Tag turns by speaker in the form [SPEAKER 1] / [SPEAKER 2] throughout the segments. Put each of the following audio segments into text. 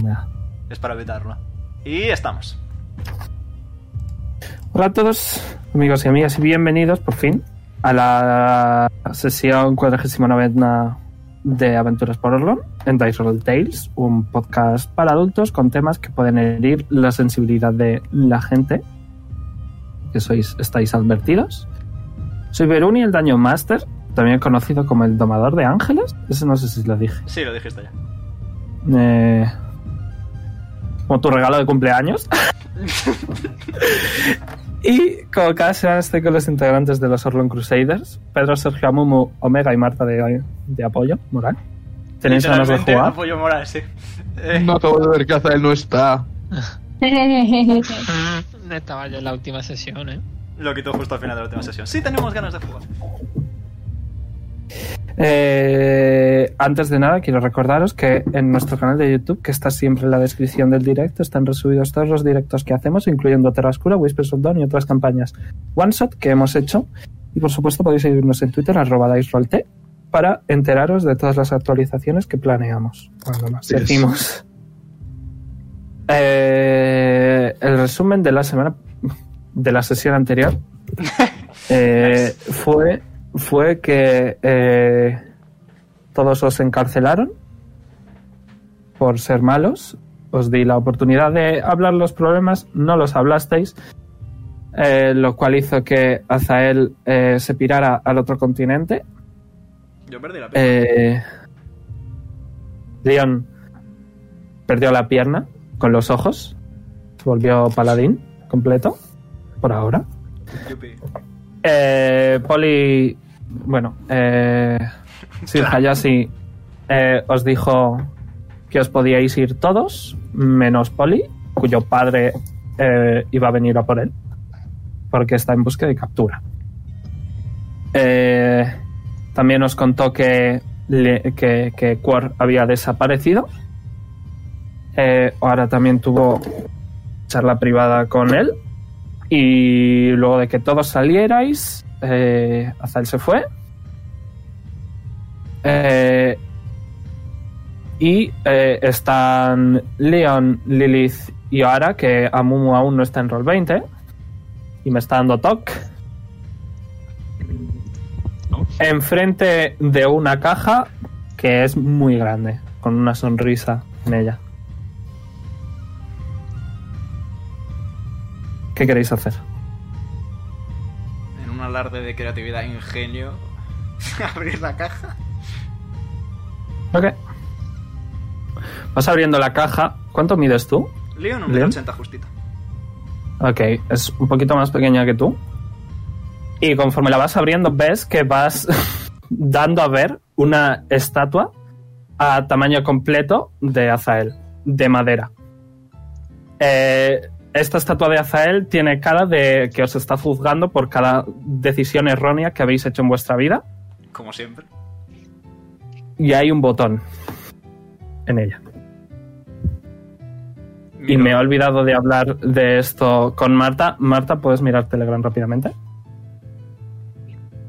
[SPEAKER 1] Venga.
[SPEAKER 2] Es para evitarlo. Y estamos.
[SPEAKER 1] Hola a todos, amigos y amigas, y bienvenidos por fin a la sesión 49 de Aventuras por Orlon en Dice Roll Tales, un podcast para adultos con temas que pueden herir la sensibilidad de la gente. Que sois, estáis advertidos. Soy Beruni, el Daño Master, también conocido como el Domador de Ángeles. Ese no sé si lo dije.
[SPEAKER 2] Sí, lo dijiste ya.
[SPEAKER 1] Eh, como tu regalo de cumpleaños. y como cada semana estoy con los integrantes de los Orlon Crusaders, Pedro, Sergio Amumu, Omega y Marta de, de apoyo moral. ¿Tenéis ganas de
[SPEAKER 2] Literalmente,
[SPEAKER 1] jugar?
[SPEAKER 2] apoyo moral, sí. Eh,
[SPEAKER 3] No acabo de ver que Azael no está.
[SPEAKER 4] Eh,
[SPEAKER 5] No estaba yo en la última sesión, ¿eh?
[SPEAKER 2] Lo quitó justo al final de la última sesión. Sí, tenemos ganas de jugar.
[SPEAKER 1] Eh, antes de nada, quiero recordaros que en nuestro canal de YouTube, que está siempre en la descripción del directo, están resubidos todos los directos que hacemos, incluyendo Terra Oscura, Whispers of Dawn y otras campañas One Shot que hemos hecho. Y por supuesto, podéis seguirnos en Twitter, arroba DiceRollT, para enteraros de todas las actualizaciones que planeamos. Cuando las
[SPEAKER 3] Así es.
[SPEAKER 1] decimos. Eh, el resumen de la semana de la sesión anterior eh, fue, fue que eh, todos os encarcelaron por ser malos. Os di la oportunidad de hablar los problemas, no los hablasteis, eh, lo cual hizo que Azael eh, se pirara al otro continente.
[SPEAKER 2] Yo perdí la pena.
[SPEAKER 1] Eh, Leon perdió la pierna con los ojos, se volvió paladín completo, por ahora.
[SPEAKER 2] Yupi.
[SPEAKER 1] Eh, Poli. Bueno, eh, Sir Hayashi eh, os dijo que os podíais ir todos, menos Poli, cuyo padre eh, iba a venir a por él, porque está en busca de captura. Eh, también os contó que, le- que, que Quor había desaparecido. Eh, ahora también tuvo charla privada con él. Y luego de que todos salierais, eh, Azael se fue. Eh, y eh, están Leon, Lilith y Oara, que Amumu aún no está en Roll 20. Y me está dando toc. Enfrente de una caja que es muy grande, con una sonrisa en ella. ¿Qué queréis hacer?
[SPEAKER 2] En un alarde de creatividad e ingenio, abrir la caja.
[SPEAKER 1] Ok. Vas abriendo la caja. ¿Cuánto mides tú?
[SPEAKER 2] Leon, un
[SPEAKER 1] Leon.
[SPEAKER 2] 80 justito.
[SPEAKER 1] Ok, es un poquito más pequeña que tú. Y conforme la vas abriendo, ves que vas dando a ver una estatua a tamaño completo de Azael, de madera. Eh, esta estatua de Azael tiene cara de que os está juzgando por cada decisión errónea que habéis hecho en vuestra vida.
[SPEAKER 2] Como siempre.
[SPEAKER 1] Y hay un botón en ella. Y
[SPEAKER 2] Miro-
[SPEAKER 1] me he olvidado de hablar de esto con Marta. Marta, ¿puedes mirar Telegram rápidamente?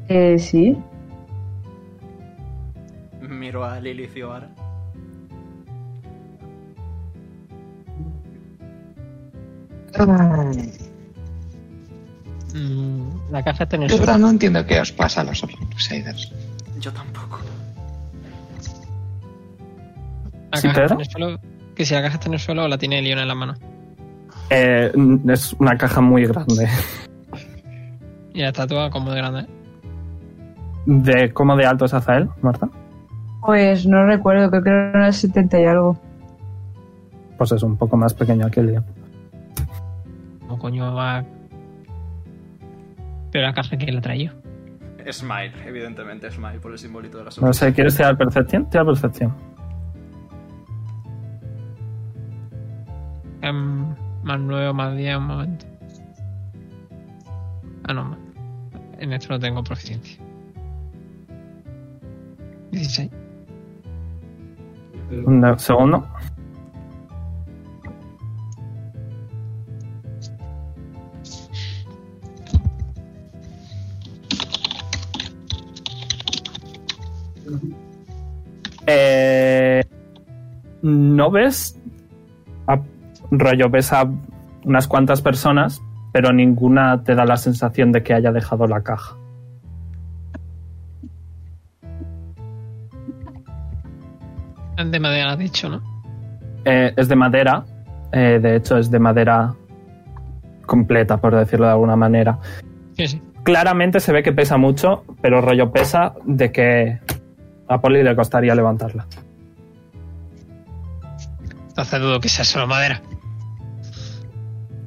[SPEAKER 4] Eh, sí.
[SPEAKER 2] Miro a Lilith y Oara.
[SPEAKER 5] Mm, La caja está en el
[SPEAKER 6] Yo ahora
[SPEAKER 5] suelo.
[SPEAKER 6] no entiendo qué os pasa a los Orlando Crusaders.
[SPEAKER 2] Yo tampoco.
[SPEAKER 5] La
[SPEAKER 1] ¿Sí,
[SPEAKER 5] caja está
[SPEAKER 1] Pedro?
[SPEAKER 5] en el suelo. Que si la caja está en el suelo, la tiene Leona en la mano.
[SPEAKER 1] Eh, n- es una caja muy grande.
[SPEAKER 5] Y la estatua como de grande.
[SPEAKER 1] ¿De cómo de alto es Azael, Marta?
[SPEAKER 4] Pues no recuerdo, creo que era 70 y algo.
[SPEAKER 1] Pues es un poco más pequeño que el día.
[SPEAKER 5] Como coño va. Pero la caja que la traía.
[SPEAKER 2] Smile, evidentemente, Smile, por el simbolito de la
[SPEAKER 1] No
[SPEAKER 2] sonrisa.
[SPEAKER 1] sé, ¿quieres tirar percepción? Tira percepción.
[SPEAKER 5] Em, más 9 más 10, un momento. Ah, no, más. En esto no tengo proficiencia. 16.
[SPEAKER 1] Un segundo. Eh, no ves a- rollo, ves a unas cuantas personas, pero ninguna te da la sensación de que haya dejado la caja.
[SPEAKER 5] Es de madera, has dicho, ¿no?
[SPEAKER 1] Eh, es de madera. eh, de hecho, es de madera completa, por decirlo de alguna manera.
[SPEAKER 5] Sí, sí.
[SPEAKER 1] Claramente se ve que pesa mucho, pero rollo pesa de que a Polly le costaría levantarla.
[SPEAKER 5] Entonces dudo que sea solo madera.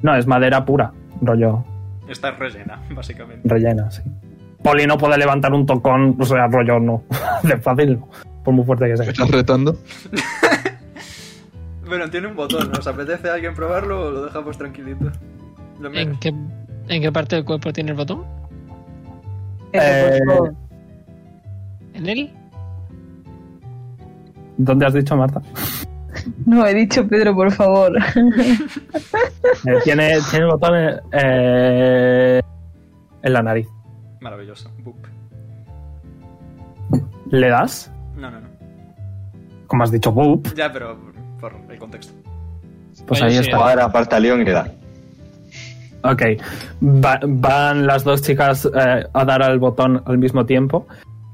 [SPEAKER 1] No, es madera pura, rollo
[SPEAKER 2] Está rellena, básicamente.
[SPEAKER 1] rellena, sí. Polly no puede levantar un tocón, o sea, rollo no. de fácil no, por muy fuerte que
[SPEAKER 3] ¿Me
[SPEAKER 1] sea.
[SPEAKER 3] estás retando?
[SPEAKER 2] Bueno, tiene un botón. ¿Os apetece a alguien probarlo o lo dejamos tranquilito? Lo
[SPEAKER 5] ¿En
[SPEAKER 2] mismo.
[SPEAKER 5] qué, ¿En qué parte del cuerpo tiene el botón?
[SPEAKER 1] Eh,
[SPEAKER 5] ¿En él?
[SPEAKER 1] ¿Dónde has dicho, Marta?
[SPEAKER 4] No, he dicho Pedro, por favor.
[SPEAKER 1] Eh, tiene, tiene el botón eh, eh, en la nariz.
[SPEAKER 2] Maravilloso. Boop.
[SPEAKER 1] ¿Le das?
[SPEAKER 2] No, no, no.
[SPEAKER 1] Como has dicho, boop,
[SPEAKER 2] Ya, pero por el contexto.
[SPEAKER 1] pues
[SPEAKER 5] Oye,
[SPEAKER 1] ahí
[SPEAKER 5] sí.
[SPEAKER 1] está.
[SPEAKER 7] Cuadra, aparta León y le da.
[SPEAKER 1] Ok. Va- van las dos chicas eh, a dar al botón al mismo tiempo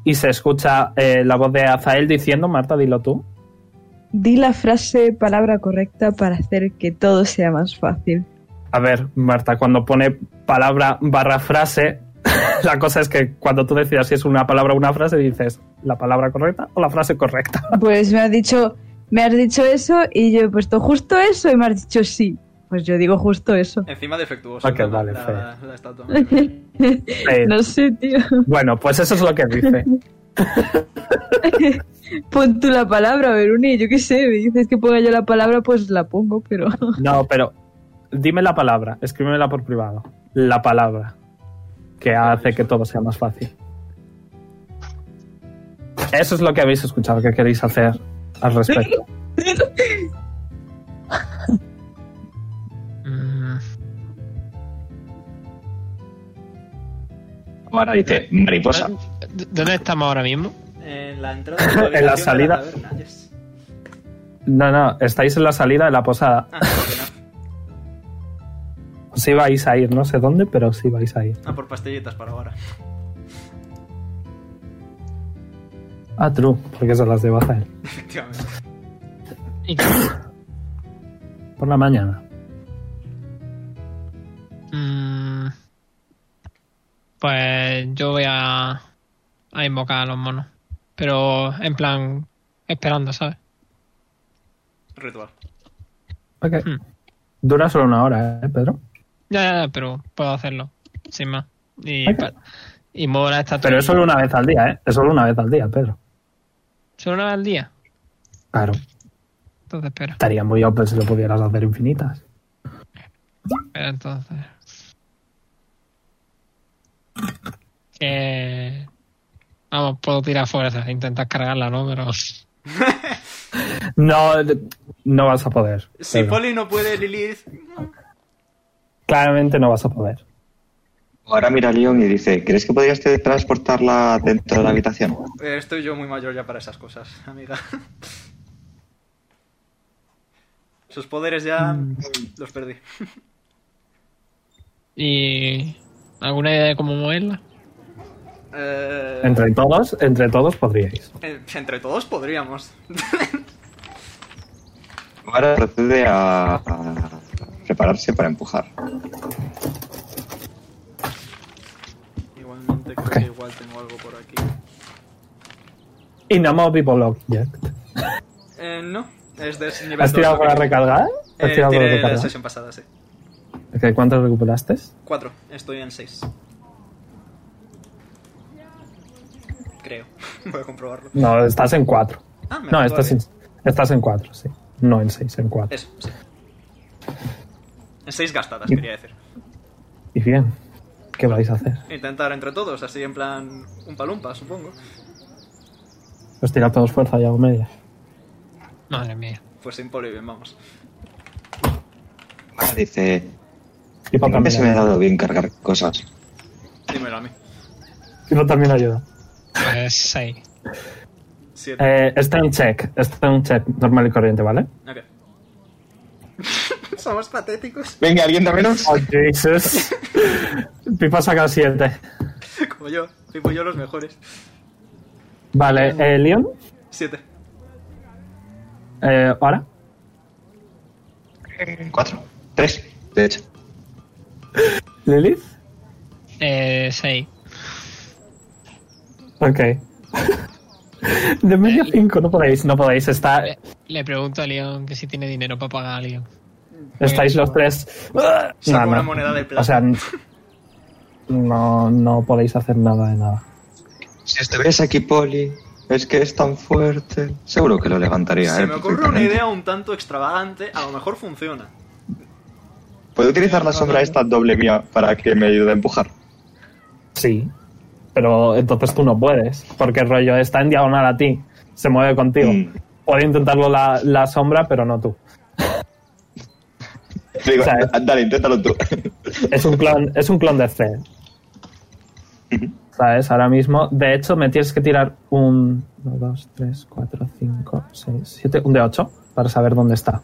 [SPEAKER 1] y se escucha eh, la voz de Azael diciendo, Marta, dilo tú.
[SPEAKER 4] Di la frase, palabra correcta para hacer que todo sea más fácil.
[SPEAKER 1] A ver, Marta, cuando pone palabra barra frase, la cosa es que cuando tú decidas si es una palabra o una frase, dices la palabra correcta o la frase correcta.
[SPEAKER 4] Pues me has dicho, me has dicho eso y yo he puesto justo eso y me has dicho sí. Pues yo digo justo eso.
[SPEAKER 2] Encima defectuoso.
[SPEAKER 1] Ok,
[SPEAKER 2] la-
[SPEAKER 1] vale,
[SPEAKER 2] la,
[SPEAKER 1] fe.
[SPEAKER 2] la estatua.
[SPEAKER 1] Eh,
[SPEAKER 4] No sé, tío.
[SPEAKER 1] Bueno, pues eso es lo que dice.
[SPEAKER 4] Pon tú la palabra, Veruni. Yo qué sé, me dices que ponga yo la palabra, pues la pongo, pero.
[SPEAKER 1] No, pero dime la palabra, escríbemela por privado. La palabra que hace que todo sea más fácil. Eso es lo que habéis escuchado, que queréis hacer al respecto.
[SPEAKER 5] Mm,
[SPEAKER 7] Ahora dice mariposa.
[SPEAKER 5] ¿dó- ¿Dónde estamos ahora mismo?
[SPEAKER 2] En la entrada. de habitación
[SPEAKER 1] En la
[SPEAKER 2] de
[SPEAKER 1] salida.
[SPEAKER 2] taberna, yes.
[SPEAKER 1] No, no, estáis en la salida de la posada.
[SPEAKER 2] Ah, ok,
[SPEAKER 1] Sí vais a ir, no sé dónde, pero sí vais a ir.
[SPEAKER 2] no. Ah, por pastillitas para ahora.
[SPEAKER 1] Ah, true, porque se las debo hacer.
[SPEAKER 2] Efectivamente.
[SPEAKER 5] ¿Y qué?
[SPEAKER 1] Por la mañana.
[SPEAKER 5] Mm, pues yo voy a, a invocar a los monos. Pero en plan, esperando, ¿sabes?
[SPEAKER 2] Ritual.
[SPEAKER 1] Ok.
[SPEAKER 5] Hmm.
[SPEAKER 1] Dura solo una hora, ¿eh, Pedro?
[SPEAKER 5] Ya, ya, ya, pero puedo hacerlo, sin más. Y,
[SPEAKER 1] Ok.
[SPEAKER 5] pa- y muevo la estatua.
[SPEAKER 1] Pero es solo una vez al día, ¿eh? Es solo una vez al día, Pedro.
[SPEAKER 5] Solo una vez al día.
[SPEAKER 1] Claro.
[SPEAKER 5] Entonces, espera,
[SPEAKER 1] Estaría muy open si lo pudieras hacer infinitas.
[SPEAKER 5] espera, entonces. Que. Eh, Vamos, puedo tirar fuerza, intentar cargarla, ¿no? Pero.
[SPEAKER 1] No, no vas a poder.
[SPEAKER 2] Si
[SPEAKER 1] Pedro.
[SPEAKER 2] Polly no puede, Lilith.
[SPEAKER 1] Claramente no vas a poder.
[SPEAKER 7] Ahora mira a León y dice, ¿crees que podrías te- transportarla dentro de la habitación?
[SPEAKER 2] eh, Estoy yo muy mayor ya para esas cosas, amiga. Sus poderes ya
[SPEAKER 1] Mm.
[SPEAKER 2] los perdí.
[SPEAKER 5] ¿Y. ¿Alguna idea de cómo moverla?
[SPEAKER 2] Eh,
[SPEAKER 1] Entre todos, entre todos podríais.
[SPEAKER 2] eh, entre todos podríamos.
[SPEAKER 7] Ahora procede a, a prepararse para empujar.
[SPEAKER 2] Igualmente creo
[SPEAKER 3] Ok.
[SPEAKER 2] que igual tengo algo por aquí.
[SPEAKER 1] Inamovible object.
[SPEAKER 2] Eh, no, es de ese nivel
[SPEAKER 1] ¿Has
[SPEAKER 2] dos,
[SPEAKER 1] tirado
[SPEAKER 2] lo
[SPEAKER 1] para
[SPEAKER 2] que-
[SPEAKER 1] recargar? ¿Has
[SPEAKER 2] Eh,
[SPEAKER 1] tirado para
[SPEAKER 2] tiré la
[SPEAKER 1] recargar?
[SPEAKER 2] sesión pasada, sí.
[SPEAKER 1] Ok, ¿Cuántas recuperaste?
[SPEAKER 2] Cuatro, estoy en seis. Creo, voy a comprobarlo.
[SPEAKER 1] No, estás en cuatro.
[SPEAKER 2] Ah, me
[SPEAKER 1] No,
[SPEAKER 2] da
[SPEAKER 1] estás en,
[SPEAKER 2] todavía.
[SPEAKER 1] estás en cuatro, sí. No en seis, en cuatro.
[SPEAKER 2] Eso, sí. En seis gastadas, quería decir.
[SPEAKER 1] Y bien, ¿qué vais a hacer?
[SPEAKER 2] Intentar entre todos, así en plan un palumpa, supongo.
[SPEAKER 1] Os tira todos fuerza y hago media.
[SPEAKER 5] Madre mía.
[SPEAKER 2] Pues sin poli, bien, vamos.
[SPEAKER 7] Ahora dice,
[SPEAKER 1] Y papá
[SPEAKER 7] nunca se me ha
[SPEAKER 1] también, ayuda.
[SPEAKER 7] dado bien cargar cosas.
[SPEAKER 2] Dímelo a mí.
[SPEAKER 1] Pipa también ayuda.
[SPEAKER 5] Pues ahí.
[SPEAKER 2] Siete.
[SPEAKER 1] Eh, está en check, está en check normal y corriente, ¿vale?
[SPEAKER 2] Ok. Somos patéticos.
[SPEAKER 7] Venga, alguien de menos.
[SPEAKER 1] Oh, Jesus. Pipa saca 7.
[SPEAKER 2] Como yo. Tipo yo los mejores.
[SPEAKER 1] Vale, eh, Leon.
[SPEAKER 2] Siete.
[SPEAKER 1] Eh, ahora.
[SPEAKER 7] Cuatro. Tres, de hecho.
[SPEAKER 1] Lilith.
[SPEAKER 5] Eh, seis.
[SPEAKER 1] Ok. De medio 5, no podéis, no podéis. Está,
[SPEAKER 5] Le, le pregunto a Leon que si tiene dinero para pagar a Leon.
[SPEAKER 1] estáis los tres. Ah,
[SPEAKER 2] Saco una moneda de plata.
[SPEAKER 1] O sea, n- no, no podéis hacer nada de nada.
[SPEAKER 7] Si estuvieras aquí, Poli, es que es tan fuerte. Seguro que lo levantaría.
[SPEAKER 2] Se
[SPEAKER 7] eh,
[SPEAKER 2] me ocurre una
[SPEAKER 7] perfectamente.
[SPEAKER 2] idea un tanto extravagante. A lo mejor funciona.
[SPEAKER 7] ¿Puedo utilizar la sombra esta doble mía para que me ayude a empujar?
[SPEAKER 1] Sí. Pero entonces tú no puedes, porque el rollo está en diagonal a ti. Se mueve contigo.
[SPEAKER 7] Mm.
[SPEAKER 1] Puede intentarlo la, la sombra, pero no tú.
[SPEAKER 7] Digo,
[SPEAKER 1] ¿Sabes?
[SPEAKER 7] "Da- dale, inténtalo tú.
[SPEAKER 1] Es un clon, es un clon de C. ¿Sabes? Ahora mismo. De hecho, me tienes que tirar un. 1, 2, 3, 4, 5, 6, 7. Un de 8 para saber dónde está.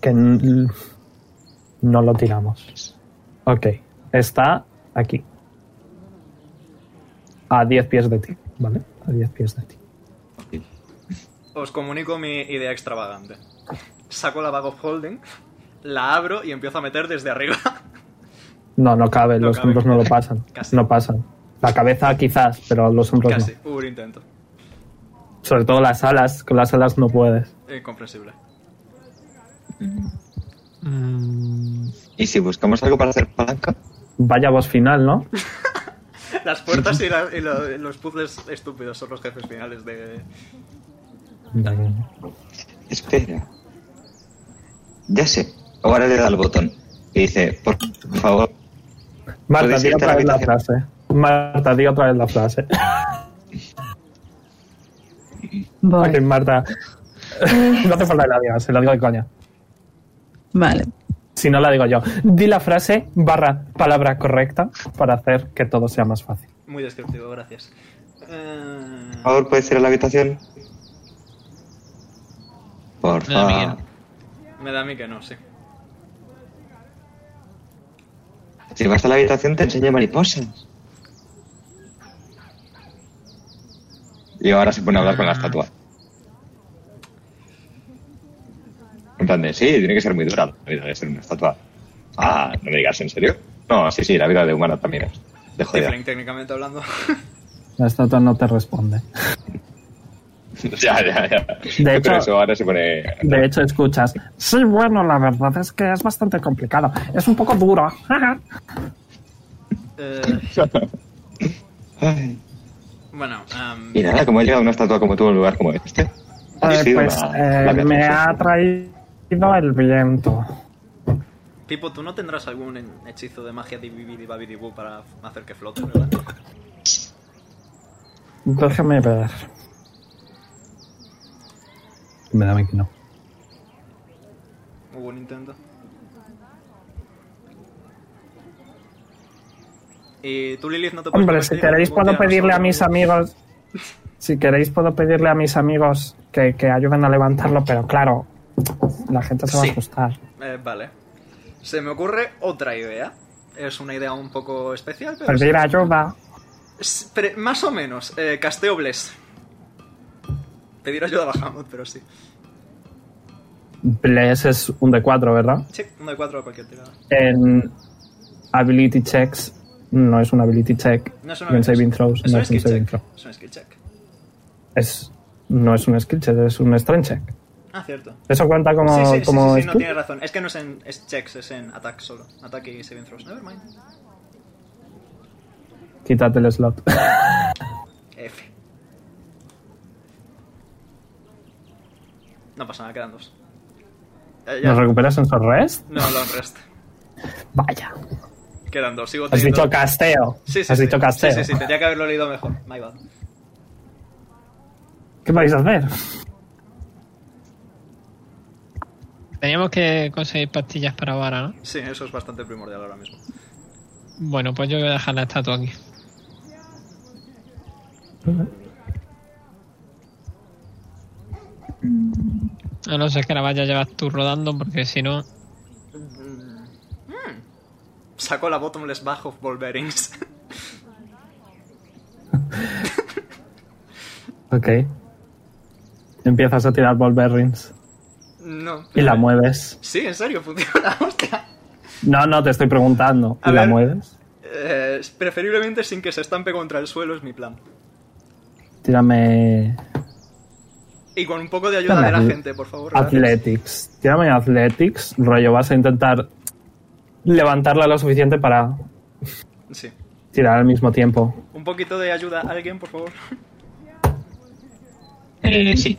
[SPEAKER 1] Que n- no lo tiramos. Ok. Está aquí. A 10 pies de ti. ¿Vale? A 10 pies de ti.
[SPEAKER 2] Os comunico mi idea extravagante. Saco la bag of holding, la abro y empiezo a meter desde arriba.
[SPEAKER 1] No, no cabe.
[SPEAKER 2] No
[SPEAKER 1] los
[SPEAKER 2] cabe.
[SPEAKER 1] hombros no lo pasan.
[SPEAKER 2] Casi.
[SPEAKER 1] No pasan. La cabeza quizás, pero los hombros no.
[SPEAKER 2] Casi. Hubo un intento.
[SPEAKER 1] Sobre todo las alas, con las alas no puedes.
[SPEAKER 2] Incomprensible.
[SPEAKER 5] Mm,
[SPEAKER 7] ¿Y si buscamos algo para hacer palanca?
[SPEAKER 1] Vaya voz final, ¿no?
[SPEAKER 2] Las puertas y, la- y lo- y los puzzles estúpidos son los jefes finales de...
[SPEAKER 7] Espera. Ya sé. Ahora le da al botón. Y dice, por favor,
[SPEAKER 1] Marta,
[SPEAKER 7] Podéis
[SPEAKER 1] di
[SPEAKER 7] irte
[SPEAKER 1] otra
[SPEAKER 7] a la
[SPEAKER 1] vez la frase.
[SPEAKER 7] habitación.
[SPEAKER 1] Marta, di otra vez la frase.
[SPEAKER 4] Vale.
[SPEAKER 1] Ok, Marta. No hace falta que la digas, se la digo de coña.
[SPEAKER 4] Vale.
[SPEAKER 1] Si no la digo yo. Di la frase barra palabra correcta para hacer que todo sea más fácil.
[SPEAKER 2] Muy descriptivo, gracias. Eh,
[SPEAKER 7] por favor, ¿puedes ir a la habitación? Por
[SPEAKER 5] Me da
[SPEAKER 7] favor.
[SPEAKER 5] miedo.
[SPEAKER 2] Me da a mí que no, sí.
[SPEAKER 7] Si vas a la habitación te enseño mariposas. Y ahora se pone a hablar con la estatua. En plan de, sí, tiene que ser muy dura la vida de ser una estatua. Ah, no me digas, ¿en serio? No, sí, sí, la vida de humana también es. De jodida.
[SPEAKER 2] Tifling, técnicamente hablando.
[SPEAKER 1] La estatua no te responde.
[SPEAKER 7] ya, ya, ya.
[SPEAKER 1] De hecho-
[SPEAKER 7] Pero eso ahora se pone...
[SPEAKER 1] De hecho, escuchas. Sí, bueno, la verdad es que es bastante complicado. Es un poco duro.
[SPEAKER 2] Eh,
[SPEAKER 7] Ay.
[SPEAKER 2] bueno, em, am,
[SPEAKER 7] Y nada, como he llegado a una estatua como tú a un lugar como este. Ha
[SPEAKER 1] Eh,
[SPEAKER 7] sido
[SPEAKER 1] pues
[SPEAKER 7] una-
[SPEAKER 1] eh,
[SPEAKER 7] una
[SPEAKER 1] me
[SPEAKER 7] catástrofe.
[SPEAKER 1] ha traído el viento.
[SPEAKER 2] Pipo, tú no tendrás algún en- hechizo de magia dividibabidibu para f- hacer que flote, ¿verdad?
[SPEAKER 1] Déjame ver. Me da que no.
[SPEAKER 2] Hubo un intento. Y tú, Lilith, no te puedes
[SPEAKER 1] Hombre,
[SPEAKER 2] convertir
[SPEAKER 1] si
[SPEAKER 2] en
[SPEAKER 1] queréis
[SPEAKER 2] ningún tiranosaurio
[SPEAKER 1] puedo pedirle a mis
[SPEAKER 2] vivo.
[SPEAKER 1] amigos. Si queréis puedo pedirle a mis amigos que, que ayuden a levantarlo, pero claro, la gente se va
[SPEAKER 2] Sí.
[SPEAKER 1] a asustar.
[SPEAKER 2] Eh, vale. Se me ocurre otra idea. Es una idea un poco especial, pero...
[SPEAKER 1] Pedir ayuda.
[SPEAKER 2] S- pre- más o menos. Eh, casteo Bless. Pedir ayuda a Bahamut, pero sí.
[SPEAKER 1] Bless es un D4, ¿verdad?
[SPEAKER 2] Sí, uno de cuatro a cualquier tirada.
[SPEAKER 1] En Ability Checks no es un Ability Check.
[SPEAKER 2] No es
[SPEAKER 1] y
[SPEAKER 2] una
[SPEAKER 1] en Saving Throws
[SPEAKER 2] es
[SPEAKER 1] no
[SPEAKER 2] un
[SPEAKER 1] es un
[SPEAKER 2] skill
[SPEAKER 1] Saving
[SPEAKER 2] check.
[SPEAKER 1] Throw.
[SPEAKER 2] Es un skill check.
[SPEAKER 1] Es, no es un Skill Check, es un Strength Check.
[SPEAKER 2] Ah, cierto.
[SPEAKER 1] Eso cuenta como,
[SPEAKER 2] sí, sí, sí,
[SPEAKER 1] como
[SPEAKER 2] sí, sí, no
[SPEAKER 1] skill?
[SPEAKER 2] tienes razón. Es que no es en es checks, es en attack solo. Ataque y saving throws. Never mind.
[SPEAKER 1] Quítate el slot.
[SPEAKER 2] F. No pasa nada, quedan dos. Eh, ya.
[SPEAKER 1] ¿Nos recuperas en Sorrest?
[SPEAKER 2] No, los rest.
[SPEAKER 1] Vaya.
[SPEAKER 2] Quedan dos, sigo
[SPEAKER 1] Has
[SPEAKER 2] teniendo-
[SPEAKER 1] dicho casteo.
[SPEAKER 2] Sí, sí,
[SPEAKER 1] Has
[SPEAKER 2] sí.
[SPEAKER 1] dicho casteo.
[SPEAKER 2] Sí, sí, sí, tendría que haberlo leído mejor. My bad.
[SPEAKER 1] ¿Qué vais a hacer?
[SPEAKER 5] Teníamos que conseguir pastillas para vara, ¿no?
[SPEAKER 2] Sí, eso es bastante primordial ahora mismo.
[SPEAKER 5] Bueno, pues yo voy a dejar la estatua aquí. A no ser que la valla llevas tú rodando, porque si no.
[SPEAKER 2] Sacó la bottomless bag of ball bearings.
[SPEAKER 1] Ok. Empiezas a tirar ball bearings
[SPEAKER 2] No.
[SPEAKER 1] y la
[SPEAKER 2] pero-
[SPEAKER 1] mueves.
[SPEAKER 2] Sí, en serio, funciona, hostia.
[SPEAKER 1] No, no, te estoy preguntando.
[SPEAKER 2] A
[SPEAKER 1] ¿Y la
[SPEAKER 2] ver.
[SPEAKER 1] mueves?
[SPEAKER 2] Eh, preferiblemente sin que se estampe contra el suelo es mi plan.
[SPEAKER 1] Tírame
[SPEAKER 2] Y con un poco de ayuda de la
[SPEAKER 1] Dame.
[SPEAKER 2] gente, por favor. gracias.
[SPEAKER 1] Athletics. Tírame Athletics. Rollo, vas a intentar levantarla lo suficiente para
[SPEAKER 2] Sí.
[SPEAKER 1] tirar al mismo tiempo.
[SPEAKER 2] Un poquito de ayuda a alguien, por favor.
[SPEAKER 7] Eh, sí.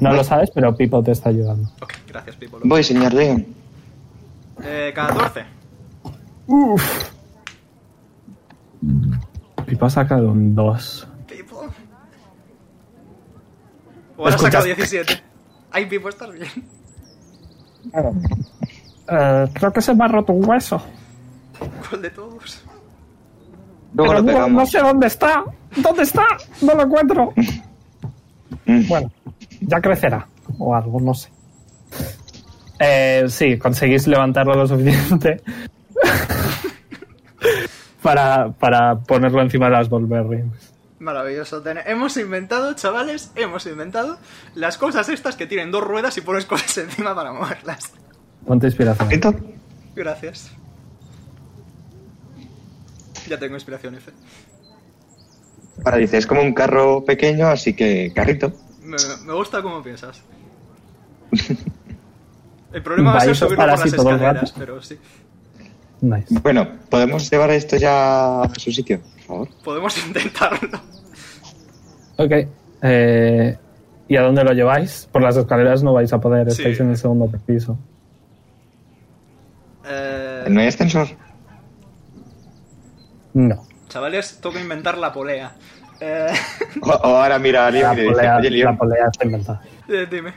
[SPEAKER 1] No lo sabes, pero Pipo te está ayudando.
[SPEAKER 2] Ok, gracias, Pipo.
[SPEAKER 7] Voy, señor Leon.
[SPEAKER 2] Eh, 14.
[SPEAKER 1] Pipo ha sacado un 2.
[SPEAKER 2] Pipo. O ahora
[SPEAKER 1] Escuchas.
[SPEAKER 2] sacado 17. Ay, Pipo, estás bien.
[SPEAKER 1] Eh, creo que se me ha roto un hueso.
[SPEAKER 2] ¿Cuál de todos?
[SPEAKER 7] Luego lo
[SPEAKER 1] no,
[SPEAKER 7] pegamos.
[SPEAKER 1] sé dónde está. ¿Dónde está? No lo encuentro.
[SPEAKER 7] Mm.
[SPEAKER 1] Bueno, ya crecerá. O algo, no sé. Eh, sí, conseguís levantarlo lo suficiente para, para ponerlo encima de las Wolverines.
[SPEAKER 2] Maravilloso. Ten- Hemos inventado, chavales, hemos inventado las cosas estas que tienen dos ruedas y pones cosas encima para moverlas.
[SPEAKER 1] Ponte inspiración.
[SPEAKER 7] ¿Esto?
[SPEAKER 2] Gracias. Ya tengo inspiración, F.
[SPEAKER 7] Ahora dice, es como un carro pequeño, así que carrito.
[SPEAKER 2] Me, me gusta cómo piensas. El problema va a ser
[SPEAKER 1] Vais a
[SPEAKER 2] subirlo por
[SPEAKER 1] estar
[SPEAKER 2] las
[SPEAKER 1] así todo el
[SPEAKER 2] escaleras,
[SPEAKER 1] rato.
[SPEAKER 2] pero sí.
[SPEAKER 1] Nice.
[SPEAKER 7] Bueno, ¿podemos llevar esto ya a su sitio, por favor?
[SPEAKER 2] Podemos intentarlo.
[SPEAKER 1] Ok. eh, ¿Y a dónde lo lleváis? Por las escaleras no vais a poder,
[SPEAKER 2] Sí.
[SPEAKER 1] estáis en el segundo piso.
[SPEAKER 2] Eh,
[SPEAKER 7] ¿No hay ascensor?
[SPEAKER 1] No.
[SPEAKER 2] Chavales, toca inventar la polea. Eh,
[SPEAKER 7] O, o ahora mira a
[SPEAKER 1] La
[SPEAKER 7] Leon y le dice,
[SPEAKER 1] polea,
[SPEAKER 7] oye,
[SPEAKER 1] la
[SPEAKER 7] Leon,
[SPEAKER 1] polea está inventada.
[SPEAKER 2] eh, dime.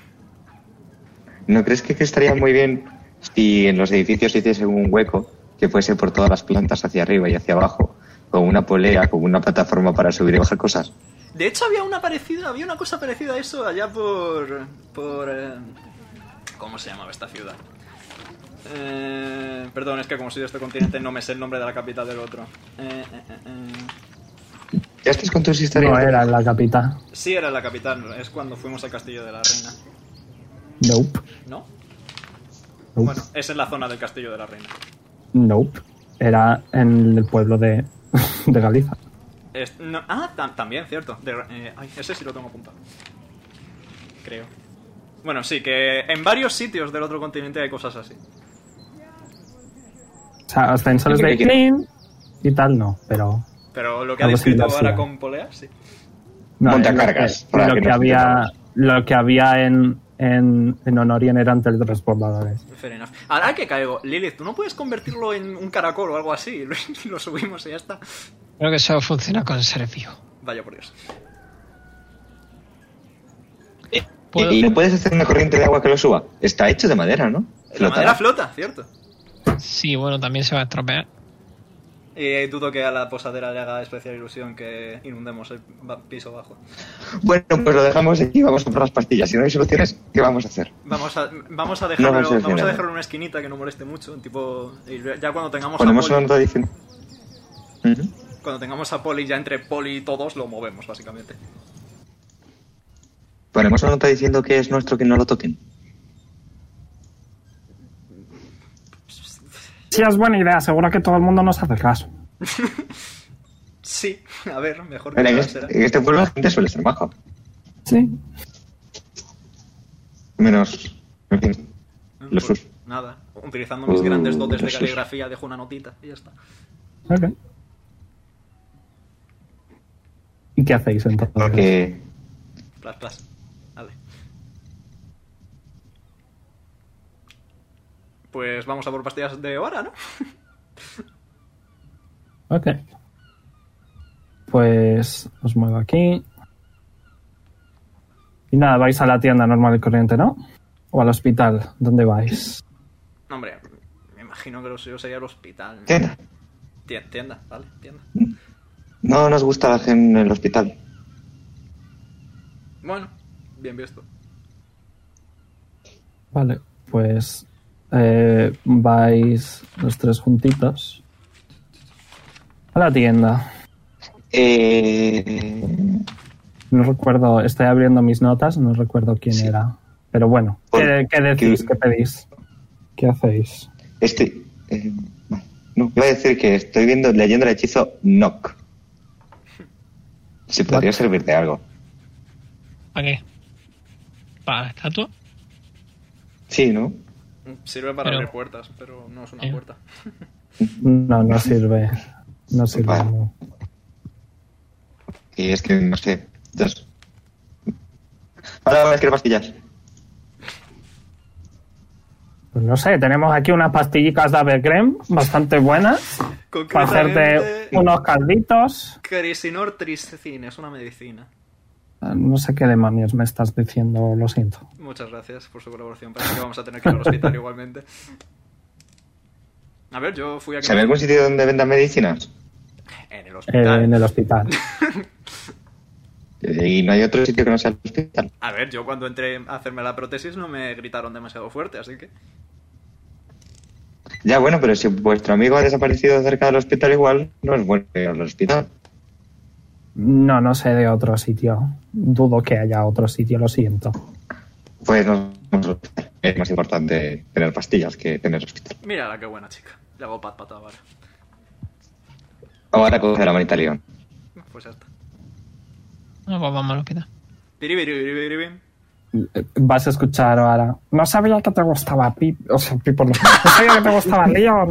[SPEAKER 7] ¿no crees que que estaría muy bien si en los edificios hiciese un hueco que fuese por todas las plantas hacia arriba y hacia abajo, con una polea, con una plataforma para subir y bajar cosas?
[SPEAKER 2] De hecho, había una parecida, había una cosa parecida a eso allá por. por. eh, ¿Cómo se llamaba esta ciudad? Eh, perdón, es que como soy de este continente no me sé el nombre de la capital del otro. Eh, eh, eh, eh.
[SPEAKER 7] ¿Ya estás con tus historias?
[SPEAKER 1] No era la capital.
[SPEAKER 2] Sí, era la capital, es cuando fuimos al castillo de la reina.
[SPEAKER 1] Nope.
[SPEAKER 2] ¿No?
[SPEAKER 1] Nope.
[SPEAKER 2] Bueno, esa es la zona del castillo de la reina.
[SPEAKER 1] Nope. Era en el pueblo de, de Galiza.
[SPEAKER 2] Es- no- ah, tam- también, cierto. De- eh, ay, ese sí lo tengo apuntado. Creo. Bueno, sí, que en varios sitios del otro continente hay cosas así.
[SPEAKER 1] O sea, ascensores de Clean y tal no, pero...
[SPEAKER 2] Pero lo que ha
[SPEAKER 1] Algo
[SPEAKER 2] descrito
[SPEAKER 1] similar, sí,
[SPEAKER 2] ahora
[SPEAKER 1] ¿eh?
[SPEAKER 2] con polea, sí.
[SPEAKER 1] No,
[SPEAKER 7] Montacargas,
[SPEAKER 1] eh, Lo
[SPEAKER 7] para
[SPEAKER 1] que, lo
[SPEAKER 7] que
[SPEAKER 1] que
[SPEAKER 7] nos
[SPEAKER 1] había,
[SPEAKER 7] entendamos.
[SPEAKER 1] lo que había en, en, en Honorien eran teletransportadores.
[SPEAKER 2] Fair enough. Ahora que caigo, Lilith, ¿tú no puedes convertirlo en un caracol o algo así? Lo, lo subimos y ya está.
[SPEAKER 5] Creo que eso funciona con Servio.
[SPEAKER 2] Vaya por Dios.
[SPEAKER 5] Puedo-
[SPEAKER 7] ¿Y, y no puedes hacer una corriente de agua que lo suba? Está hecho de madera, ¿no?
[SPEAKER 2] La
[SPEAKER 7] Flotará.
[SPEAKER 2] madera flota, cierto.
[SPEAKER 5] Sí, bueno, también se va a estropear.
[SPEAKER 2] Y dudo que a la posadera le haga especial ilusión que inundemos el ba- piso bajo.
[SPEAKER 7] Bueno, pues lo dejamos aquí y vamos a comprar las pastillas. Si no hay soluciones, ¿qué vamos a hacer?
[SPEAKER 2] Vamos a, vamos a
[SPEAKER 7] No,
[SPEAKER 2] dejarlo,
[SPEAKER 7] no sé si
[SPEAKER 2] vamos a
[SPEAKER 7] nada.
[SPEAKER 2] dejarlo en una esquinita que no moleste mucho. Tipo, y ya cuando tengamos
[SPEAKER 7] Ponemos
[SPEAKER 2] apoyo-
[SPEAKER 7] una nota diciendo... Ujú.
[SPEAKER 2] Cuando tengamos a Poli, ya entre Poli y todos lo movemos, básicamente.
[SPEAKER 7] Ponemos una nota diciendo que es nuestro que no lo toquen.
[SPEAKER 1] Sí, es buena idea. Seguro que todo el mundo nos hace caso.
[SPEAKER 2] Sí, a ver, mejor que
[SPEAKER 7] Mira, En
[SPEAKER 2] nada
[SPEAKER 7] este,
[SPEAKER 2] será.
[SPEAKER 7] en este pueblo la gente suele ser maja.
[SPEAKER 1] Sí.
[SPEAKER 7] Menos... En fin,
[SPEAKER 2] Ah,
[SPEAKER 7] los
[SPEAKER 2] pues,
[SPEAKER 7] sus.
[SPEAKER 2] Nada, utilizando mis
[SPEAKER 7] Uh,
[SPEAKER 2] grandes dotes de
[SPEAKER 7] los sus.
[SPEAKER 2] caligrafía, dejo una notita y ya está.
[SPEAKER 1] Ok. ¿Y qué hacéis entonces?
[SPEAKER 7] Porque...
[SPEAKER 2] Plas, plas. Vale. Pues vamos a por pastillas de hora, ¿no?
[SPEAKER 1] Ok. Pues os muevo aquí. Y nada, vais a la tienda normal y corriente, ¿no? O al hospital, ¿dónde vais?
[SPEAKER 2] No, hombre, me imagino que lo suyo sería el hospital. ¿no?
[SPEAKER 7] Tienda,
[SPEAKER 2] Tien- Tienda, vale, tienda.
[SPEAKER 7] no nos gusta la gente en el hospital.
[SPEAKER 2] Bueno, bien visto.
[SPEAKER 1] Vale, pues eh, vais los tres juntitos a la tienda.
[SPEAKER 7] Eh,
[SPEAKER 1] No recuerdo, estoy abriendo mis notas, no recuerdo quién
[SPEAKER 7] Sí.
[SPEAKER 1] era. Pero bueno,
[SPEAKER 7] Por-
[SPEAKER 1] ¿qué, qué decís? ¿Qué
[SPEAKER 7] que-
[SPEAKER 1] pedís? ¿Qué hacéis?
[SPEAKER 7] estoy. eh, no, iba a decir que estoy viendo, leyendo el hechizo Knock. Si podría servir de algo.
[SPEAKER 5] ¿Para qué? ¿Para la estatua?
[SPEAKER 7] Sí, ¿no?
[SPEAKER 2] Sirve para
[SPEAKER 5] Pero-
[SPEAKER 2] abrir puertas, pero no es una
[SPEAKER 5] Eh.
[SPEAKER 2] puerta.
[SPEAKER 1] No, no sirve. No sirve.
[SPEAKER 7] Vale.
[SPEAKER 1] no.
[SPEAKER 7] Y es que, no sé. Dos. Ahora voy a escribir pastillas.
[SPEAKER 1] Pues no sé, tenemos aquí unas pastillitas de Abercrem bastante buenas para hacerte
[SPEAKER 2] Concretamente,
[SPEAKER 1] unos calditos.
[SPEAKER 2] Cresinor tristecina, es una medicina.
[SPEAKER 1] Ah, No sé qué demonios me estás diciendo, lo siento.
[SPEAKER 2] Muchas gracias por su colaboración. Parece que vamos a tener que ir al hospital igualmente. A ver, yo fui a que
[SPEAKER 7] ¿Sabe algún sitio donde vendan medicinas?
[SPEAKER 2] En el
[SPEAKER 1] Eh,
[SPEAKER 2] hospital.
[SPEAKER 1] en el hospital.
[SPEAKER 7] Eh, Y no hay otro sitio que no sea el hospital.
[SPEAKER 2] A ver, yo cuando entré a hacerme la prótesis no me gritaron demasiado fuerte, así que.
[SPEAKER 7] Ya, bueno, pero si vuestro amigo ha desaparecido cerca del hospital, igual no es bueno ir al hospital.
[SPEAKER 1] No, no sé de otro sitio. Dudo que haya otro sitio, lo siento.
[SPEAKER 7] Pues no no es hospital. Es más importante tener pastillas que tener hospital.
[SPEAKER 2] Mira la que buena chica. Le hago pat pat ahora.
[SPEAKER 7] Ahora coge la manita León.
[SPEAKER 2] Pues ya está.
[SPEAKER 5] No, pues vamos al hospital.
[SPEAKER 2] Piribiribiribiribim.
[SPEAKER 1] Vas a escuchar ahora. No sabía que te gustaba Pip. O sea, Pipo no. No sabía que te gustaba Leon.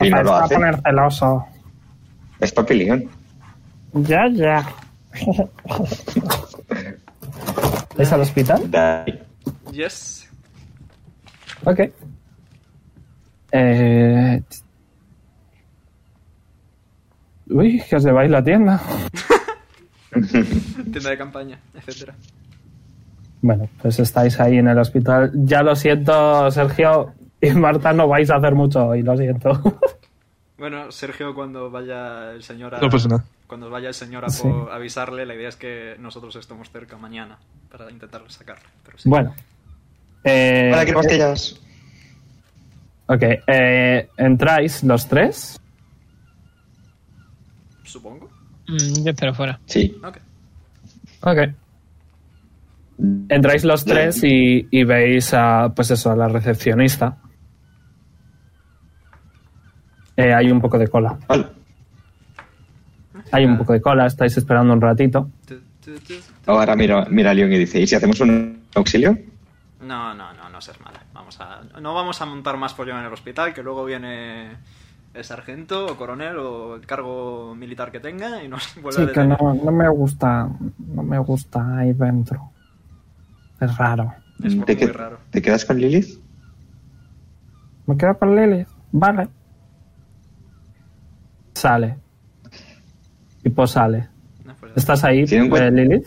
[SPEAKER 7] Y no
[SPEAKER 1] Vas
[SPEAKER 7] lo
[SPEAKER 1] a
[SPEAKER 7] hace.
[SPEAKER 1] poner celoso.
[SPEAKER 7] Es papi León.
[SPEAKER 1] Ya, ya. ¿Es al hospital?
[SPEAKER 2] Yes.
[SPEAKER 1] Ok. Eh... Uy, que os lleváis la tienda.
[SPEAKER 2] Tienda de campaña, etcétera.
[SPEAKER 1] Bueno, pues estáis ahí en el hospital. Ya lo siento, Sergio y Marta, no vais a hacer mucho hoy, lo siento.
[SPEAKER 2] Bueno, Sergio, cuando vaya el señor a.
[SPEAKER 8] No pasa nada.
[SPEAKER 2] Cuando vaya el señor a
[SPEAKER 1] Sí.
[SPEAKER 2] po- avisarle, la idea es que nosotros estemos cerca mañana para intentar sacarle. Pero sí.
[SPEAKER 1] bueno. Eh,
[SPEAKER 7] Hola, quiero pastillas.
[SPEAKER 1] ok, eh, entráis los tres.
[SPEAKER 2] Supongo.
[SPEAKER 5] Mm, yo espero fuera.
[SPEAKER 7] Sí.
[SPEAKER 2] Ok.
[SPEAKER 1] Ok. Entráis los tres y, y veis a, pues eso, a la recepcionista. Eh, hay un poco de cola.
[SPEAKER 7] Hola.
[SPEAKER 1] Hay un poco de cola, estáis esperando un ratito.
[SPEAKER 2] Tu, tu, tu.
[SPEAKER 7] Ahora mira, mira a León y dice, ¿y si hacemos un auxilio?
[SPEAKER 2] No, no, no, no seas mala. Vamos a, no vamos a montar más follón en el hospital, que luego viene el sargento o coronel o el cargo militar que tenga y nos vuelve a
[SPEAKER 1] Sí, que
[SPEAKER 2] detener.
[SPEAKER 1] no, no me gusta. No me gusta ahí dentro. Es raro.
[SPEAKER 2] Es muy
[SPEAKER 7] ¿Te, que-
[SPEAKER 2] raro.
[SPEAKER 7] ¿Te quedas con Lilith?
[SPEAKER 1] Me quedo con Lilith. Vale. Sale. Tipo sale.
[SPEAKER 2] No, pues ya está.
[SPEAKER 1] ¿Estás ahí,
[SPEAKER 7] Tiene un
[SPEAKER 1] eh,
[SPEAKER 7] buen-
[SPEAKER 1] Lilith?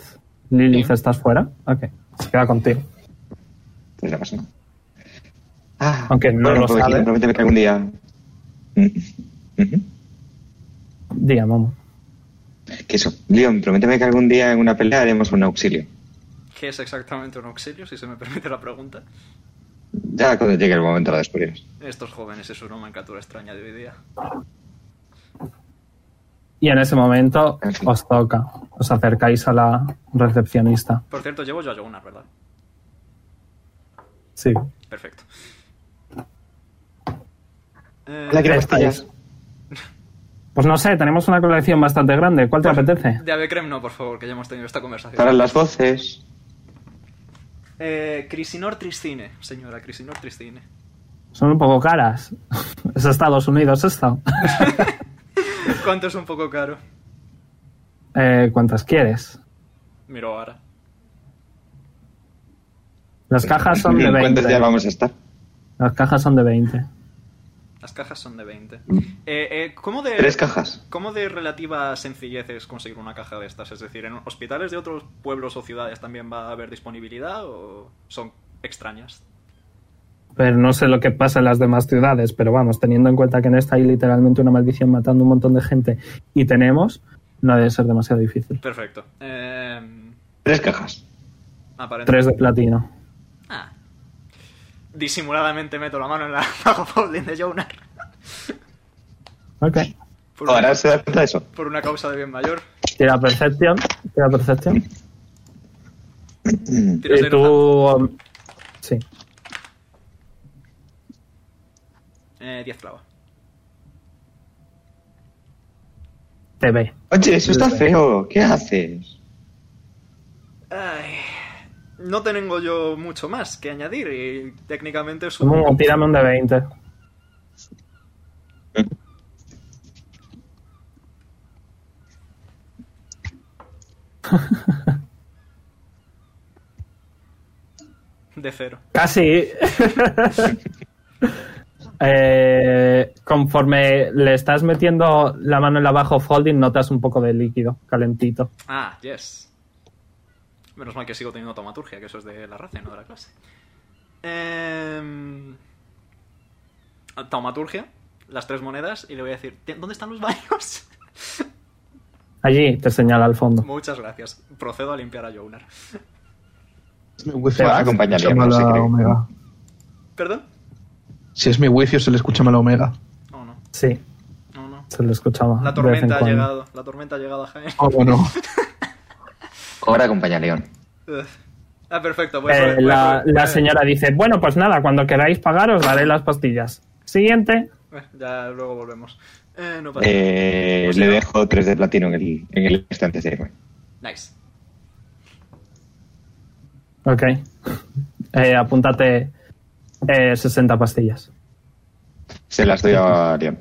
[SPEAKER 1] Lilith,
[SPEAKER 5] Sí.
[SPEAKER 1] ¿estás fuera? Ok. Se queda contigo.
[SPEAKER 7] Pues no pasa nada. Ah,
[SPEAKER 1] Aunque no lo
[SPEAKER 7] pues,
[SPEAKER 1] sabe.
[SPEAKER 7] Probablemente me caiga un día. Mm, ujú.
[SPEAKER 1] Día, Momo.
[SPEAKER 7] Que eso, Leon, prométeme que algún día en una pelea haremos un auxilio.
[SPEAKER 2] ¿Qué es exactamente un auxilio, si se me permite la pregunta?
[SPEAKER 7] Ya cuando llegue el momento lo descubrirás.
[SPEAKER 2] Estos jóvenes es una nomenclatura extraña de hoy día.
[SPEAKER 1] Y en ese momento
[SPEAKER 7] En fin.
[SPEAKER 1] os toca. Os acercáis a la recepcionista.
[SPEAKER 2] Por cierto, llevo yo a Jonas, ¿verdad?
[SPEAKER 1] Sí.
[SPEAKER 2] Perfecto. Eh,
[SPEAKER 7] Hola, quiero
[SPEAKER 1] estáis.
[SPEAKER 7] pastillas.
[SPEAKER 1] Pues no sé, tenemos una colección bastante grande. ¿Cuál te apetece?
[SPEAKER 2] de Avecrem no, por favor, que ya hemos tenido esta conversación.
[SPEAKER 7] Para las voces.
[SPEAKER 2] Eh, Crisinor Tristine, señora, Crisinor Tristine.
[SPEAKER 1] Son un poco caras. Es Estados Unidos esto.
[SPEAKER 2] ¿Cuánto es un poco caro?
[SPEAKER 1] Eh, ¿Cuántas quieres?
[SPEAKER 2] Miro ahora.
[SPEAKER 1] Las cajas son de
[SPEAKER 7] ¿En cuántos
[SPEAKER 1] 20.
[SPEAKER 7] días vamos a estar?
[SPEAKER 1] Las cajas son de 20.
[SPEAKER 2] Las cajas son de 20. Eh, eh, ¿cómo,
[SPEAKER 7] Tres
[SPEAKER 2] de,
[SPEAKER 7] cajas.
[SPEAKER 2] ¿Cómo de relativa sencillez es conseguir una caja de estas? Es decir, ¿en hospitales de otros pueblos o ciudades también va a haber disponibilidad o son extrañas?
[SPEAKER 1] Pero no sé lo que pasa en las demás ciudades, pero vamos, teniendo en cuenta que en esta hay literalmente una maldición matando un montón de gente y tenemos, no debe ser demasiado difícil.
[SPEAKER 2] Perfecto. Eh,
[SPEAKER 7] Tres cajas.
[SPEAKER 2] aparentemente-
[SPEAKER 1] Tres de platino.
[SPEAKER 2] Ah. disimuladamente meto la mano en la Mago Folding de Jonar.
[SPEAKER 1] Ok.
[SPEAKER 2] Por, una-
[SPEAKER 7] Ahora se da cuenta de eso.
[SPEAKER 2] por una causa de bien mayor.
[SPEAKER 1] Tira percepción. Tira percepción.
[SPEAKER 7] Eh,
[SPEAKER 2] Tiras
[SPEAKER 1] Y
[SPEAKER 2] de
[SPEAKER 1] tú.
[SPEAKER 2] enojar.
[SPEAKER 1] um, sí.
[SPEAKER 2] Eh, 10 clavos.
[SPEAKER 1] Te ve.
[SPEAKER 7] Oye, eso está feo. ¿Qué haces?
[SPEAKER 2] Ay, no tengo yo mucho más que añadir y técnicamente es un...
[SPEAKER 1] Sumo, tírame un de 20.
[SPEAKER 2] de cero.
[SPEAKER 1] Casi. Eh, conforme le estás metiendo la mano en la bajo folding, notas un poco de líquido calentito.
[SPEAKER 2] Ah, yes. Menos mal que sigo teniendo taumaturgia, que eso es de la raza y no de la clase. Em, Taumaturgia, las tres monedas, y le voy a decir, "Te- ¿dónde están los baños?
[SPEAKER 1] Allí te señala al fondo.
[SPEAKER 2] Muchas gracias. Procedo a limpiar a Jonar.
[SPEAKER 3] Si es mi wifi,
[SPEAKER 1] Te va a
[SPEAKER 7] acompañar,
[SPEAKER 3] se escucha mal
[SPEAKER 7] ya, no sé
[SPEAKER 3] a
[SPEAKER 7] qué.
[SPEAKER 3] Omega.
[SPEAKER 2] ¿Perdón? Oh,
[SPEAKER 3] Si es mi wifi, se le escucha mal a Omega.
[SPEAKER 2] No, no,
[SPEAKER 1] Sí,
[SPEAKER 2] no, no.
[SPEAKER 1] se lo escuchaba.
[SPEAKER 2] La
[SPEAKER 1] de vez en
[SPEAKER 2] tormenta ha
[SPEAKER 1] cuando.
[SPEAKER 2] llegado, la tormenta ha llegado a Jaén.
[SPEAKER 3] Oh, bueno.
[SPEAKER 7] Ahora acompaña a León.
[SPEAKER 2] Ugh. Ah, perfecto, voy a
[SPEAKER 1] Eh,
[SPEAKER 2] prove- voy a
[SPEAKER 1] la,
[SPEAKER 2] prove-
[SPEAKER 1] la
[SPEAKER 2] eh,
[SPEAKER 1] señora dice, bueno, pues nada, cuando queráis pagar os daré las pastillas. Siguiente.
[SPEAKER 2] eh, Ya luego volvemos. Eh, no pasa nada.
[SPEAKER 7] Eh, le dejo tres de platino en el, en el este antes de irme.
[SPEAKER 2] Nice.
[SPEAKER 1] Ok. Eh, apúntate eh, 60 pastillas.
[SPEAKER 7] Se las doy a León.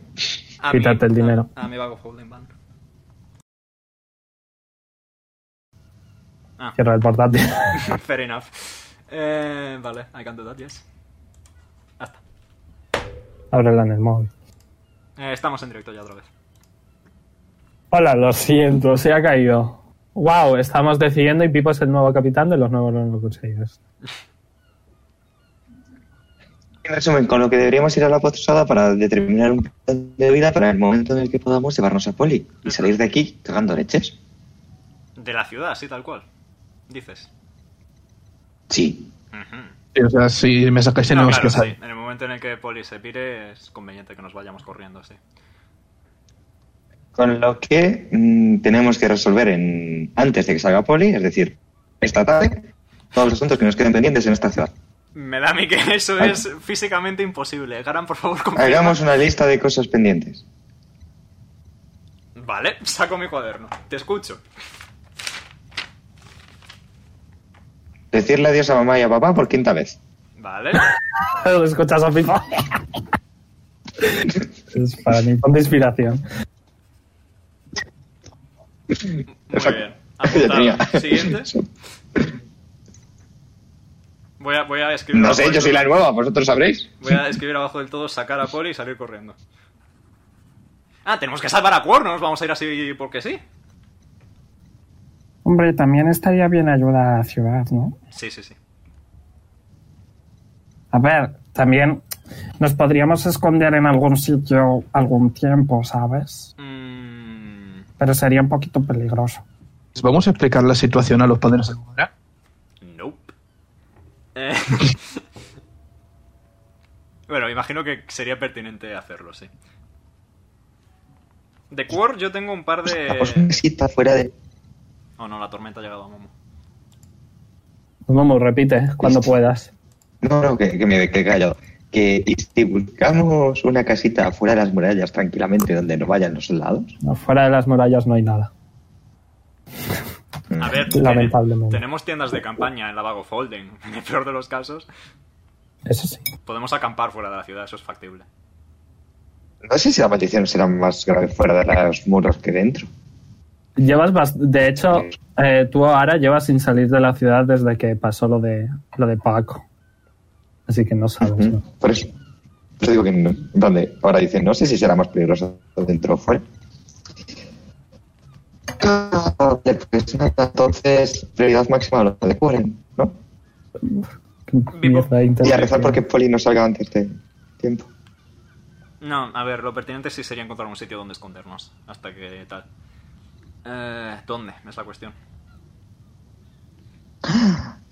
[SPEAKER 2] A
[SPEAKER 1] Quítate el dinero.
[SPEAKER 2] A, a mi vago holding van. Ah,
[SPEAKER 1] Cierra el portátil.
[SPEAKER 2] fair enough. Eh, vale, I can do that, yes. Hasta.
[SPEAKER 1] Ábrela en el móvil.
[SPEAKER 2] Eh, estamos en directo ya otra vez.
[SPEAKER 1] Hola, lo siento, se ha caído. Wow, estamos decidiendo y Pipo es el nuevo capitán de los nuevos Lornos Consejeros.
[SPEAKER 7] En resumen, con lo que deberíamos ir a la posada para determinar un plan de vida para el momento en el que podamos llevarnos a Poli y salir de aquí cagando leches.
[SPEAKER 2] De la ciudad, sí, tal cual. Dices.
[SPEAKER 7] Sí.
[SPEAKER 2] Ujú.
[SPEAKER 3] O sea, si me sacáis
[SPEAKER 2] No,
[SPEAKER 3] tenemos
[SPEAKER 2] claro,
[SPEAKER 3] que
[SPEAKER 2] sí.
[SPEAKER 3] salir.
[SPEAKER 2] En el momento en el que Poli se pire, es conveniente que nos vayamos corriendo, sí.
[SPEAKER 7] Con lo que mm, tenemos que resolver en, antes de que salga Poli, es decir, esta tarde, todos los asuntos que nos queden pendientes en esta ciudad.
[SPEAKER 2] Me da a mí que eso
[SPEAKER 7] Ay.
[SPEAKER 2] es físicamente imposible. Garan, por favor, confirma.
[SPEAKER 7] Hagamos una lista de cosas pendientes.
[SPEAKER 2] Vale, saco mi cuaderno. Te escucho.
[SPEAKER 7] Decirle adiós a mamá y a papá por quinta vez.
[SPEAKER 2] Vale.
[SPEAKER 1] ¿Lo escuchas a Pipo? es para mi fondo de inspiración.
[SPEAKER 2] Muy bien.
[SPEAKER 7] Ya tenía.
[SPEAKER 2] Apuntado. Siguiente. Voy a, voy a escribir.
[SPEAKER 7] No
[SPEAKER 2] abajo
[SPEAKER 7] sé,
[SPEAKER 2] del
[SPEAKER 7] yo soy la
[SPEAKER 2] todo-
[SPEAKER 7] nueva, vosotros sabréis.
[SPEAKER 2] Voy a escribir abajo del todo, sacar a Poli y salir corriendo. Ah, tenemos que salvar a Quor, no nos vamos a ir así porque sí.
[SPEAKER 9] Hombre, también estaría bien ayuda a la ciudad, ¿no?
[SPEAKER 2] Sí, sí, sí.
[SPEAKER 9] A ver, también nos podríamos esconder en algún sitio algún tiempo, ¿sabes?
[SPEAKER 2] Mm,
[SPEAKER 9] Pero sería un poquito peligroso.
[SPEAKER 3] Vamos a explicar la situación a los padres de Omega.
[SPEAKER 2] nope. Eh, bueno, imagino que sería pertinente hacerlo, sí. De Quor yo tengo un par de.
[SPEAKER 7] Pues una cita fuera de...
[SPEAKER 2] Oh no, la tormenta ha llegado a Momo.
[SPEAKER 1] Vamos, Pues repite, cuando puedas.
[SPEAKER 7] No, no, que, que me quedé callado. Que y si buscamos una casita fuera de las murallas tranquilamente donde no vayan los soldados.
[SPEAKER 1] Fuera de las murallas no hay nada.
[SPEAKER 2] A ver, eh,
[SPEAKER 1] Lamentablemente.
[SPEAKER 2] tenemos tiendas de campaña en la Vago Folding. En el peor de los casos,
[SPEAKER 1] Eso sí.
[SPEAKER 2] podemos acampar fuera de la ciudad, eso es factible.
[SPEAKER 7] No sé si la maldición será más grave fuera de los muros que dentro.
[SPEAKER 1] Llevas bas- de hecho, eh, tú ahora llevas sin salir de la ciudad desde que pasó lo de lo de Paco. Así que no sabes. ¿no?
[SPEAKER 7] Por eso. Por eso digo que no. En plan de- ahora dicen, no sé si será más peligroso dentro o fuera. Ah, pues nada, Entonces, prioridad máxima a lo de Curen, ¿no?
[SPEAKER 1] Qué mierda de
[SPEAKER 7] Y a
[SPEAKER 1] internet.
[SPEAKER 7] rezar porque Poli no salga antes de tiempo.
[SPEAKER 2] No, a ver, lo pertinente sí sería encontrar un sitio donde escondernos, hasta que tal. Eh, ¿Dónde? Es la cuestión.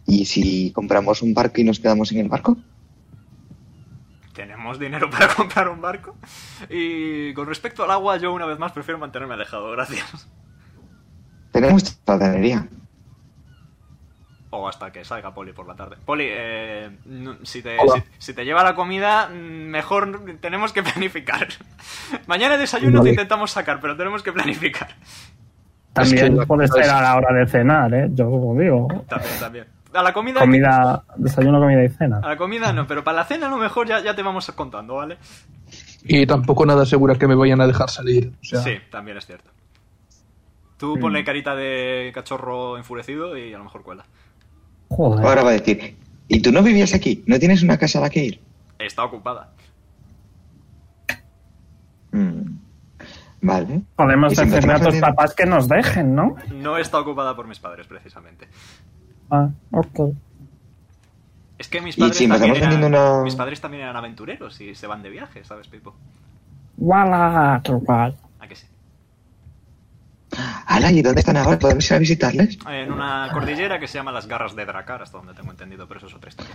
[SPEAKER 7] ¿Y si compramos un barco y nos quedamos en el barco?
[SPEAKER 2] tenemos dinero para comprar un barco. Y con respecto al agua, yo una vez más prefiero mantenerme alejado, gracias.
[SPEAKER 7] Tenemos panadería.
[SPEAKER 2] O hasta que salga Poli por la tarde. Poli, eh, no- si, te, si, si te lleva la comida, mm, mejor tenemos que planificar. Mañana el desayuno
[SPEAKER 3] Vale.
[SPEAKER 2] te intentamos sacar, pero tenemos que planificar.
[SPEAKER 1] También
[SPEAKER 3] Es que-
[SPEAKER 1] puede ser a la hora de cenar, ¿eh? Yo como digo.
[SPEAKER 2] También, también. A la comida,
[SPEAKER 1] Comida, desayuno, comida y
[SPEAKER 2] a
[SPEAKER 1] cena.
[SPEAKER 2] la comida no, pero para la cena a lo mejor ya, ya te vamos contando, ¿vale?
[SPEAKER 3] Y tampoco nada asegura que me vayan a dejar salir. O sea,
[SPEAKER 2] Sí, también es cierto.
[SPEAKER 1] Mm.
[SPEAKER 2] Tú ponle carita de cachorro enfurecido y a lo mejor cuela.
[SPEAKER 1] Joder.
[SPEAKER 7] Ahora va a decir, ¿y tú no vivías aquí? ¿No tienes una casa a la que ir?
[SPEAKER 2] Está ocupada.
[SPEAKER 7] Mm, Vale.
[SPEAKER 1] Podemos
[SPEAKER 7] Y si me
[SPEAKER 1] decirle a
[SPEAKER 7] dejan
[SPEAKER 1] tus
[SPEAKER 7] ir-
[SPEAKER 1] papás que nos dejen, ¿no?
[SPEAKER 2] No está ocupada por mis padres, precisamente.
[SPEAKER 1] Ah, ok.
[SPEAKER 2] Es que mis
[SPEAKER 7] Y
[SPEAKER 2] padres,
[SPEAKER 7] si nos
[SPEAKER 2] también,
[SPEAKER 7] estamos
[SPEAKER 2] eran,
[SPEAKER 7] vendiendo una-
[SPEAKER 2] mis padres también eran aventureros y se van de viaje, ¿sabes, Pipo?
[SPEAKER 1] Wala, qué guay.
[SPEAKER 2] ¿A que sí?
[SPEAKER 7] Ala, ¿y dónde están ahora? ¿Podemos ir a visitarles?
[SPEAKER 2] En una cordillera que se llama las Garras de Dracar, hasta donde tengo entendido, pero eso es otra historia.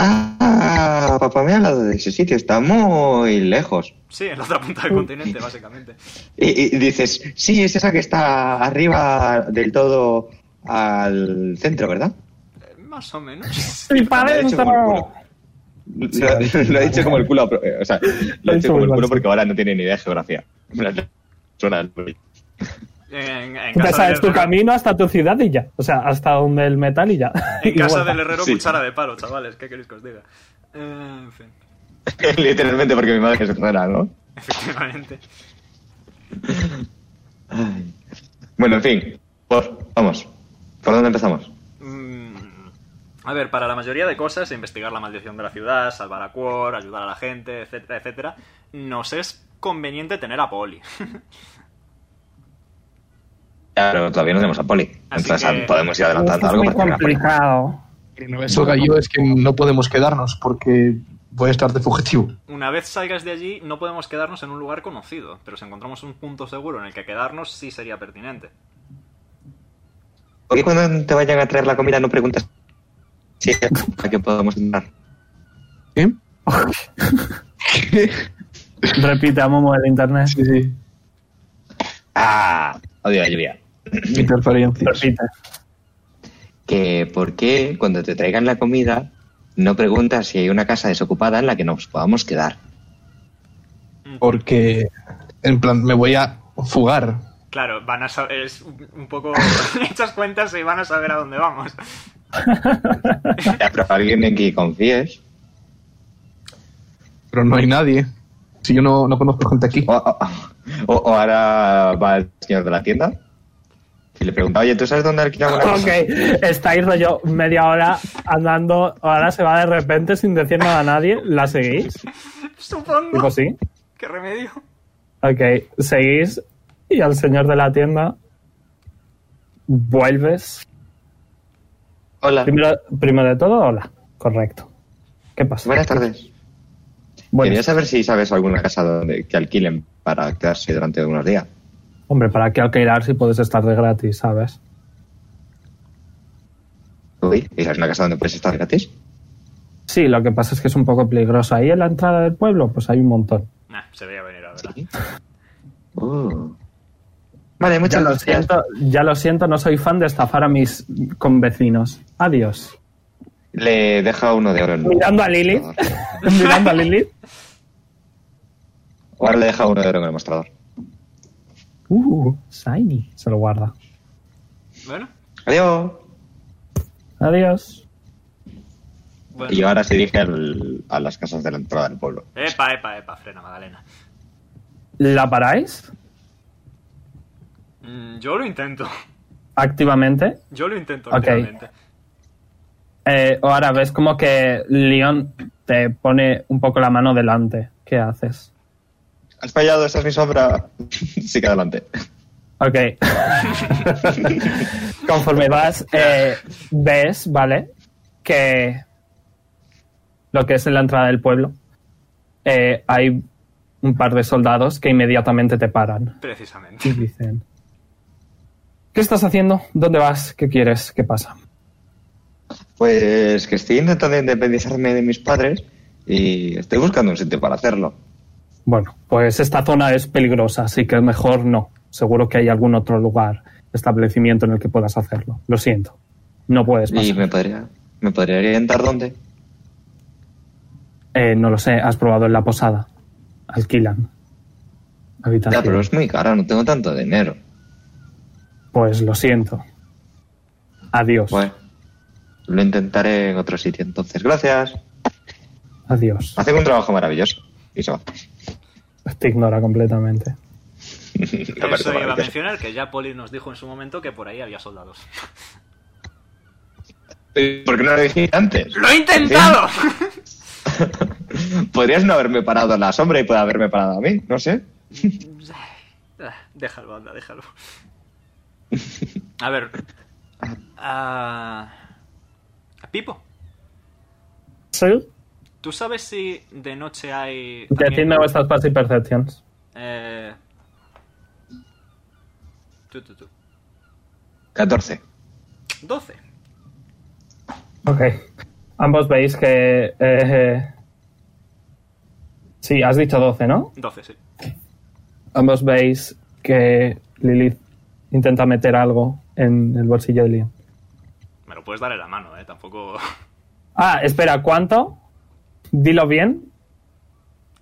[SPEAKER 7] Ah, papá me ha hablado de ese sitio, está muy lejos.
[SPEAKER 2] Sí, en la otra punta del continente, básicamente.
[SPEAKER 7] Y, y dices, sí, es esa que está arriba del todo al centro, ¿verdad?
[SPEAKER 2] Eh, Más o menos.
[SPEAKER 1] ¡Mi
[SPEAKER 7] Lo ha
[SPEAKER 1] padre
[SPEAKER 7] dicho como el culo. Lo, lo ha dicho como el culo, pero, eh, o sea, lo ha
[SPEAKER 1] Eso
[SPEAKER 7] dicho como el
[SPEAKER 1] igual,
[SPEAKER 7] culo
[SPEAKER 1] sí.
[SPEAKER 7] porque ahora no tiene ni idea de geografía. En plan, Suena al-
[SPEAKER 2] En, en
[SPEAKER 1] Ya
[SPEAKER 2] casa
[SPEAKER 1] sabes
[SPEAKER 2] del
[SPEAKER 1] tu
[SPEAKER 2] herrero-
[SPEAKER 1] camino hasta tu ciudad y ya. O sea, hasta donde el metal y ya.
[SPEAKER 2] En
[SPEAKER 1] Y
[SPEAKER 2] casa
[SPEAKER 1] vuelta.
[SPEAKER 2] del herrero
[SPEAKER 7] Sí.
[SPEAKER 2] cuchara de palo, chavales, ¿qué queréis que os diga? Eh, en fin,
[SPEAKER 7] Literalmente porque mi madre es rara, ¿no?
[SPEAKER 2] efectivamente.
[SPEAKER 7] Ay. Bueno, en fin, por- vamos. ¿Por dónde empezamos?
[SPEAKER 2] Mm, A ver, para la mayoría de cosas, investigar la maldición de la ciudad, salvar a Quor, ayudar a la gente, etcétera, etcétera, nos es conveniente tener a Poli.
[SPEAKER 7] Claro, todavía no tenemos a Poli.
[SPEAKER 2] Así
[SPEAKER 7] Entonces
[SPEAKER 2] que-
[SPEAKER 7] podemos
[SPEAKER 1] Esto
[SPEAKER 7] ir adelantando
[SPEAKER 1] es
[SPEAKER 7] algo
[SPEAKER 1] muy
[SPEAKER 7] para tener a Poli.
[SPEAKER 1] complicado.
[SPEAKER 3] pero una vez salga yo es que no podemos quedarnos porque voy a estar de fugitivo.
[SPEAKER 2] Una vez salgas de allí, no podemos quedarnos en un lugar conocido, pero si encontramos un punto seguro en el que quedarnos, sí sería pertinente.
[SPEAKER 7] ¿Por qué cuando te vayan a traer la comida no preguntas si es a qué podemos entrar?
[SPEAKER 3] ¿Eh?
[SPEAKER 1] Repite a Momo del internet.
[SPEAKER 3] Sí, sí.
[SPEAKER 7] Ah, odio la lluvia.
[SPEAKER 3] Interferencias.
[SPEAKER 1] Repite.
[SPEAKER 7] Que por qué cuando te traigan la comida no preguntas si hay una casa desocupada en la que nos podamos quedar.
[SPEAKER 3] Porque, en plan, me voy a fugar.
[SPEAKER 2] Claro, van a saber, es un un poco hechas cuentas y van a saber a dónde vamos.
[SPEAKER 7] Ya, pero alguien en quien confíes.
[SPEAKER 3] Pero no hay nadie. Si yo no, no conozco gente aquí.
[SPEAKER 7] O, o- o ahora va el señor de la tienda y le pregunta, oye, ¿tú sabes dónde alquilamos una casa?
[SPEAKER 1] Ok, estáis rollo media hora andando, ahora se va de repente sin decir nada a nadie. ¿La seguís?
[SPEAKER 2] Supongo.
[SPEAKER 1] Tipo, sí.
[SPEAKER 2] ¿Qué remedio?
[SPEAKER 1] Ok, seguís y al señor de la tienda vuelves.
[SPEAKER 7] Hola,
[SPEAKER 1] Primero, primero de todo, hola. Correcto. ¿Qué pasa?
[SPEAKER 7] buenas tardes.
[SPEAKER 1] Bueno,
[SPEAKER 7] Quería saber si sabes alguna casa donde, que alquilen para quedarse durante unos días.
[SPEAKER 1] hombre, ¿para qué alquilar si puedes estar de gratis, sabes?
[SPEAKER 7] Uy, ¿y sabes una casa donde puedes estar gratis?
[SPEAKER 1] Sí, lo que pasa es que es un poco peligroso. Ahí en la entrada del pueblo, pues hay un montón.
[SPEAKER 2] Nah, se veía venir, la verdad.
[SPEAKER 7] Sí. Uh. Vale,
[SPEAKER 1] Ya
[SPEAKER 7] muchas
[SPEAKER 1] lo
[SPEAKER 7] gracias.
[SPEAKER 1] siento, ya lo siento, no soy fan de estafar a mis convecinos. Adiós.
[SPEAKER 7] Le deja uno de oro. en-
[SPEAKER 1] Mirando a Lilith. Mirando a Lilith.
[SPEAKER 7] O ahora le deja uno de oro en el mostrador.
[SPEAKER 1] Uh, shiny. Se lo guarda.
[SPEAKER 2] Bueno,
[SPEAKER 7] Adiós.
[SPEAKER 1] Adiós.
[SPEAKER 2] bueno.
[SPEAKER 7] Y ahora se dirige al- a las casas de la entrada del pueblo.
[SPEAKER 2] Epa, epa, epa, frena, Magdalena.
[SPEAKER 1] ¿La paráis?
[SPEAKER 2] Mm, Yo lo intento.
[SPEAKER 1] Activamente.
[SPEAKER 2] Yo lo intento,
[SPEAKER 1] Ok.
[SPEAKER 2] activamente.
[SPEAKER 1] Eh, ahora ves como que Leon te pone un poco la mano delante. ¿Qué haces?
[SPEAKER 7] Has fallado, esta es mi sombra. Sigue adelante.
[SPEAKER 1] Ok. Conforme vas, eh, ves, ¿vale? Que lo que es en la entrada del pueblo, eh, hay un par de soldados que inmediatamente te paran y
[SPEAKER 2] Precisamente.
[SPEAKER 1] dicen, ¿qué estás haciendo? ¿Dónde vas? ¿Qué quieres? ¿Qué pasa?
[SPEAKER 7] Pues que estoy intentando independizarme de mis padres Y estoy buscando un sitio para hacerlo.
[SPEAKER 1] Bueno, pues esta zona es peligrosa, así que mejor no. Seguro que hay algún otro lugar, establecimiento en el que puedas hacerlo. Lo siento. No puedes
[SPEAKER 7] ¿Y
[SPEAKER 1] pasar.
[SPEAKER 7] me podría, me podría orientar dónde?
[SPEAKER 1] Eh, no lo sé, has probado en la posada. Alquilan.
[SPEAKER 7] Ya,
[SPEAKER 1] Habitación.
[SPEAKER 7] pero es muy caro, no tengo tanto dinero.
[SPEAKER 1] Pues lo siento. Adiós.
[SPEAKER 7] Bueno, lo intentaré en otro sitio entonces. Gracias.
[SPEAKER 1] Adiós.
[SPEAKER 7] Hacen un trabajo maravilloso. Y se va.
[SPEAKER 1] Te ignora completamente.
[SPEAKER 7] Me parece
[SPEAKER 2] Eso iba a
[SPEAKER 7] maravilloso.
[SPEAKER 2] mencionar que ya Poli nos dijo en su momento que por ahí había soldados.
[SPEAKER 7] Eh, ¿Por qué no lo dije antes?
[SPEAKER 2] ¡Lo he intentado!
[SPEAKER 7] Podrías no haberme parado a la sombra y puede haberme parado a mí, no sé.
[SPEAKER 2] Ah, déjalo, anda, déjalo. A ver. Ah, Pipo,
[SPEAKER 1] Sí.
[SPEAKER 2] ¿tú sabes si de noche hay...
[SPEAKER 1] Ya
[SPEAKER 2] también-
[SPEAKER 1] tiene estas passive perceptions.
[SPEAKER 2] Eh... Tú, tú, tú.
[SPEAKER 7] 14.
[SPEAKER 2] 12.
[SPEAKER 1] Ok. Ambos veis que. eh, sí, has dicho 12, ¿no?
[SPEAKER 2] 12, sí.
[SPEAKER 1] Ambos veis que Lilith intenta meter algo en el bolsillo de Liam.
[SPEAKER 2] Me lo puedes dar en la mano, ¿eh? Tampoco...
[SPEAKER 1] Ah, espera, ¿cuánto? Dilo bien.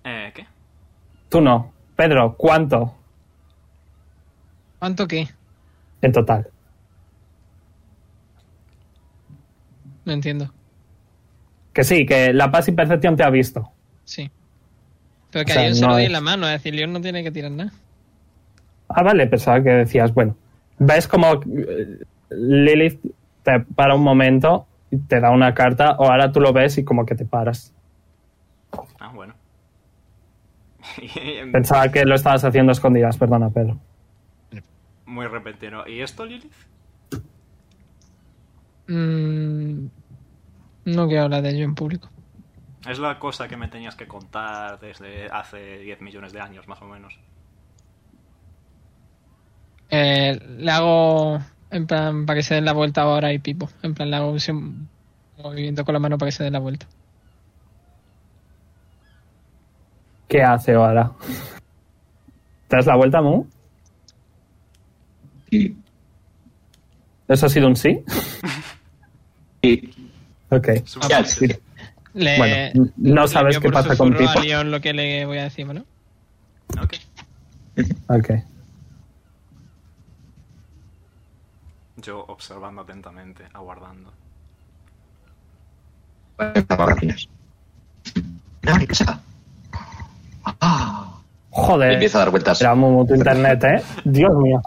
[SPEAKER 2] Eh, ¿Qué?
[SPEAKER 1] Tú no. Pedro, ¿cuánto?
[SPEAKER 5] ¿Cuánto qué?
[SPEAKER 1] En total.
[SPEAKER 5] No entiendo.
[SPEAKER 1] Que sí, que la passive perception te ha visto.
[SPEAKER 5] Sí. Pero que
[SPEAKER 1] O sea,
[SPEAKER 5] a Leon se
[SPEAKER 1] no
[SPEAKER 5] lo doy
[SPEAKER 1] es-
[SPEAKER 5] en la mano, es decir, Leon no tiene que tirar nada.
[SPEAKER 1] Ah, vale, pensaba que decías, bueno. Ves como eh, Lilith te para un momento y te da una carta, o ahora tú lo ves y como que te paras.
[SPEAKER 2] Ah, bueno. Y- eh,
[SPEAKER 1] Pensaba que lo estabas haciendo a escondidas, perdona, Pedro.
[SPEAKER 2] Muy repentino. ¿Y esto, Lilith?
[SPEAKER 5] Mm, no quiero hablar de ello en público.
[SPEAKER 2] Es la cosa que me tenías que contar desde hace 10 millones de años, más o menos.
[SPEAKER 5] Eh, le hago, en plan, para que se den la vuelta ahora y pipo. En plan, le hago un sim- movimiento con la mano para que se den la vuelta.
[SPEAKER 1] ¿Qué hace ahora? ¿Te das la vuelta, Mu?
[SPEAKER 7] Y,
[SPEAKER 1] ¿Eso ha sido un sí?
[SPEAKER 7] y-
[SPEAKER 1] Ok.
[SPEAKER 2] Es una
[SPEAKER 7] ya,
[SPEAKER 2] frase.
[SPEAKER 7] sí.
[SPEAKER 5] Le-
[SPEAKER 1] Bueno, no
[SPEAKER 5] le
[SPEAKER 1] sabes
[SPEAKER 5] envío
[SPEAKER 1] qué
[SPEAKER 5] por
[SPEAKER 1] pasa
[SPEAKER 5] susurro
[SPEAKER 1] con
[SPEAKER 5] a
[SPEAKER 1] Pipo.
[SPEAKER 5] Leon lo que le voy a decir, ¿no?
[SPEAKER 2] Ok.
[SPEAKER 1] Ok.
[SPEAKER 2] Yo observando atentamente, aguardando.
[SPEAKER 7] Vacaciones. Una casa. Ah.
[SPEAKER 1] Joder.
[SPEAKER 7] Empiezo a dar vueltas.
[SPEAKER 1] Era Mu, tu internet, ¿eh? Dios mío.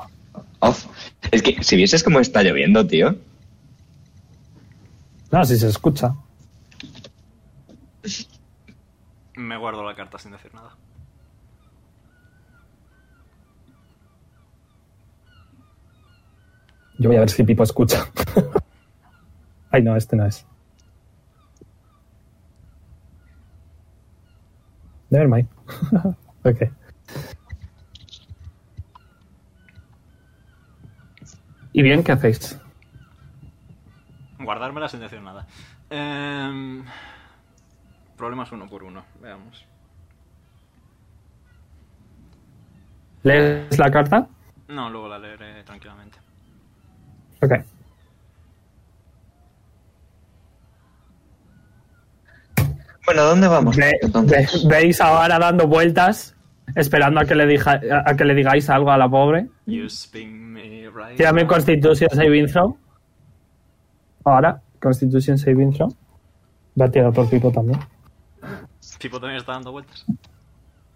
[SPEAKER 7] Off. Es que si vieses cómo está lloviendo, tío.
[SPEAKER 1] No, si se escucha.
[SPEAKER 2] Me guardo la carta sin decir nada.
[SPEAKER 1] Yo voy a ver si Pipo escucha. Ay, no, este no es. Never mind. ok. ¿Y bien qué hacéis?
[SPEAKER 2] Guardármela sin decir nada. Em, problemas uno por uno, veamos.
[SPEAKER 1] ¿Lees la carta?
[SPEAKER 2] No, luego la leeré tranquilamente.
[SPEAKER 1] Ok.
[SPEAKER 7] Bueno, ¿dónde vamos?
[SPEAKER 1] Ve- ve-
[SPEAKER 7] Entonces,
[SPEAKER 1] veis ahora dando vueltas, esperando a que le, dija- a que le digáis algo a la pobre.
[SPEAKER 7] Mm.
[SPEAKER 2] You spin me right.
[SPEAKER 1] Tírame Constitution Saving Throw. Ahora, Constitution Saving Throw. Va a tirar por Pipo también.
[SPEAKER 2] Tipo también está dando vueltas.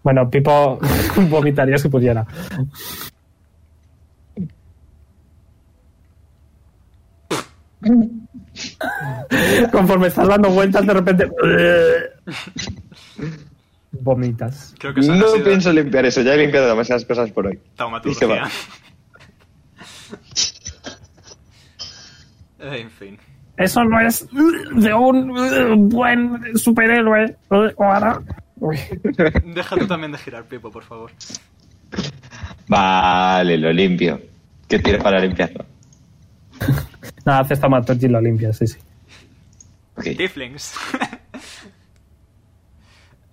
[SPEAKER 1] Bueno, Pipo vomitaría si pudiera. Conforme estás dando vueltas, de repente. Vomitas.
[SPEAKER 2] Creo que eso ha
[SPEAKER 7] no
[SPEAKER 2] sido
[SPEAKER 7] pienso limpiar eso, ya he limpiado demasiadas cosas por hoy. Y se
[SPEAKER 2] taumaturgia.
[SPEAKER 7] va.
[SPEAKER 2] Eh, en fin.
[SPEAKER 10] Eso no es de un buen superhéroe. Ahora. Uy.
[SPEAKER 2] Deja tú también de girar, Pipo, por favor.
[SPEAKER 7] Vale, lo limpio. ¿Qué tienes para limpiarlo?
[SPEAKER 1] Nada, haces taumaturgia y lo limpias, sí, sí.
[SPEAKER 7] Ok.
[SPEAKER 2] Tiflings.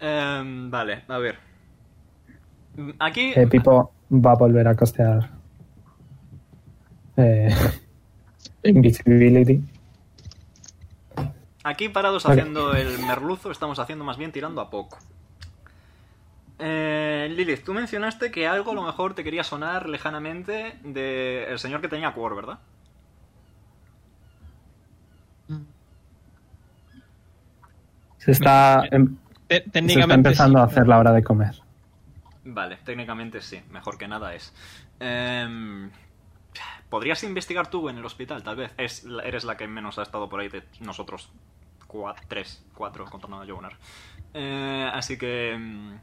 [SPEAKER 2] Em, vale, a ver. Aquí.
[SPEAKER 1] Eh, Pipo va a volver a costear. Eh, invisibility.
[SPEAKER 2] Aquí parados
[SPEAKER 1] Vale.
[SPEAKER 2] haciendo el merluzo, estamos haciendo más bien tirando a poco. Eh, Lilith, tú mencionaste que algo a lo mejor te quería sonar lejanamente de el señor que tenía Quor, ¿verdad?
[SPEAKER 1] Se está, em- se
[SPEAKER 5] Te-
[SPEAKER 1] está
[SPEAKER 5] técnicamente.
[SPEAKER 1] empezando
[SPEAKER 5] sí.
[SPEAKER 1] a hacer la hora de comer.
[SPEAKER 2] Vale, técnicamente sí, mejor que nada es. Em, Podrías investigar tú en el hospital, tal vez. Es, la- eres la que menos ha estado por ahí de nosotros. Cua- tres, cuatro, contando a Jonar. Eh, así que... em,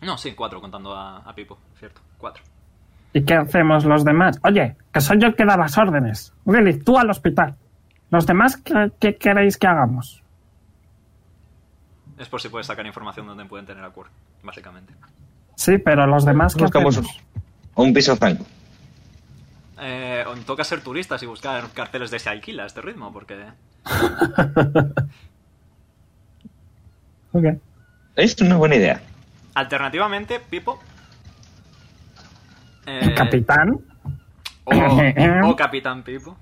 [SPEAKER 2] No, sí, cuatro, contando a, a Pipo, cierto. Cuatro.
[SPEAKER 1] ¿Y qué hacemos los demás? Oye, que soy yo el que da las órdenes. Lilith, tú al hospital. ¿Los demás qué, qué queréis que hagamos?
[SPEAKER 2] Es por si puedes sacar información donde pueden tener a Quor, básicamente.
[SPEAKER 1] Sí, pero los demás qué
[SPEAKER 7] Buscamos
[SPEAKER 1] hacemos?
[SPEAKER 7] O un piso franco.
[SPEAKER 2] Eh, o- toca ser turistas y buscar carteles de se alquila a este ritmo, porque...
[SPEAKER 1] Ok.
[SPEAKER 7] Es una buena idea.
[SPEAKER 2] Alternativamente, Pipo...
[SPEAKER 1] El
[SPEAKER 2] eh,
[SPEAKER 1] capitán.
[SPEAKER 2] O, o Capitán Pipo.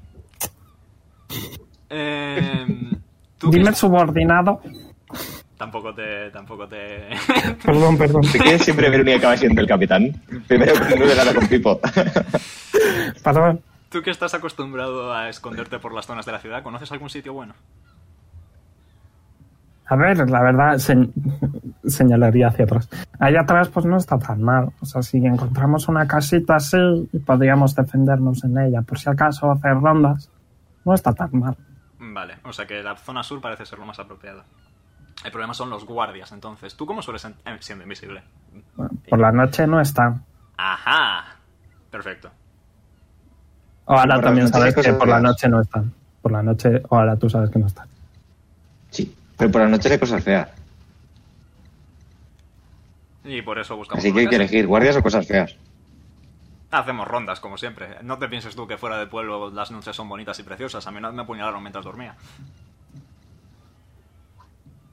[SPEAKER 2] Eh, tú
[SPEAKER 1] Dime
[SPEAKER 2] que-
[SPEAKER 1] el subordinado.
[SPEAKER 2] Tampoco te... Tampoco te...
[SPEAKER 1] Perdón, perdón.
[SPEAKER 7] ¿Te quieres siempre ver y acaba siendo el capitán? Primero con no gana con Pipo.
[SPEAKER 1] Perdón.
[SPEAKER 2] tú que estás acostumbrado a esconderte por las zonas de la ciudad, ¿conoces algún sitio bueno?
[SPEAKER 1] A ver, la verdad, se- señalaría hacia atrás. Allá atrás, pues no está tan mal. O sea, si encontramos una casita así, podríamos defendernos en ella. Por si acaso, hacer rondas. No está tan mal.
[SPEAKER 2] Vale, o sea que la zona sur parece ser lo más apropiado. El problema son los guardias, entonces. ¿Tú cómo sueles en- eh, siendo invisible?
[SPEAKER 1] Por la noche no está.
[SPEAKER 2] Ajá. Perfecto.
[SPEAKER 1] O ahora
[SPEAKER 7] Por la
[SPEAKER 1] también
[SPEAKER 7] noche
[SPEAKER 1] sabes
[SPEAKER 7] hay
[SPEAKER 1] que
[SPEAKER 7] cosas
[SPEAKER 1] por la
[SPEAKER 7] feas.
[SPEAKER 1] noche no están. Por la noche, o ahora tú sabes que no están.
[SPEAKER 7] Sí, pero por la noche hay cosas feas.
[SPEAKER 2] Y por eso buscamos.
[SPEAKER 7] Así que hay
[SPEAKER 2] una
[SPEAKER 7] que
[SPEAKER 2] casa.
[SPEAKER 7] elegir guardias o cosas feas.
[SPEAKER 2] Hacemos rondas, como siempre. No te pienses tú que fuera de pueblo las noches son bonitas y preciosas. A mí no me apuñalaron mientras dormía.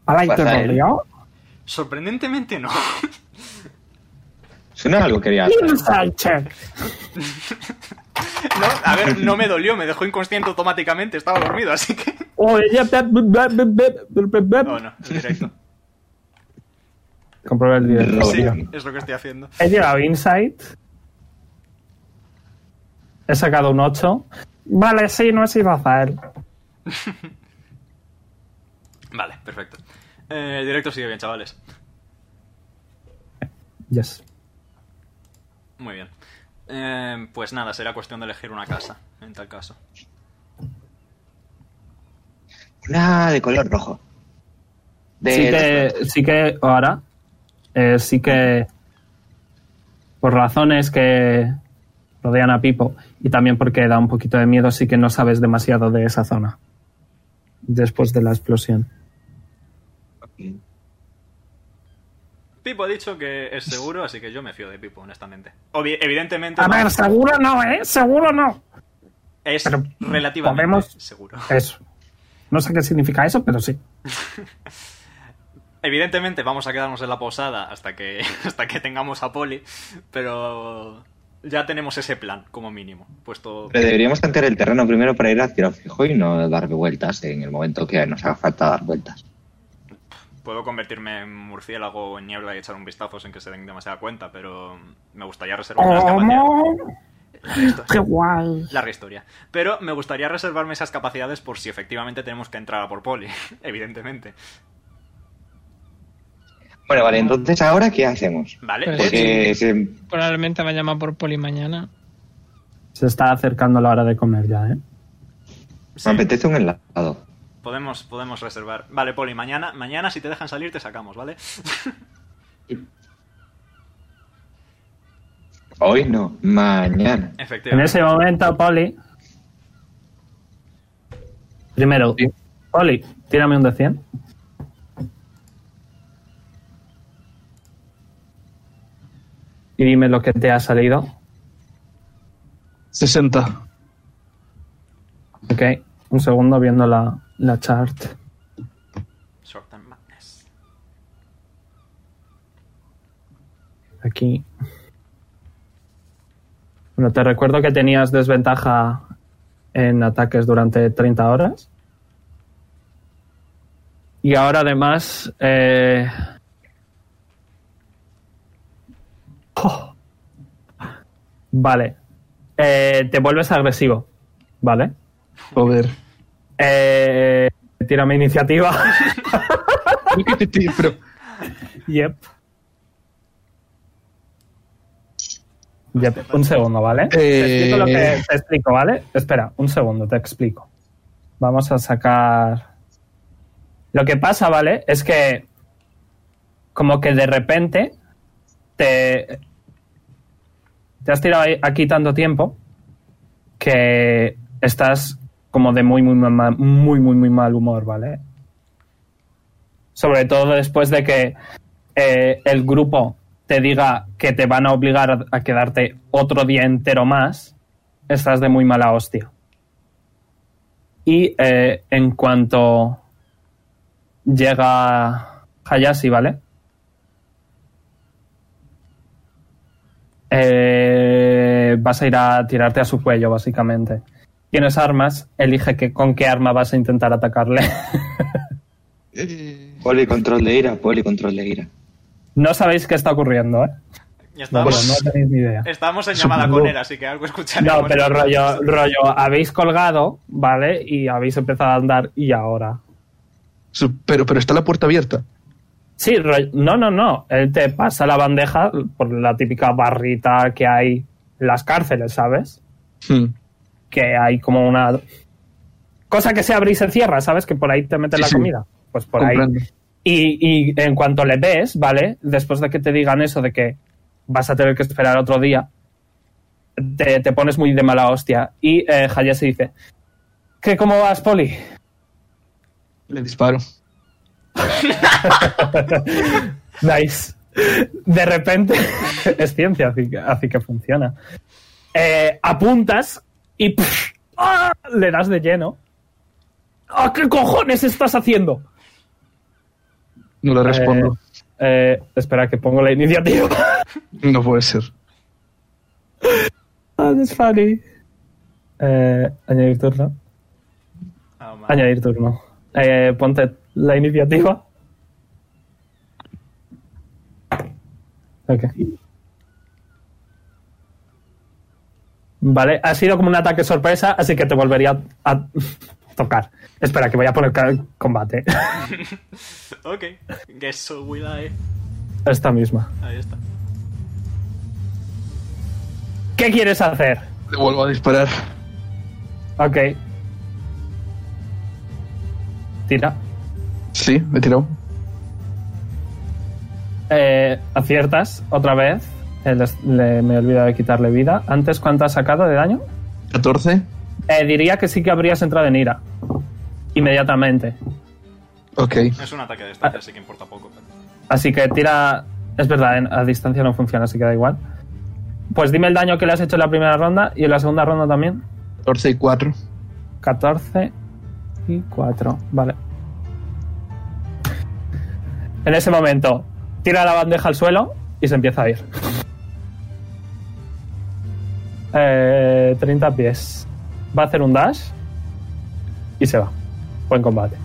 [SPEAKER 1] Ahora y te
[SPEAKER 7] Pasa él.
[SPEAKER 1] dolió.
[SPEAKER 2] Sorprendentemente no.
[SPEAKER 7] Suena algo que haría.
[SPEAKER 1] Inside check.
[SPEAKER 2] No, a ver, no me dolió, me dejó inconsciente automáticamente. Estaba dormido, así que. Oh,
[SPEAKER 1] Oye, bep, bep, bep, bep, bep, bep, bep.
[SPEAKER 2] No, no, es directo.
[SPEAKER 1] Comprueba el directo.
[SPEAKER 2] Sí,
[SPEAKER 7] Bueno.
[SPEAKER 2] es lo que estoy haciendo.
[SPEAKER 1] He llevado Insight. He sacado un 8. Vale, sí, no he sido Azael.
[SPEAKER 2] Vale, perfecto. Eh, el directo sigue bien, chavales.
[SPEAKER 1] Yes.
[SPEAKER 2] Muy bien. Eh, pues nada, será cuestión de elegir una casa, en tal caso.
[SPEAKER 7] Una de color rojo. De...
[SPEAKER 1] Sí que, sí que ahora, eh, sí que por razones que rodean a Pipo y también porque da un poquito de miedo, sí que no sabes demasiado de esa zona después de la explosión.
[SPEAKER 2] Pipo ha dicho que es seguro, así que yo me fío de Pipo, honestamente. Obvi- evidentemente
[SPEAKER 1] A ver, seguro no, ¿eh? Seguro no.
[SPEAKER 2] es
[SPEAKER 1] pero
[SPEAKER 2] relativamente
[SPEAKER 1] podemos-
[SPEAKER 2] seguro.
[SPEAKER 1] Eso. No sé qué significa eso, pero sí.
[SPEAKER 2] Evidentemente vamos a quedarnos en la posada hasta que, hasta que tengamos a Poli, pero ya tenemos ese plan, como mínimo. Puesto...
[SPEAKER 7] Pero deberíamos tantear el terreno primero para ir a tiro fijo y no dar vueltas en el momento que nos haga falta dar vueltas.
[SPEAKER 2] Puedo convertirme en murciélago o en niebla y echar un vistazo sin que se den demasiada cuenta, pero me gustaría reservar las capacidades.
[SPEAKER 1] ¡Oh, ¡Qué guay!
[SPEAKER 2] Larga historia. Pero me gustaría reservarme esas capacidades por si efectivamente tenemos que entrar a por poli, evidentemente.
[SPEAKER 7] Bueno, vale, entonces ahora ¿qué hacemos?
[SPEAKER 2] ¿Vale?
[SPEAKER 5] Pues
[SPEAKER 2] pues-
[SPEAKER 5] sí.
[SPEAKER 7] Porque se-
[SPEAKER 5] Probablemente va a llamar por poli mañana.
[SPEAKER 1] Se está acercando la hora de comer ya, ¿eh?
[SPEAKER 2] sí,
[SPEAKER 7] me apetece un helado.
[SPEAKER 2] podemos, podemos reservar. Vale, poli, mañana, mañana si te dejan salir te sacamos, ¿vale?
[SPEAKER 7] Hoy no, mañana.
[SPEAKER 1] En
[SPEAKER 2] Efectivamente.
[SPEAKER 1] ese momento, Poli. Primero, Poli, tírame un de 100. Y dime lo que te ha salido.
[SPEAKER 3] 60.
[SPEAKER 1] Ok, un segundo viendo la, la chart.
[SPEAKER 2] Short and madness.
[SPEAKER 1] aquí. Bueno, te recuerdo que tenías desventaja en ataques durante 30 horas. Y ahora además... eh, oh. Vale. Eh, te vuelves agresivo. ¿Vale?
[SPEAKER 3] Joder.
[SPEAKER 1] Eh, tira mi iniciativa.
[SPEAKER 3] Pero,
[SPEAKER 1] yep. Yep, Un segundo, ¿vale? Te explico lo
[SPEAKER 3] eh,
[SPEAKER 1] que te explico, ¿vale? Espera, un segundo, te explico. Vamos a sacar. Lo que pasa, ¿vale? Es que. Como que de repente. Te. Te has tirado ahí- aquí tanto tiempo. Que estás como de muy, muy, ma- muy, muy, muy mal humor, ¿vale? Sobre todo después de que eh, el grupo te diga que te van a obligar a, a quedarte otro día entero más, estás de muy mala hostia. Y eh, en cuanto llega Hayashi, ¿vale? Eh, vas a ir a tirarte a su cuello, básicamente. Tienes armas, elige que, con qué arma vas a intentar atacarle.
[SPEAKER 3] eh,
[SPEAKER 7] Poli control de ira, poli control de ira.
[SPEAKER 1] no sabéis qué está ocurriendo, ¿eh?
[SPEAKER 2] Ya
[SPEAKER 1] No,
[SPEAKER 2] estábamos,
[SPEAKER 1] no tenéis ni idea.
[SPEAKER 2] estábamos en llamada
[SPEAKER 3] Supongo.
[SPEAKER 2] con él, así que algo escucharemos.
[SPEAKER 1] No, pero rollo, rollo, habéis colgado, ¿vale? Y habéis empezado a andar y ahora.
[SPEAKER 3] su- pero, pero está la puerta abierta.
[SPEAKER 1] Sí, rollo- no, no, no. Él te pasa la bandeja por la típica barrita que hay en las cárceles, ¿sabes?
[SPEAKER 3] Hmm.
[SPEAKER 1] Que hay como una cosa que se abre y se cierra, ¿sabes? Que por ahí te meten
[SPEAKER 3] Sí,
[SPEAKER 1] la
[SPEAKER 3] sí.
[SPEAKER 1] comida. Pues por ahí.
[SPEAKER 3] Comprendo.
[SPEAKER 1] Y, y en cuanto le ves, ¿vale? Después de que te digan eso de que vas a tener que esperar otro día, te, te pones muy de mala hostia. Y eh, Hayashi dice, ¿qué cómo vas, Poli?
[SPEAKER 3] Le disparo.
[SPEAKER 1] Nice. De repente, es ciencia, así que, así que funciona. Eh, apuntas y ¡puf! ¡Ah! le das de lleno. ¡Ah, ¿Qué cojones estás haciendo?
[SPEAKER 3] No le respondo.
[SPEAKER 1] Eh, eh, espera, que pongo la iniciativa. Eh.
[SPEAKER 3] No puede ser.
[SPEAKER 1] Ah, that's funny. Eh, añadir turno.
[SPEAKER 2] Ah, madre.
[SPEAKER 1] Añadir turno. Eh, ponte la iniciativa. Ok. Vale, ha sido como un ataque sorpresa, así que te volvería a tocar. Espera, que voy a poner ca- combate.
[SPEAKER 2] Ok, guess so will I.
[SPEAKER 1] Esta misma.
[SPEAKER 2] Ahí está.
[SPEAKER 1] ¿Qué quieres hacer?
[SPEAKER 3] Le vuelvo a disparar.
[SPEAKER 1] Ok. Tira.
[SPEAKER 3] Sí, me he tirado.
[SPEAKER 1] Eh, aciertas otra vez. Eh, les- le- me he olvidado de quitarle vida. Antes, ¿cuánto has sacado de daño?
[SPEAKER 3] 14.
[SPEAKER 1] Eh, diría que sí que habrías entrado en ira. Inmediatamente.
[SPEAKER 3] Ok.
[SPEAKER 2] Es un ataque de distancia, así que importa poco. pero-
[SPEAKER 1] Así que tira. Es verdad, en- a distancia no funciona, así que da igual. Pues dime el daño que le has hecho en la primera ronda y en la segunda ronda también.
[SPEAKER 3] 14 y 4.
[SPEAKER 1] 14 y 4. Vale. En ese momento, tira la bandeja al suelo y se empieza a ir. Eh, 30 pies. Va a hacer un dash y se va. Buen combate.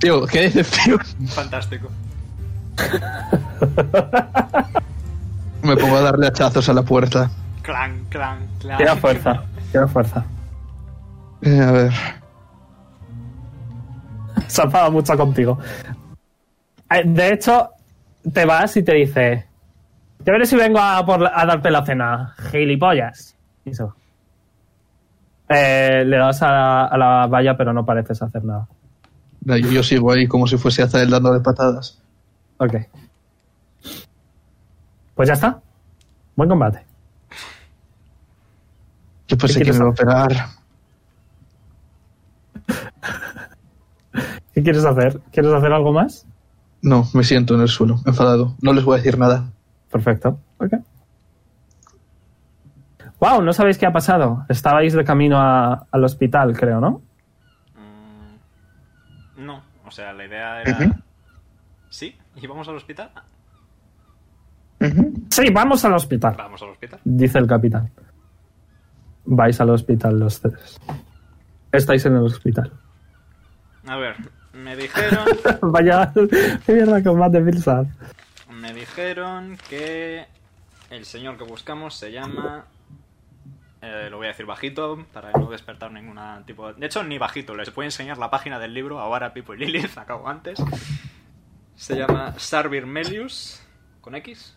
[SPEAKER 3] Tío, qué decepción.
[SPEAKER 2] Fantástico.
[SPEAKER 3] Me pongo a darle hachazos a la puerta.
[SPEAKER 2] Clan, clan, clan.
[SPEAKER 1] Tira fuerza. Tira fuerza.
[SPEAKER 3] Eh, a ver.
[SPEAKER 1] Se ha enfadado mucho contigo. Eh, De hecho, te vas y te dice: Te veré si vengo a, por la- a darte la cena, gilipollas. Y se va. Eh, le das a la, a la valla, pero no pareces hacer nada.
[SPEAKER 3] No, Yo, yo sigo ahí como si fuese a hacer el dando de patadas.
[SPEAKER 1] Ok. Pues ya está. Buen combate.
[SPEAKER 3] Yo pensé
[SPEAKER 1] ¿Qué
[SPEAKER 3] que
[SPEAKER 1] quieres
[SPEAKER 3] me iba a operar.
[SPEAKER 1] ¿Qué quieres hacer? ¿Quieres hacer algo más?
[SPEAKER 3] No, me siento en el suelo, enfadado. No les voy a decir nada.
[SPEAKER 1] Perfecto. Ok. Wow, no sabéis qué ha pasado. Estabais de camino a- al hospital, creo, ¿no?
[SPEAKER 2] Mm, No, o sea, la idea era.
[SPEAKER 7] Ujú.
[SPEAKER 2] ¿Sí? ¿Y vamos al hospital?
[SPEAKER 7] Ujú.
[SPEAKER 1] Sí, vamos al hospital,
[SPEAKER 2] Vamos al hospital.
[SPEAKER 1] dice el capitán. Vais al hospital los tres. Estáis en el hospital.
[SPEAKER 2] A ver, me dijeron,
[SPEAKER 1] Vaya, qué mierda de combate, Bilsad.
[SPEAKER 2] me dijeron que el señor que buscamos se llama... eh, lo voy a decir bajito para no despertar ningún tipo de... De hecho, ni bajito. Les voy a enseñar la página del libro. Ahora Pipo y Lilith, acabo antes. Se llama Sarvir Melius, con X.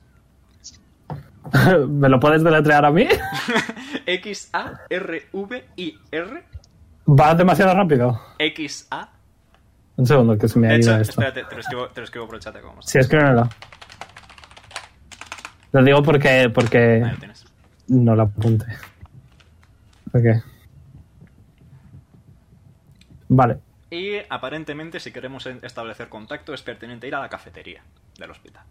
[SPEAKER 1] ¿Me lo puedes deletrear a mí?
[SPEAKER 2] X-A-R-V-I-R.
[SPEAKER 1] Va demasiado rápido.
[SPEAKER 2] X-A.
[SPEAKER 1] Un segundo, que se me ha
[SPEAKER 2] De
[SPEAKER 1] ido
[SPEAKER 2] hecho,
[SPEAKER 1] esto.
[SPEAKER 2] espérate, te lo escribo, te lo escribo por el chat. ¿cómo está?
[SPEAKER 1] Sí, escríbelo. Lo digo porque, porque
[SPEAKER 2] Ahí lo tienes.
[SPEAKER 1] no lo apunte. Ok. Vale.
[SPEAKER 2] Y aparentemente, si queremos en- establecer contacto, es pertinente ir a la cafetería del hospital.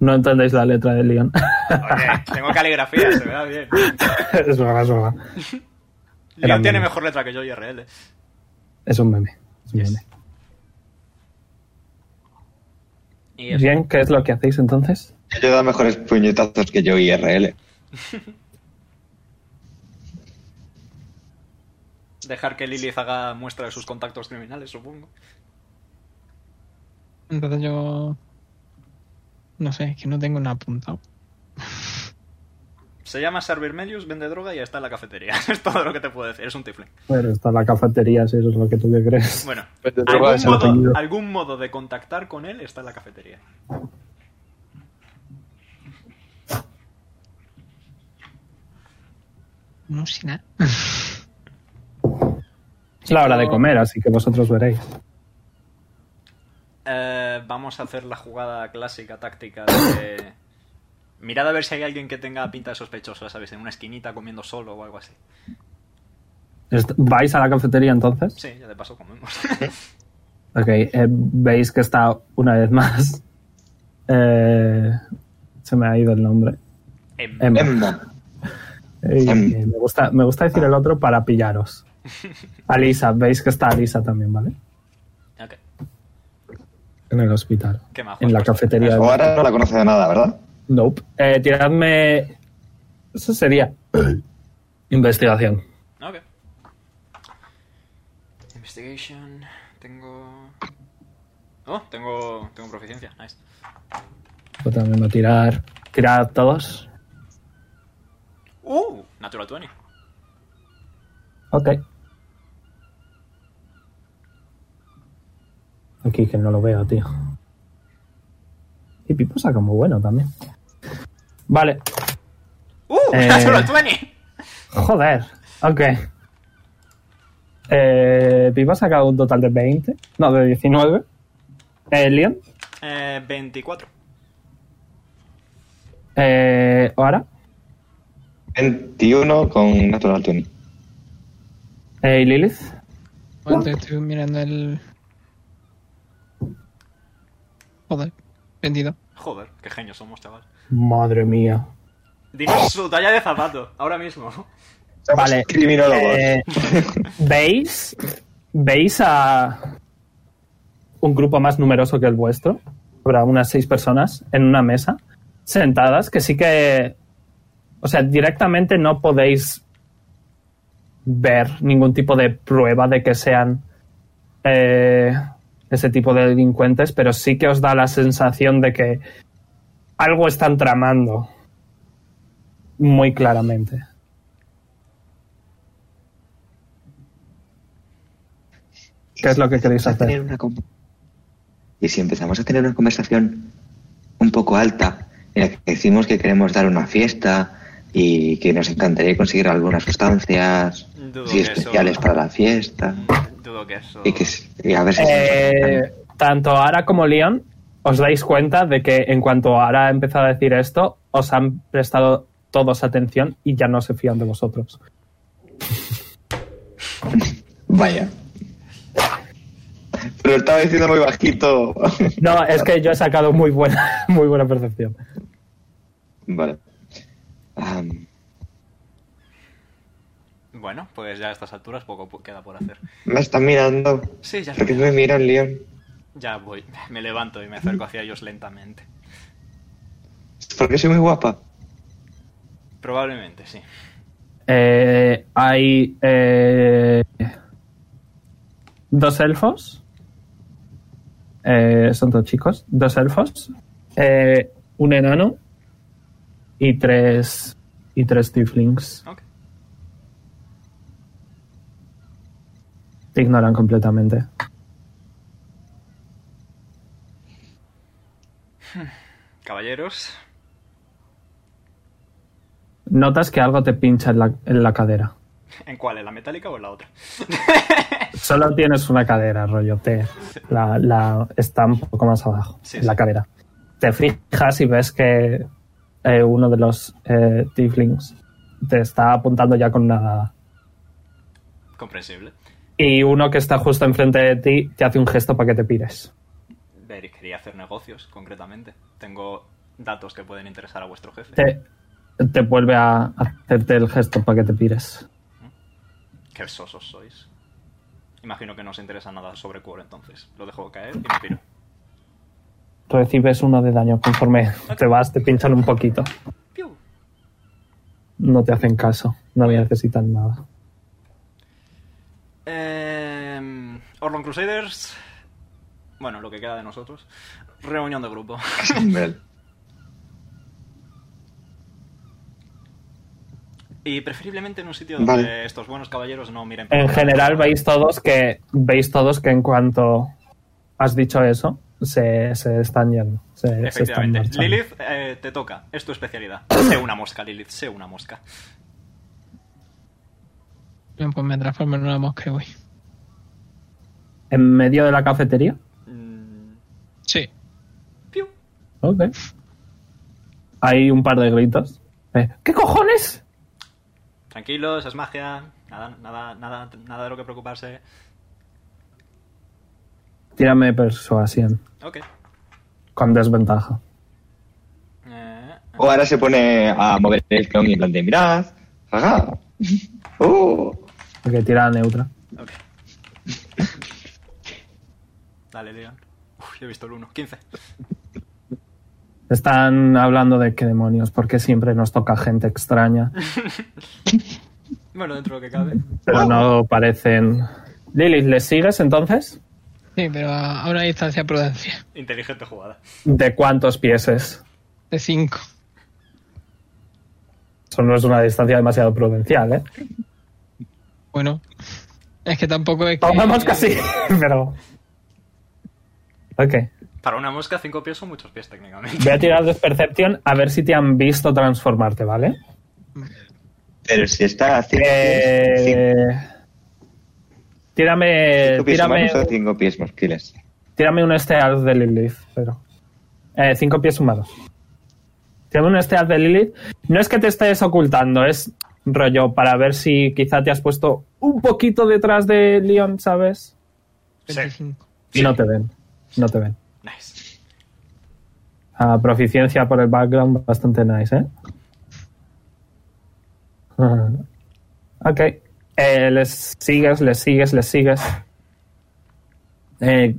[SPEAKER 1] No entendéis la letra de Leon.
[SPEAKER 2] Oye, tengo caligrafía, se me da bien.
[SPEAKER 1] es verdad, es verdad. Era
[SPEAKER 2] Leon tiene
[SPEAKER 1] meme.
[SPEAKER 2] mejor letra que yo, IRL.
[SPEAKER 1] Es un meme. Es un
[SPEAKER 2] Yes.
[SPEAKER 1] meme.
[SPEAKER 2] Y eso.
[SPEAKER 1] Bien, ¿qué es lo que hacéis entonces?
[SPEAKER 7] Yo da mejores puñetazos que yo IRL.
[SPEAKER 2] Dejar que Lilith haga muestra de sus contactos criminales, supongo.
[SPEAKER 5] Entonces yo. No sé, es que no tengo nada apuntado.
[SPEAKER 2] Se llama Servir Medius, vende droga y está en la cafetería. es todo lo que te puedo decir, es un tifling.
[SPEAKER 1] Bueno, está la cafetería, si eso es lo que tú que crees.
[SPEAKER 2] Bueno,
[SPEAKER 3] Vende droga,
[SPEAKER 2] algún
[SPEAKER 3] es el
[SPEAKER 2] modo,
[SPEAKER 3] apellido.
[SPEAKER 2] algún modo de contactar con él está en la cafetería.
[SPEAKER 5] No sé nada.
[SPEAKER 1] Es la hora de comer, así que vosotros veréis.
[SPEAKER 2] Eh, vamos a hacer la jugada clásica, táctica de... Mirad a ver si hay alguien que tenga pinta de sospechoso, ¿sabes? En una esquinita comiendo solo o algo así.
[SPEAKER 1] Est- ¿Vais a la cafetería entonces?
[SPEAKER 2] Sí, ya de paso comemos.
[SPEAKER 1] Ok, eh, veis que está una vez más. eh, se me ha ido el nombre.
[SPEAKER 2] Em,
[SPEAKER 1] Em.
[SPEAKER 7] Emma.
[SPEAKER 1] Eh, eh, me, gusta, me gusta decir el otro para pillaros. Alisa, veis que está Alisa también, ¿vale?
[SPEAKER 2] ok,
[SPEAKER 1] En el hospital.
[SPEAKER 2] Qué majo.
[SPEAKER 1] En la cafetería.
[SPEAKER 7] O ahora no la conoce de nada, ¿verdad?
[SPEAKER 1] Nope. Eh, tiradme. Eso sería. Investigación.
[SPEAKER 2] Ok. Investigation. Tengo... Oh, tengo, tengo proficiencia. Nice.
[SPEAKER 1] Yo también voy a tirar. Tirad todos.
[SPEAKER 2] ¡Uh! Natural 20.
[SPEAKER 1] Ok. Aquí que no lo veo, tío. Y Pipo saca muy bueno también. Vale.
[SPEAKER 2] ¡Uh!
[SPEAKER 1] Eh.
[SPEAKER 2] Natural 20.
[SPEAKER 1] Joder. Ok. Eh, Pipo ha sacado un total de 20. No, de 19. Eh, Leon.
[SPEAKER 2] Eh, 24.
[SPEAKER 1] Eh, ahora.
[SPEAKER 7] 21 con Natural 20.
[SPEAKER 1] Eh, y Lilith.
[SPEAKER 5] Bueno, te estoy mirando el. Joder, 22.
[SPEAKER 2] Joder, qué genios somos, chaval.
[SPEAKER 1] Madre mía.
[SPEAKER 2] Dinos su talla de zapato, ahora mismo.
[SPEAKER 1] Vale.
[SPEAKER 7] Criminólogos.
[SPEAKER 1] Eh, ¿Veis? ¿Veis a un grupo más numeroso que el vuestro? Habrá unas seis personas en una mesa, sentadas, que sí que. O sea, directamente no podéis ver ningún tipo de prueba de que sean eh, ese tipo de delincuentes, pero sí que os da la sensación de que algo están tramando muy claramente. ¿Qué es lo que queréis
[SPEAKER 7] empezamos a
[SPEAKER 1] hacer?
[SPEAKER 7] tener una com- Y si empezamos a tener una conversación un poco alta, en la que decimos que queremos dar una fiesta y que nos encantaría conseguir algunas sustancias
[SPEAKER 2] Dudo
[SPEAKER 7] así
[SPEAKER 2] que eso-
[SPEAKER 7] especiales para la fiesta,
[SPEAKER 2] Dudo que eso.
[SPEAKER 7] y que s- y a ver si... se nos
[SPEAKER 1] Eh, tanto Ara como Leon os dais cuenta de que en cuanto Ara ha empezado a decir esto, os han prestado todos atención y ya no se fían de vosotros.
[SPEAKER 7] Vaya. Pero estaba diciendo muy bajito.
[SPEAKER 1] No, es que yo he sacado muy buena, muy buena percepción.
[SPEAKER 7] vale. Am,
[SPEAKER 2] Bueno, pues ya a estas alturas poco pu- queda por hacer.
[SPEAKER 7] me están mirando.
[SPEAKER 2] Sí, ya lo
[SPEAKER 7] ¿Por qué
[SPEAKER 2] veo.
[SPEAKER 7] me miran, León?
[SPEAKER 2] Ya voy. Me levanto y me acerco hacia ellos lentamente.
[SPEAKER 7] Porque soy muy guapa.
[SPEAKER 2] Probablemente, sí.
[SPEAKER 1] Eh, hay eh, dos elfos. Eh, son dos chicos. Dos elfos. eh, un enano. Y tres. Y tres tieflings.
[SPEAKER 2] Ok.
[SPEAKER 1] Te ignoran completamente.
[SPEAKER 2] Caballeros,
[SPEAKER 1] Notas que algo te pincha en la, en la cadera.
[SPEAKER 2] ¿en cuál? ¿En la metálica o en la otra?
[SPEAKER 1] Solo tienes una cadera, rollo. Te, la, la- está un poco más abajo,
[SPEAKER 2] Sí,
[SPEAKER 1] en la
[SPEAKER 2] sí.
[SPEAKER 1] cadera. Te fijas y ves que eh, uno de los eh, tieflings te está apuntando ya con una daga.
[SPEAKER 2] Comprensible.
[SPEAKER 1] Y uno que está justo enfrente de ti te hace un gesto para que te pires.
[SPEAKER 2] Ver, quería hacer negocios, concretamente. Tengo datos que pueden interesar a vuestro jefe.
[SPEAKER 1] Te, te vuelve a hacerte el gesto para que te pires.
[SPEAKER 2] Qué sosos sois. Imagino que no os interesa nada sobre Quor, entonces. Lo dejo caer y me piro.
[SPEAKER 1] Recibes uno de daño conforme te vas, te pinchan un poquito.
[SPEAKER 2] Piu.
[SPEAKER 1] No te hacen caso, no necesitan nada.
[SPEAKER 2] Eh, Orlon Crusaders. Bueno, lo que queda de nosotros. Reunión de grupo.
[SPEAKER 7] Vale.
[SPEAKER 2] Y preferiblemente en un sitio donde
[SPEAKER 7] Vale.
[SPEAKER 2] estos buenos caballeros no miren.
[SPEAKER 1] En general veis todos que veis todos que en cuanto has dicho eso se, se están yendo. se- se están
[SPEAKER 2] Efectivamente.
[SPEAKER 1] marchando.
[SPEAKER 2] Lilith, eh, te toca. Es tu especialidad. sé una mosca, Lilith. Sé una mosca.
[SPEAKER 5] Bien, pues me transformo en una mosca y voy.
[SPEAKER 1] En medio de la cafetería.
[SPEAKER 2] Mm,
[SPEAKER 5] Sí.
[SPEAKER 2] piu.
[SPEAKER 1] Ok. Hay un par de gritos. Eh, ¿Qué cojones?
[SPEAKER 2] Tranquilos, es magia. Nada, nada, nada, nada de lo que preocuparse.
[SPEAKER 1] Tírame persuasión
[SPEAKER 2] Ok.
[SPEAKER 1] con desventaja.
[SPEAKER 2] Eh,
[SPEAKER 7] O ahora se pone a mover el clon y en plan de, mirad, ajá. Oh.
[SPEAKER 1] Porque tira neutra.
[SPEAKER 2] ok. Dale, Leon. Uf, yo he visto el 1. 15.
[SPEAKER 1] Están hablando de qué demonios, porque siempre nos toca gente extraña,
[SPEAKER 2] Bueno, dentro de lo que cabe.
[SPEAKER 1] pero no parecen. Lilith, ¿les sigues entonces?
[SPEAKER 5] Sí, pero a, a una distancia prudencia.
[SPEAKER 2] Inteligente jugada.
[SPEAKER 1] ¿De cuántos pies es?
[SPEAKER 5] De 5.
[SPEAKER 1] Eso no es una distancia demasiado prudencial, ¿eh?
[SPEAKER 5] Bueno. Es que tampoco es que...
[SPEAKER 1] Tomamos casi, pero. Ok.
[SPEAKER 2] Para una mosca, 5 pies son muchos pies técnicamente.
[SPEAKER 1] Voy a tirar de Perception a ver si te han visto transformarte, ¿vale?
[SPEAKER 7] Pero si está a 5
[SPEAKER 1] Eh, Tírame.
[SPEAKER 7] pies
[SPEAKER 1] Tírame,
[SPEAKER 7] humanos o 5 pies morquiles.
[SPEAKER 1] tírame un stealth de Lilith, pero. Eh, cinco pies humanos. Tírame un stealth de Lilith. No es que te estés ocultando, es rollo para ver si quizá te has puesto un poquito detrás de Leon, ¿sabes?
[SPEAKER 5] 25.
[SPEAKER 1] Y no te ven. No te ven.
[SPEAKER 2] Nice.
[SPEAKER 1] Ah, proficiencia por el background bastante nice, ¿eh? Ah, ok. Eh, les sigues, les sigues, les sigues. Eh,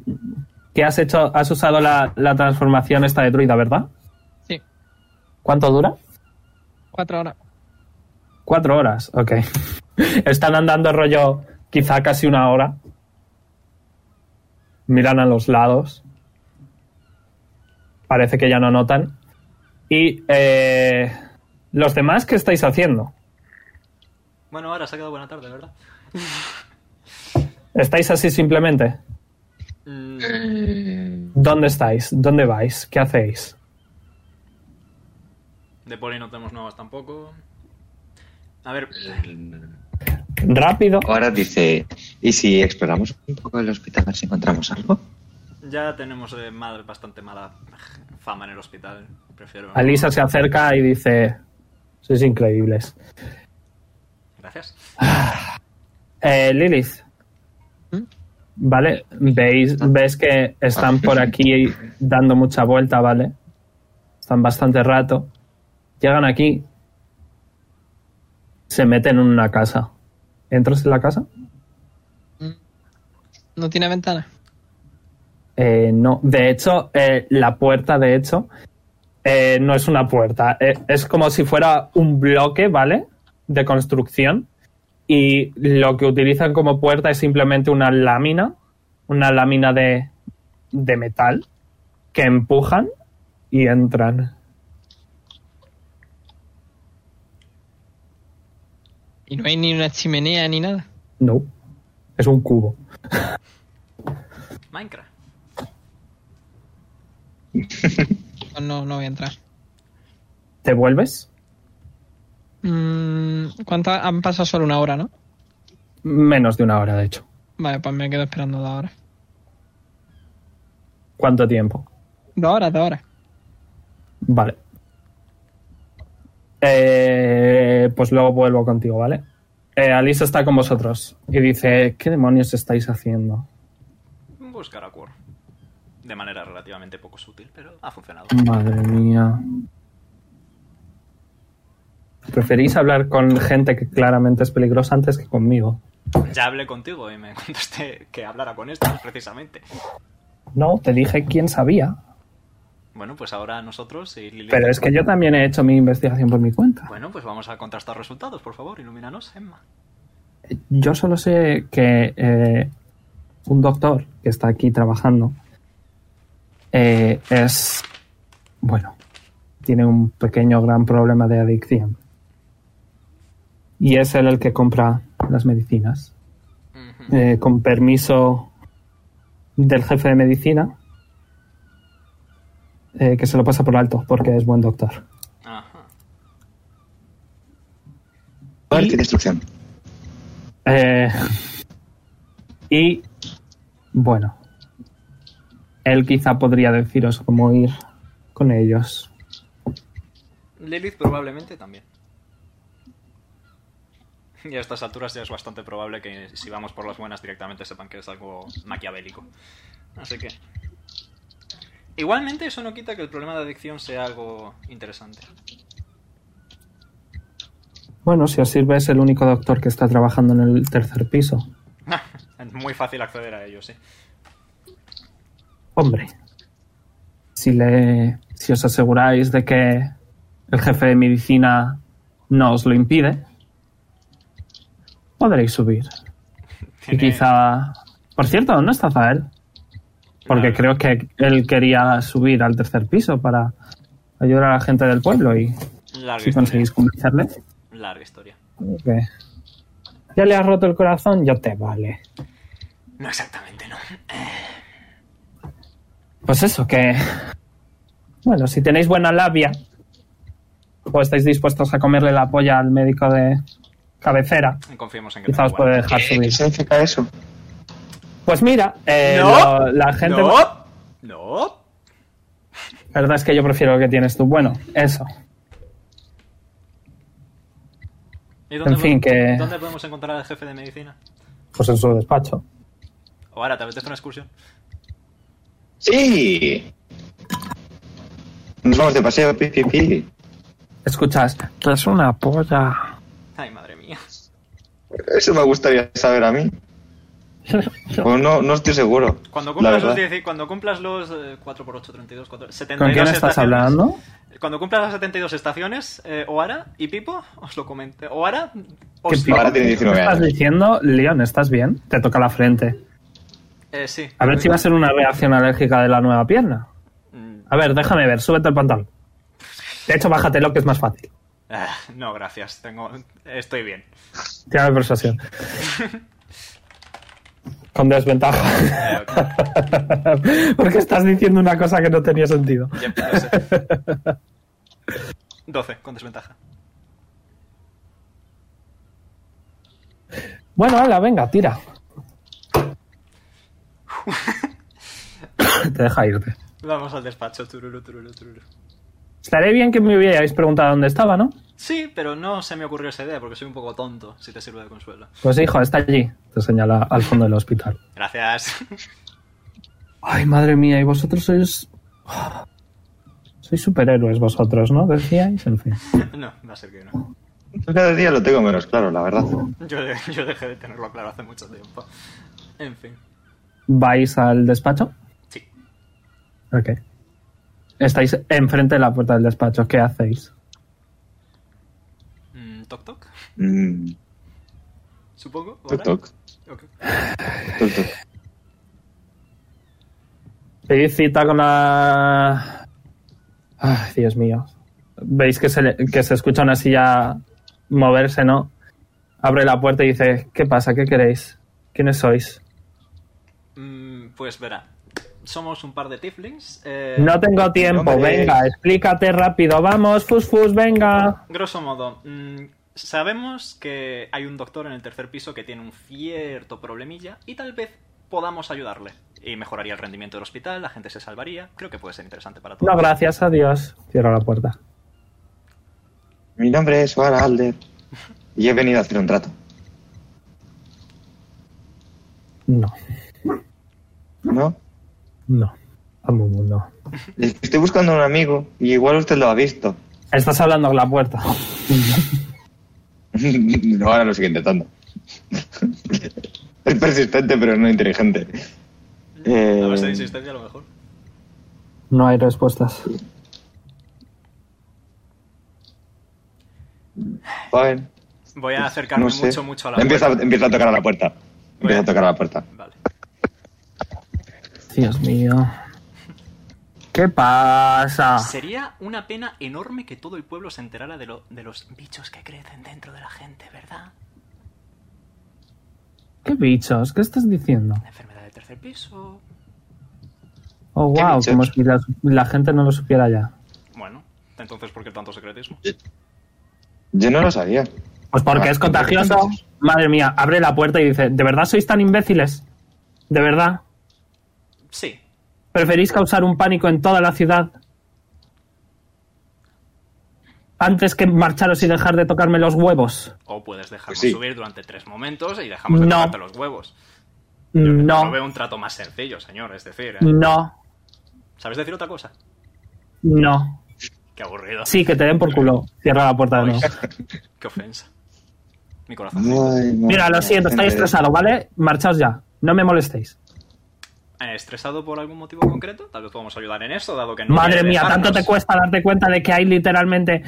[SPEAKER 1] ¿Qué has hecho? Has usado la, la transformación esta de druida, ¿verdad?
[SPEAKER 5] Sí.
[SPEAKER 1] ¿Cuánto dura?
[SPEAKER 5] 4 horas.
[SPEAKER 1] Cuatro horas, ok. Están andando rollo quizá casi una hora. Miran a los lados. Parece que ya no notan. Y eh, los demás, ¿qué estáis haciendo?
[SPEAKER 2] Bueno, ahora se ha quedado buena tarde, ¿verdad?
[SPEAKER 1] ¿Estáis así simplemente?
[SPEAKER 2] Mm,
[SPEAKER 7] Mm.
[SPEAKER 1] ¿Dónde estáis? ¿Dónde vais? ¿Qué hacéis?
[SPEAKER 2] de poli no tenemos nuevas tampoco. A ver,
[SPEAKER 1] Rápido.
[SPEAKER 7] Ahora dice, ¿y si exploramos un poco el hospital a ver si encontramos algo?
[SPEAKER 2] ya tenemos eh, mal- bastante mala fama en el hospital. Prefiero.
[SPEAKER 1] Alisa se acerca y dice: Sois increíbles.
[SPEAKER 2] Gracias.
[SPEAKER 1] Eh, Lilith.
[SPEAKER 5] ¿Mm?
[SPEAKER 1] Vale, veis, ves que están por aquí dando mucha vuelta, ¿vale? Están bastante rato. Llegan aquí. Se meten en una casa. ¿Entras en la casa?
[SPEAKER 5] No tiene ventana.
[SPEAKER 1] Eh, no, de hecho, eh, la puerta, de hecho, eh, no es una puerta. eh, es como si fuera un bloque, ¿vale? De construcción. Y lo que utilizan como puerta es simplemente una lámina, una lámina de, de metal, que empujan y entran.
[SPEAKER 5] Y no hay ni una chimenea ni nada.
[SPEAKER 1] No, es un cubo.
[SPEAKER 2] Minecraft.
[SPEAKER 5] Pues No, no voy a entrar.
[SPEAKER 1] ¿Te vuelves?
[SPEAKER 5] Mm, ¿Cuántas? Han pasado solo una hora, ¿no?
[SPEAKER 1] Menos de una hora, de hecho.
[SPEAKER 5] Vale, pues me quedo esperando dos horas.
[SPEAKER 1] ¿Cuánto tiempo?
[SPEAKER 5] Dos horas, dos horas.
[SPEAKER 1] Vale. Eh, pues luego vuelvo contigo, ¿vale? Eh, Alice está con vosotros y dice, ¿qué demonios estáis haciendo?
[SPEAKER 2] Buscar a Quor. De manera relativamente poco sutil, pero ha funcionado.
[SPEAKER 1] Madre mía. Preferís hablar con gente que claramente es peligrosa antes que conmigo.
[SPEAKER 2] Ya hablé contigo y me contaste que hablara con estos, precisamente.
[SPEAKER 1] No, te dije quién sabía.
[SPEAKER 2] Bueno, pues ahora nosotros y Lili.
[SPEAKER 1] Pero es que yo también he hecho mi investigación por mi cuenta.
[SPEAKER 2] Bueno, pues vamos a contrastar resultados, por favor, ilumínanos, Emma.
[SPEAKER 1] Yo solo sé que eh, un doctor que está aquí trabajando eh, es, bueno, tiene un pequeño gran problema de adicción. Y es él el que compra las medicinas.
[SPEAKER 2] Ujú.
[SPEAKER 1] Eh, con permiso del jefe de medicina, eh, que se lo pasa por alto porque es buen doctor.
[SPEAKER 2] Ajá.
[SPEAKER 7] Muerte y destrucción.
[SPEAKER 1] Eh, y bueno, él quizá podría deciros cómo ir con ellos.
[SPEAKER 2] Lilith probablemente también. Y a estas alturas ya es bastante probable que si vamos por las buenas directamente sepan que es algo maquiavélico. Así que... Igualmente eso no quita que el problema de adicción sea algo interesante.
[SPEAKER 1] Bueno, si os sirve es el único doctor que está trabajando en el tercer piso.
[SPEAKER 2] Es muy fácil acceder a ello, sí.
[SPEAKER 1] Hombre, si le, si os aseguráis de que el jefe de medicina no os lo impide, podréis subir. Y
[SPEAKER 2] Tiene-
[SPEAKER 1] quizá, por cierto, ¿dónde está Zael?
[SPEAKER 2] Ah.
[SPEAKER 1] Porque creo que él quería subir al tercer piso para ayudar a la gente del pueblo y
[SPEAKER 2] Larga
[SPEAKER 1] si conseguís
[SPEAKER 2] historia.
[SPEAKER 1] convencerle.
[SPEAKER 2] Larga historia.
[SPEAKER 1] que Ya le has roto el corazón, ya te vale.
[SPEAKER 2] No exactamente, no.
[SPEAKER 1] Pues eso, que... Bueno, si tenéis buena labia o estáis dispuestos a comerle la polla al médico de cabecera,
[SPEAKER 2] Confiemos en que
[SPEAKER 1] quizá os
[SPEAKER 2] tenga
[SPEAKER 1] puede
[SPEAKER 2] guardia.
[SPEAKER 1] dejar
[SPEAKER 7] ¿Qué, qué
[SPEAKER 1] subir.
[SPEAKER 7] significa eso?
[SPEAKER 1] Pues mira, eh,
[SPEAKER 2] No.
[SPEAKER 1] lo- la gente... pues.
[SPEAKER 2] No, no.
[SPEAKER 1] La verdad es que yo prefiero lo que tienes tú. Bueno, eso.
[SPEAKER 2] ¿Y dónde
[SPEAKER 1] En fin,
[SPEAKER 2] po-
[SPEAKER 1] que-
[SPEAKER 2] ¿Dónde podemos encontrar al jefe de medicina?
[SPEAKER 1] Pues en su despacho.
[SPEAKER 2] O ahora, ¿te apetece una excursión?
[SPEAKER 7] ¡Sí! Nos vamos de paseo, pi, pi, pi.
[SPEAKER 1] Escuchas, es una polla.
[SPEAKER 2] Ay, madre mía.
[SPEAKER 7] Eso me gustaría saber a mí. O no, no estoy seguro.
[SPEAKER 2] Cuando
[SPEAKER 7] la
[SPEAKER 2] cumplas, los,
[SPEAKER 7] verdad.
[SPEAKER 2] 10 cuando cumplas los eh, 4x8, 32, 4, 72
[SPEAKER 1] ¿Con quién estás
[SPEAKER 2] estaciones-
[SPEAKER 1] hablando?
[SPEAKER 2] Cuando cumplas las 72 estaciones, eh, Oara y Pipo, os lo comenté. Oara,
[SPEAKER 1] ¿Qué
[SPEAKER 2] os
[SPEAKER 1] pico?
[SPEAKER 7] Ahora tiene
[SPEAKER 1] ¿Qué
[SPEAKER 7] 19
[SPEAKER 1] estás
[SPEAKER 7] años.
[SPEAKER 1] diciendo? Leon, ¿estás bien? Te toca la frente.
[SPEAKER 2] Eh, sí.
[SPEAKER 1] A ver si va a ser una reacción alérgica de la nueva pierna.
[SPEAKER 2] Mm,
[SPEAKER 1] A ver, déjame ver, súbete el pantalón. De hecho, bájate lo que es más fácil.
[SPEAKER 2] ah, no, gracias. Tengo... Estoy bien.
[SPEAKER 1] Tírame persuasión. Con desventaja.
[SPEAKER 2] Eh, ok.
[SPEAKER 1] Porque estás diciendo una cosa que no tenía sentido.
[SPEAKER 2] Ya, lo sé. 12, con desventaja.
[SPEAKER 1] Bueno, hala, venga, tira. Te deja irte.
[SPEAKER 2] Vamos al despacho. Tururu, tururu, tururu.
[SPEAKER 1] Estaré bien que me hubierais preguntado dónde estaba, ¿no?
[SPEAKER 2] Sí, pero no se me ocurrió esa idea porque soy un poco tonto, si te sirve de consuelo.
[SPEAKER 1] Pues hijo, está allí. Te señala al fondo del hospital.
[SPEAKER 2] Gracias.
[SPEAKER 1] Ay, madre mía, y vosotros sois... Sois superhéroes vosotros, ¿no? Decíais, en fin.
[SPEAKER 2] No, va a ser que no.
[SPEAKER 7] Yo Cada día lo tengo menos claro, la verdad.
[SPEAKER 2] Yo, yo dejé de tenerlo claro hace mucho tiempo. En fin.
[SPEAKER 1] ¿Vais al despacho?
[SPEAKER 2] Sí.
[SPEAKER 1] Ok. Estáis enfrente de la puerta del despacho. ¿Qué hacéis?
[SPEAKER 2] Mm, ¿Toc toc?
[SPEAKER 7] Mm,
[SPEAKER 2] Supongo.
[SPEAKER 7] toc,
[SPEAKER 2] ¿Hola?
[SPEAKER 7] toc,
[SPEAKER 2] Ok.
[SPEAKER 7] toc, toc.
[SPEAKER 1] Pedid cita con la... Ay, Dios mío. Veis que se, le- que se escucha una silla moverse, ¿no? Abre la puerta y dice, ¿qué pasa? ¿Qué queréis? ¿Quiénes sois?
[SPEAKER 2] Mm, pues verá. Somos un par de tieflings. eh,
[SPEAKER 1] No tengo tiempo,
[SPEAKER 7] hombre.
[SPEAKER 1] venga, explícate rápido, vamos, fus fus, venga.
[SPEAKER 2] Grosso modo, mm, sabemos que hay un doctor en el tercer piso que tiene un cierto problemilla y tal vez podamos ayudarle. Y mejoraría el rendimiento del hospital, la gente se salvaría. Creo que puede ser interesante para todos.
[SPEAKER 1] No, gracias, adiós. Cierro la puerta.
[SPEAKER 7] Mi nombre es Oara Alder y he venido a hacer un trato.
[SPEAKER 1] No,
[SPEAKER 7] ¿No?
[SPEAKER 1] no, Amumu, no.
[SPEAKER 7] Es que estoy buscando a un amigo y igual usted lo ha visto.
[SPEAKER 1] Estás hablando con la puerta.
[SPEAKER 7] No, ahora lo sigo intentando. es persistente, pero no inteligente. Eh,
[SPEAKER 2] A base de insistencia, a lo mejor.
[SPEAKER 1] No hay respuestas.
[SPEAKER 7] joven,
[SPEAKER 2] Voy a acercarme
[SPEAKER 7] Pues no sé.
[SPEAKER 2] mucho, mucho a la
[SPEAKER 7] empieza,
[SPEAKER 2] puerta.
[SPEAKER 7] empieza a tocar a la puerta. Empieza a tocar a la puerta.
[SPEAKER 2] Vale.
[SPEAKER 1] Dios mío. ¿Qué pasa?
[SPEAKER 2] Sería una pena enorme que todo el pueblo se enterara de, lo, de los bichos que crecen dentro de la gente, ¿verdad?
[SPEAKER 1] ¿Qué bichos? ¿Qué estás diciendo?
[SPEAKER 2] La enfermedad del tercer piso.
[SPEAKER 1] Oh,
[SPEAKER 7] ¿Qué
[SPEAKER 1] wow,
[SPEAKER 7] bichos?
[SPEAKER 1] como si la, la gente no lo supiera ya.
[SPEAKER 2] Bueno, entonces, ¿por qué tanto secretismo?
[SPEAKER 7] Yo no lo sabía.
[SPEAKER 1] Pues porque
[SPEAKER 7] Ah,
[SPEAKER 1] es contagioso.
[SPEAKER 7] entonces-
[SPEAKER 1] Madre mía, abre la puerta y dice, ¿de verdad sois tan imbéciles? ¿De verdad?
[SPEAKER 2] Sí,
[SPEAKER 1] ¿Preferís causar un pánico en toda la ciudad? Antes que marcharos y dejar de tocarme los huevos.
[SPEAKER 2] o puedes dejarnos
[SPEAKER 7] Pues sí.
[SPEAKER 2] subir durante tres momentos y dejamos de
[SPEAKER 1] No.
[SPEAKER 2] tocarte los huevos.
[SPEAKER 1] No, Mm.
[SPEAKER 2] Yo veo un trato más sencillo, señor. Es decir, ¿eh?
[SPEAKER 1] no,
[SPEAKER 2] ¿sabes decir otra cosa?
[SPEAKER 1] no.
[SPEAKER 2] Qué aburrido.
[SPEAKER 1] Sí, que te den por culo. Cierra la puerta
[SPEAKER 2] Ay,
[SPEAKER 1] de nuevo.
[SPEAKER 2] Qué ofensa. Mi corazón.
[SPEAKER 1] Mm.
[SPEAKER 7] Ay, madre
[SPEAKER 1] Mira, lo
[SPEAKER 7] mía,
[SPEAKER 1] siento,
[SPEAKER 7] gente.
[SPEAKER 1] estáis estresado, ¿vale? Marchaos ya. No me molestéis.
[SPEAKER 2] Eh, ¿Estresado por algún motivo concreto? Tal vez podamos ayudar en eso, dado que no.
[SPEAKER 1] Madre
[SPEAKER 2] quiere
[SPEAKER 1] mía, tanto
[SPEAKER 2] dejarnos.
[SPEAKER 1] te cuesta darte cuenta de que hay literalmente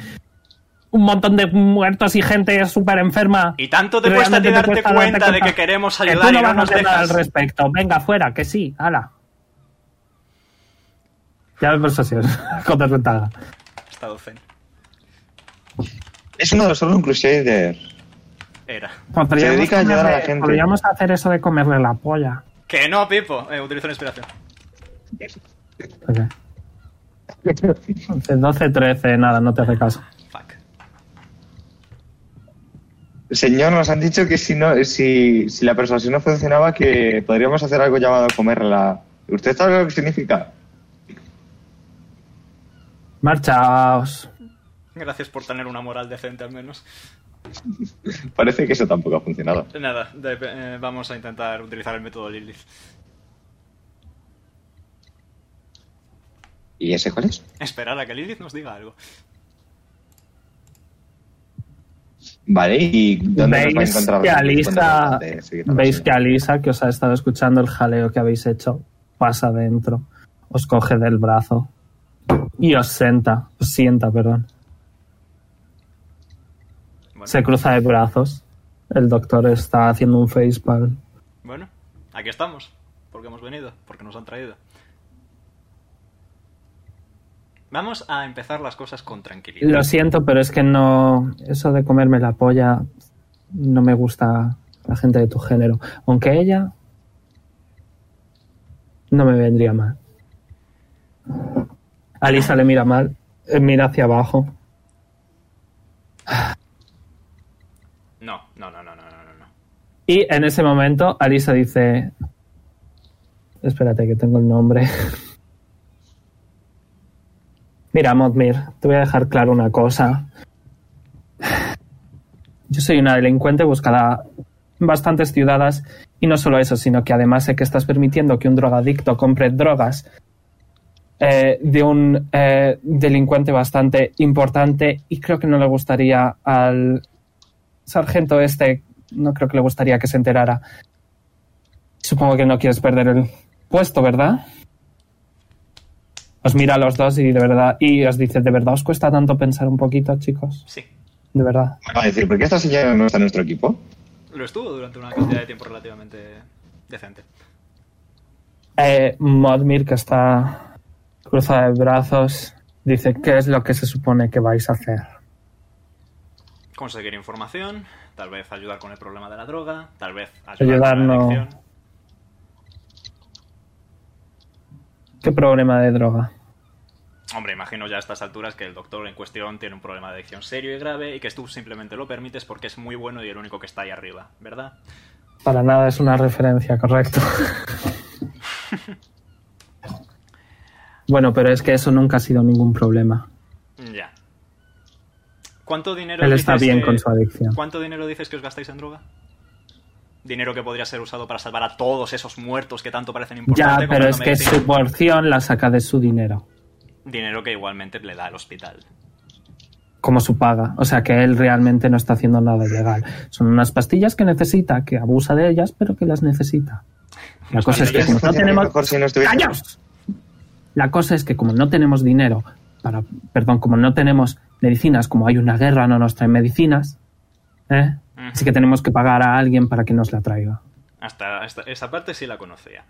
[SPEAKER 1] un montón de muertos y gente súper enferma.
[SPEAKER 2] Y tanto te cuesta
[SPEAKER 1] Realmente
[SPEAKER 2] te darte, cuenta de que queremos ayudar
[SPEAKER 1] tú no
[SPEAKER 2] y no
[SPEAKER 1] vas a
[SPEAKER 2] nos
[SPEAKER 1] hacer nada al
[SPEAKER 2] dejas.
[SPEAKER 1] respecto. Venga, fuera, que sí, ala. Ya me pasó así, con desventaja.
[SPEAKER 2] Ha estado zen.
[SPEAKER 7] Es uno de los solo un crusader.
[SPEAKER 2] Era.
[SPEAKER 1] Podríamos
[SPEAKER 7] Se dedica a ayudar a la
[SPEAKER 1] comerle-
[SPEAKER 7] gente.
[SPEAKER 1] Podríamos hacer eso de comerle la polla.
[SPEAKER 2] Que no, Pipo. Eh, utilizo la inspiración.
[SPEAKER 1] Ok. 11, 12, 13, nada, no te hace caso.
[SPEAKER 2] Fuck.
[SPEAKER 7] Señor, nos han dicho que si no, si, si la persuasión no funcionaba, que podríamos hacer algo llamado comerla. ¿Usted sabe lo que significa?
[SPEAKER 1] Marchaos.
[SPEAKER 2] Gracias por tener una moral decente, al menos.
[SPEAKER 7] Parece que eso tampoco ha funcionado.
[SPEAKER 2] Nada, de- eh, vamos a intentar utilizar el método Lilith.
[SPEAKER 7] ¿Y ese cuál es?
[SPEAKER 2] Esperar a que Lilith nos diga algo.
[SPEAKER 7] Vale, ¿y dónde nos va a
[SPEAKER 1] ¿Veis
[SPEAKER 7] encontrar?
[SPEAKER 1] que, Alisa,
[SPEAKER 7] Cuéntanos de seguir la
[SPEAKER 1] veis que
[SPEAKER 7] conversación.
[SPEAKER 1] Alisa, que os ha estado escuchando el jaleo que habéis hecho, pasa adentro, os coge del brazo y os senta, os sienta, perdón.
[SPEAKER 2] Bueno,
[SPEAKER 1] Se cruza de brazos. El doctor está haciendo un facepalm.
[SPEAKER 2] bueno, aquí estamos. Porque hemos venido, porque nos han traído. Vamos a empezar las cosas con tranquilidad.
[SPEAKER 1] Lo siento, pero es que no. Eso de comerme la polla no me gusta la gente de tu género. Aunque ella. No me vendría mal. Alisa le mira mal. eh, Mira hacia abajo.
[SPEAKER 2] No, no, no, no, no, no, no, no.
[SPEAKER 1] Y en ese momento, Alisa dice. Espérate, que tengo el nombre. Mira, Modmir, te voy a dejar claro una cosa. Yo soy una delincuente buscada en bastantes ciudades y no solo eso, sino que además sé que estás permitiendo que un drogadicto compre drogas eh, de un eh, delincuente bastante importante y creo que no le gustaría al sargento este, no creo que le gustaría que se enterara. Supongo que no quieres perder el puesto, ¿verdad? Os mira a los dos y de verdad, y os dice, ¿de verdad os cuesta tanto pensar un poquito, chicos?
[SPEAKER 2] Sí.
[SPEAKER 1] De verdad.
[SPEAKER 7] Va a Ah, decir, ¿por qué esta señora no está en nuestro equipo?
[SPEAKER 2] Lo estuvo durante una cantidad de tiempo relativamente decente.
[SPEAKER 1] Eh, Modmir, que está cruzada de brazos, dice, ¿qué es lo que se supone que vais a hacer?
[SPEAKER 2] Conseguir información, tal vez ayudar con el problema de la droga, tal vez
[SPEAKER 1] Ayudar
[SPEAKER 2] ayudar con la
[SPEAKER 1] no.
[SPEAKER 2] adicción.
[SPEAKER 1] ¿Qué problema de droga?
[SPEAKER 2] Hombre, imagino ya a estas alturas que el doctor en cuestión tiene un problema de adicción serio y grave y que tú simplemente lo permites porque es muy bueno y el único que está ahí arriba, ¿verdad?
[SPEAKER 1] Para nada es una referencia, correcto. bueno, pero es que eso nunca ha sido ningún problema.
[SPEAKER 2] Ya. ¿Cuánto dinero
[SPEAKER 1] Él está
[SPEAKER 2] dices
[SPEAKER 1] bien
[SPEAKER 2] que-
[SPEAKER 1] con su adicción.
[SPEAKER 2] ¿Cuánto dinero dices que os gastáis en droga? Dinero que podría ser usado para salvar a todos esos muertos que tanto parecen
[SPEAKER 1] Ya,
[SPEAKER 2] importantes.
[SPEAKER 1] pero es que su porción la saca de su dinero,
[SPEAKER 2] Dinero que igualmente le da al hospital.
[SPEAKER 1] como su paga. O sea que él realmente no está haciendo nada ilegal. Son unas pastillas que necesita, que abusa de ellas, pero que las necesita. La
[SPEAKER 2] Unas
[SPEAKER 1] cosa es que
[SPEAKER 2] pastillas
[SPEAKER 1] como no tenemos...
[SPEAKER 7] Mejor si no estuviera-
[SPEAKER 1] ¡Callaos! La cosa es que como no tenemos dinero para, perdón, como no tenemos medicinas, como hay una guerra, no nos traen medicinas, ¿eh?
[SPEAKER 2] Ujú.
[SPEAKER 1] Así que tenemos que pagar a alguien para que nos la traiga.
[SPEAKER 2] Hasta, hasta esa parte sí la conocía.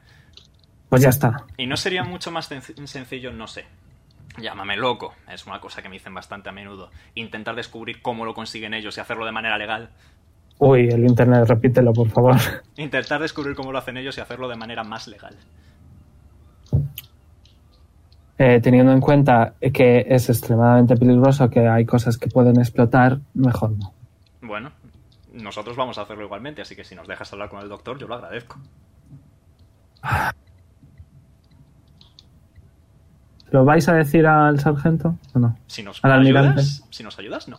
[SPEAKER 1] Pues ya está.
[SPEAKER 2] Y no sería mucho más sen- sencillo, no sé. Llámame loco, es una cosa que me dicen bastante a menudo. Intentar descubrir cómo lo consiguen ellos y hacerlo de manera legal.
[SPEAKER 1] Uy, el internet, repítelo, por favor.
[SPEAKER 2] Intentar descubrir cómo lo hacen ellos y hacerlo de manera más legal.
[SPEAKER 1] Eh, teniendo en cuenta que es extremadamente peligroso, que hay cosas que pueden explotar, mejor no.
[SPEAKER 2] Bueno, nosotros vamos a hacerlo igualmente, así que si nos dejas hablar con el doctor, yo lo agradezco.
[SPEAKER 1] ¿Lo vais a decir al sargento o no?
[SPEAKER 2] Si nos
[SPEAKER 1] Al almirante.
[SPEAKER 2] ayudas, si nos ayudas, no.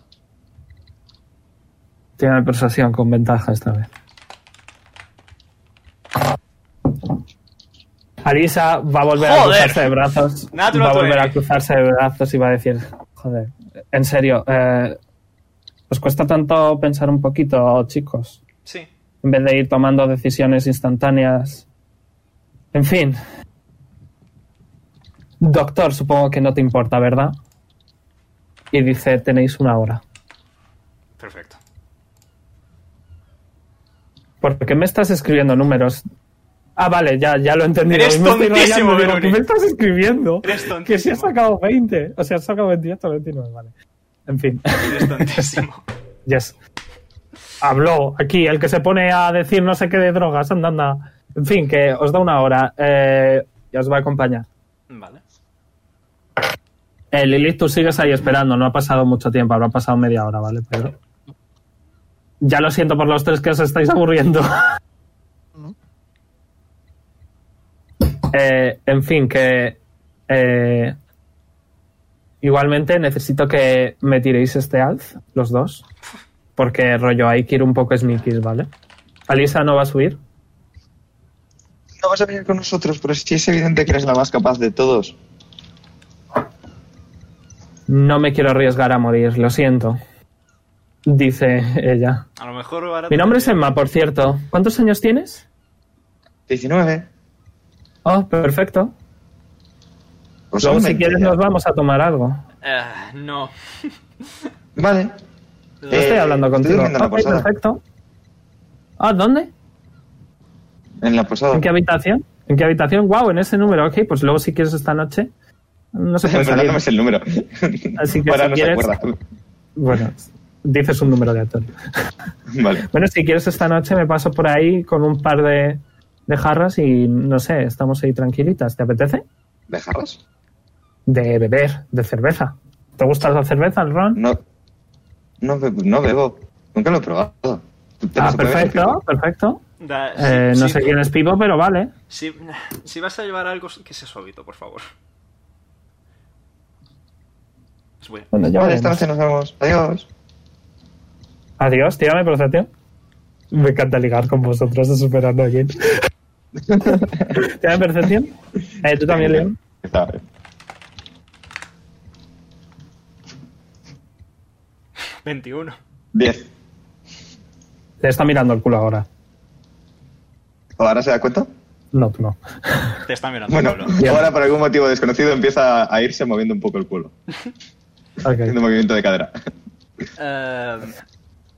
[SPEAKER 1] Tiene persuasión con ventaja esta vez. Alisa va a volver a
[SPEAKER 2] ¡Joder!
[SPEAKER 1] cruzarse de brazos.
[SPEAKER 2] Natural
[SPEAKER 1] va a volver a
[SPEAKER 2] 20.
[SPEAKER 1] cruzarse de brazos y va a decir, joder, en serio, eh, ¿os cuesta tanto pensar un poquito, chicos?
[SPEAKER 2] Sí,
[SPEAKER 1] En vez de ir tomando decisiones instantáneas. En fin. Doctor, supongo que no te importa, ¿verdad? Y dice, tenéis una hora.
[SPEAKER 2] perfecto.
[SPEAKER 1] ¿Por qué me estás escribiendo números? Ah, vale, ya, ya lo he entendido.
[SPEAKER 2] Eres
[SPEAKER 1] Me estoy
[SPEAKER 2] tontísimo,
[SPEAKER 1] rayando, digo,
[SPEAKER 2] Veroni.
[SPEAKER 1] ¿Qué me estás escribiendo?
[SPEAKER 2] Eres tontísimo.
[SPEAKER 1] Que si has sacado 20. O sea, has sacado 28 29, vale. En fin,
[SPEAKER 2] Eres tontísimo.
[SPEAKER 1] yes. Habló aquí el que se pone a decir no sé qué de drogas, anda, anda. En fin, que os da una hora eh, y os va a acompañar.
[SPEAKER 2] Vale.
[SPEAKER 1] Eh, Lilith, tú sigues ahí esperando. No ha pasado mucho tiempo, habrá pasado media hora, ¿vale? Pero... Ya lo siento por los tres que os estáis aburriendo. Eh, en fin, que... eh, igualmente necesito que me tiréis este alz, los dos. Porque rollo, hay que ir un poco sneakies, ¿vale? Alisa no va a subir.
[SPEAKER 7] No vas a venir con nosotros, pero si es evidente que eres la más capaz de todos.
[SPEAKER 1] No me quiero arriesgar a morir, lo siento. Dice ella.
[SPEAKER 2] A lo mejor ahora...
[SPEAKER 1] Mi nombre es
[SPEAKER 2] tendría-
[SPEAKER 1] Emma, por cierto. ¿Cuántos años tienes?
[SPEAKER 7] 19.
[SPEAKER 1] Oh, perfecto.
[SPEAKER 7] Pues
[SPEAKER 1] Luego,
[SPEAKER 7] hombre,
[SPEAKER 1] si quieres, nos vamos a tomar algo.
[SPEAKER 2] Eh, no.
[SPEAKER 7] Vale.
[SPEAKER 1] Yo estoy
[SPEAKER 7] Eh,
[SPEAKER 1] hablando
[SPEAKER 7] estoy
[SPEAKER 1] contigo.
[SPEAKER 7] durmiendo en la
[SPEAKER 1] Ok,
[SPEAKER 7] posada.
[SPEAKER 1] perfecto. Ah, ¿dónde?
[SPEAKER 7] En la posada.
[SPEAKER 1] ¿En qué habitación? ¿En qué habitación? Wow, en ese número. Ok, pues luego, si quieres, esta noche. No se puede
[SPEAKER 7] En verdad
[SPEAKER 1] salir.
[SPEAKER 7] no me sé el número.
[SPEAKER 1] Así que
[SPEAKER 7] Ahora
[SPEAKER 1] si
[SPEAKER 7] no se
[SPEAKER 1] quieres-
[SPEAKER 7] acuerda.
[SPEAKER 1] Bueno, dices un número aleatorio.
[SPEAKER 7] Vale.
[SPEAKER 1] Bueno, si quieres, esta noche me paso por ahí con un par de, de jarras y no sé, estamos ahí tranquilitas. ¿Te apetece?
[SPEAKER 7] ¿Dejarlas?
[SPEAKER 1] De beber, de cerveza. ¿Te gusta la cerveza, el ron?
[SPEAKER 7] No. No, be- no bebo. Nunca lo he probado. ¿Te lo
[SPEAKER 1] Ah,
[SPEAKER 7] se puede
[SPEAKER 1] perfecto, perfecto.
[SPEAKER 2] Da-
[SPEAKER 1] Eh,
[SPEAKER 2] sí,
[SPEAKER 1] no
[SPEAKER 2] sí,
[SPEAKER 1] sé quién es Pipo, pero vale.
[SPEAKER 2] Si, si vas a llevar algo, que sea suavito, por favor. Es bueno.
[SPEAKER 1] Bueno,
[SPEAKER 7] decir?
[SPEAKER 1] ya
[SPEAKER 7] Vale,
[SPEAKER 1] veremos.
[SPEAKER 7] esta noche nos vemos. Adiós.
[SPEAKER 1] Adiós, tírame percepción. Me encanta ligar con vosotros, es superando a alguien. tírame percepción. Eh, Tú también, León.
[SPEAKER 7] Está bien.
[SPEAKER 2] 21.
[SPEAKER 7] Diez.
[SPEAKER 1] Te está mirando el culo ahora.
[SPEAKER 7] ¿Ahora se da cuenta?
[SPEAKER 1] No, tú no.
[SPEAKER 2] Te están mirando
[SPEAKER 7] Bueno,
[SPEAKER 2] Pablo.
[SPEAKER 7] ahora por algún motivo desconocido empieza a irse moviendo un poco el culo. Haciendo movimiento de cadera.
[SPEAKER 2] Eh,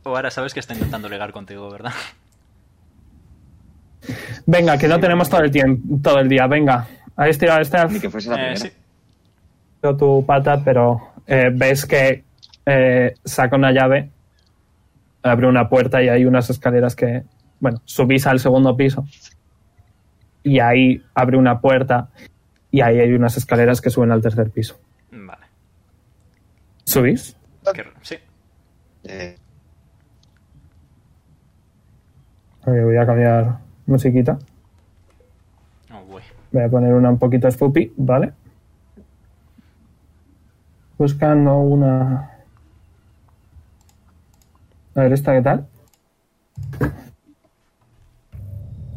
[SPEAKER 2] ahora sabes que está intentando ligar contigo, ¿verdad?
[SPEAKER 1] Venga, que no tenemos todo el, tiempo, todo el día. Venga, habéis tirado esta
[SPEAKER 7] Ni que fuese la
[SPEAKER 2] Eh,
[SPEAKER 7] primera.
[SPEAKER 2] sí.
[SPEAKER 1] tu pata, pero eh, ves que eh, saca una llave, abre una puerta y hay unas escaleras que, bueno, subís al segundo piso y ahí abre una puerta y ahí hay unas escaleras que suben al tercer piso.
[SPEAKER 2] Vale.
[SPEAKER 1] ¿Subís?
[SPEAKER 2] Que- sí.
[SPEAKER 7] Eh,
[SPEAKER 1] Eh, voy a cambiar musiquita.
[SPEAKER 2] Oh, güey.
[SPEAKER 1] Voy a poner una un poquito spoopy, ¿vale? Buscando una... A ver, ¿esta qué tal?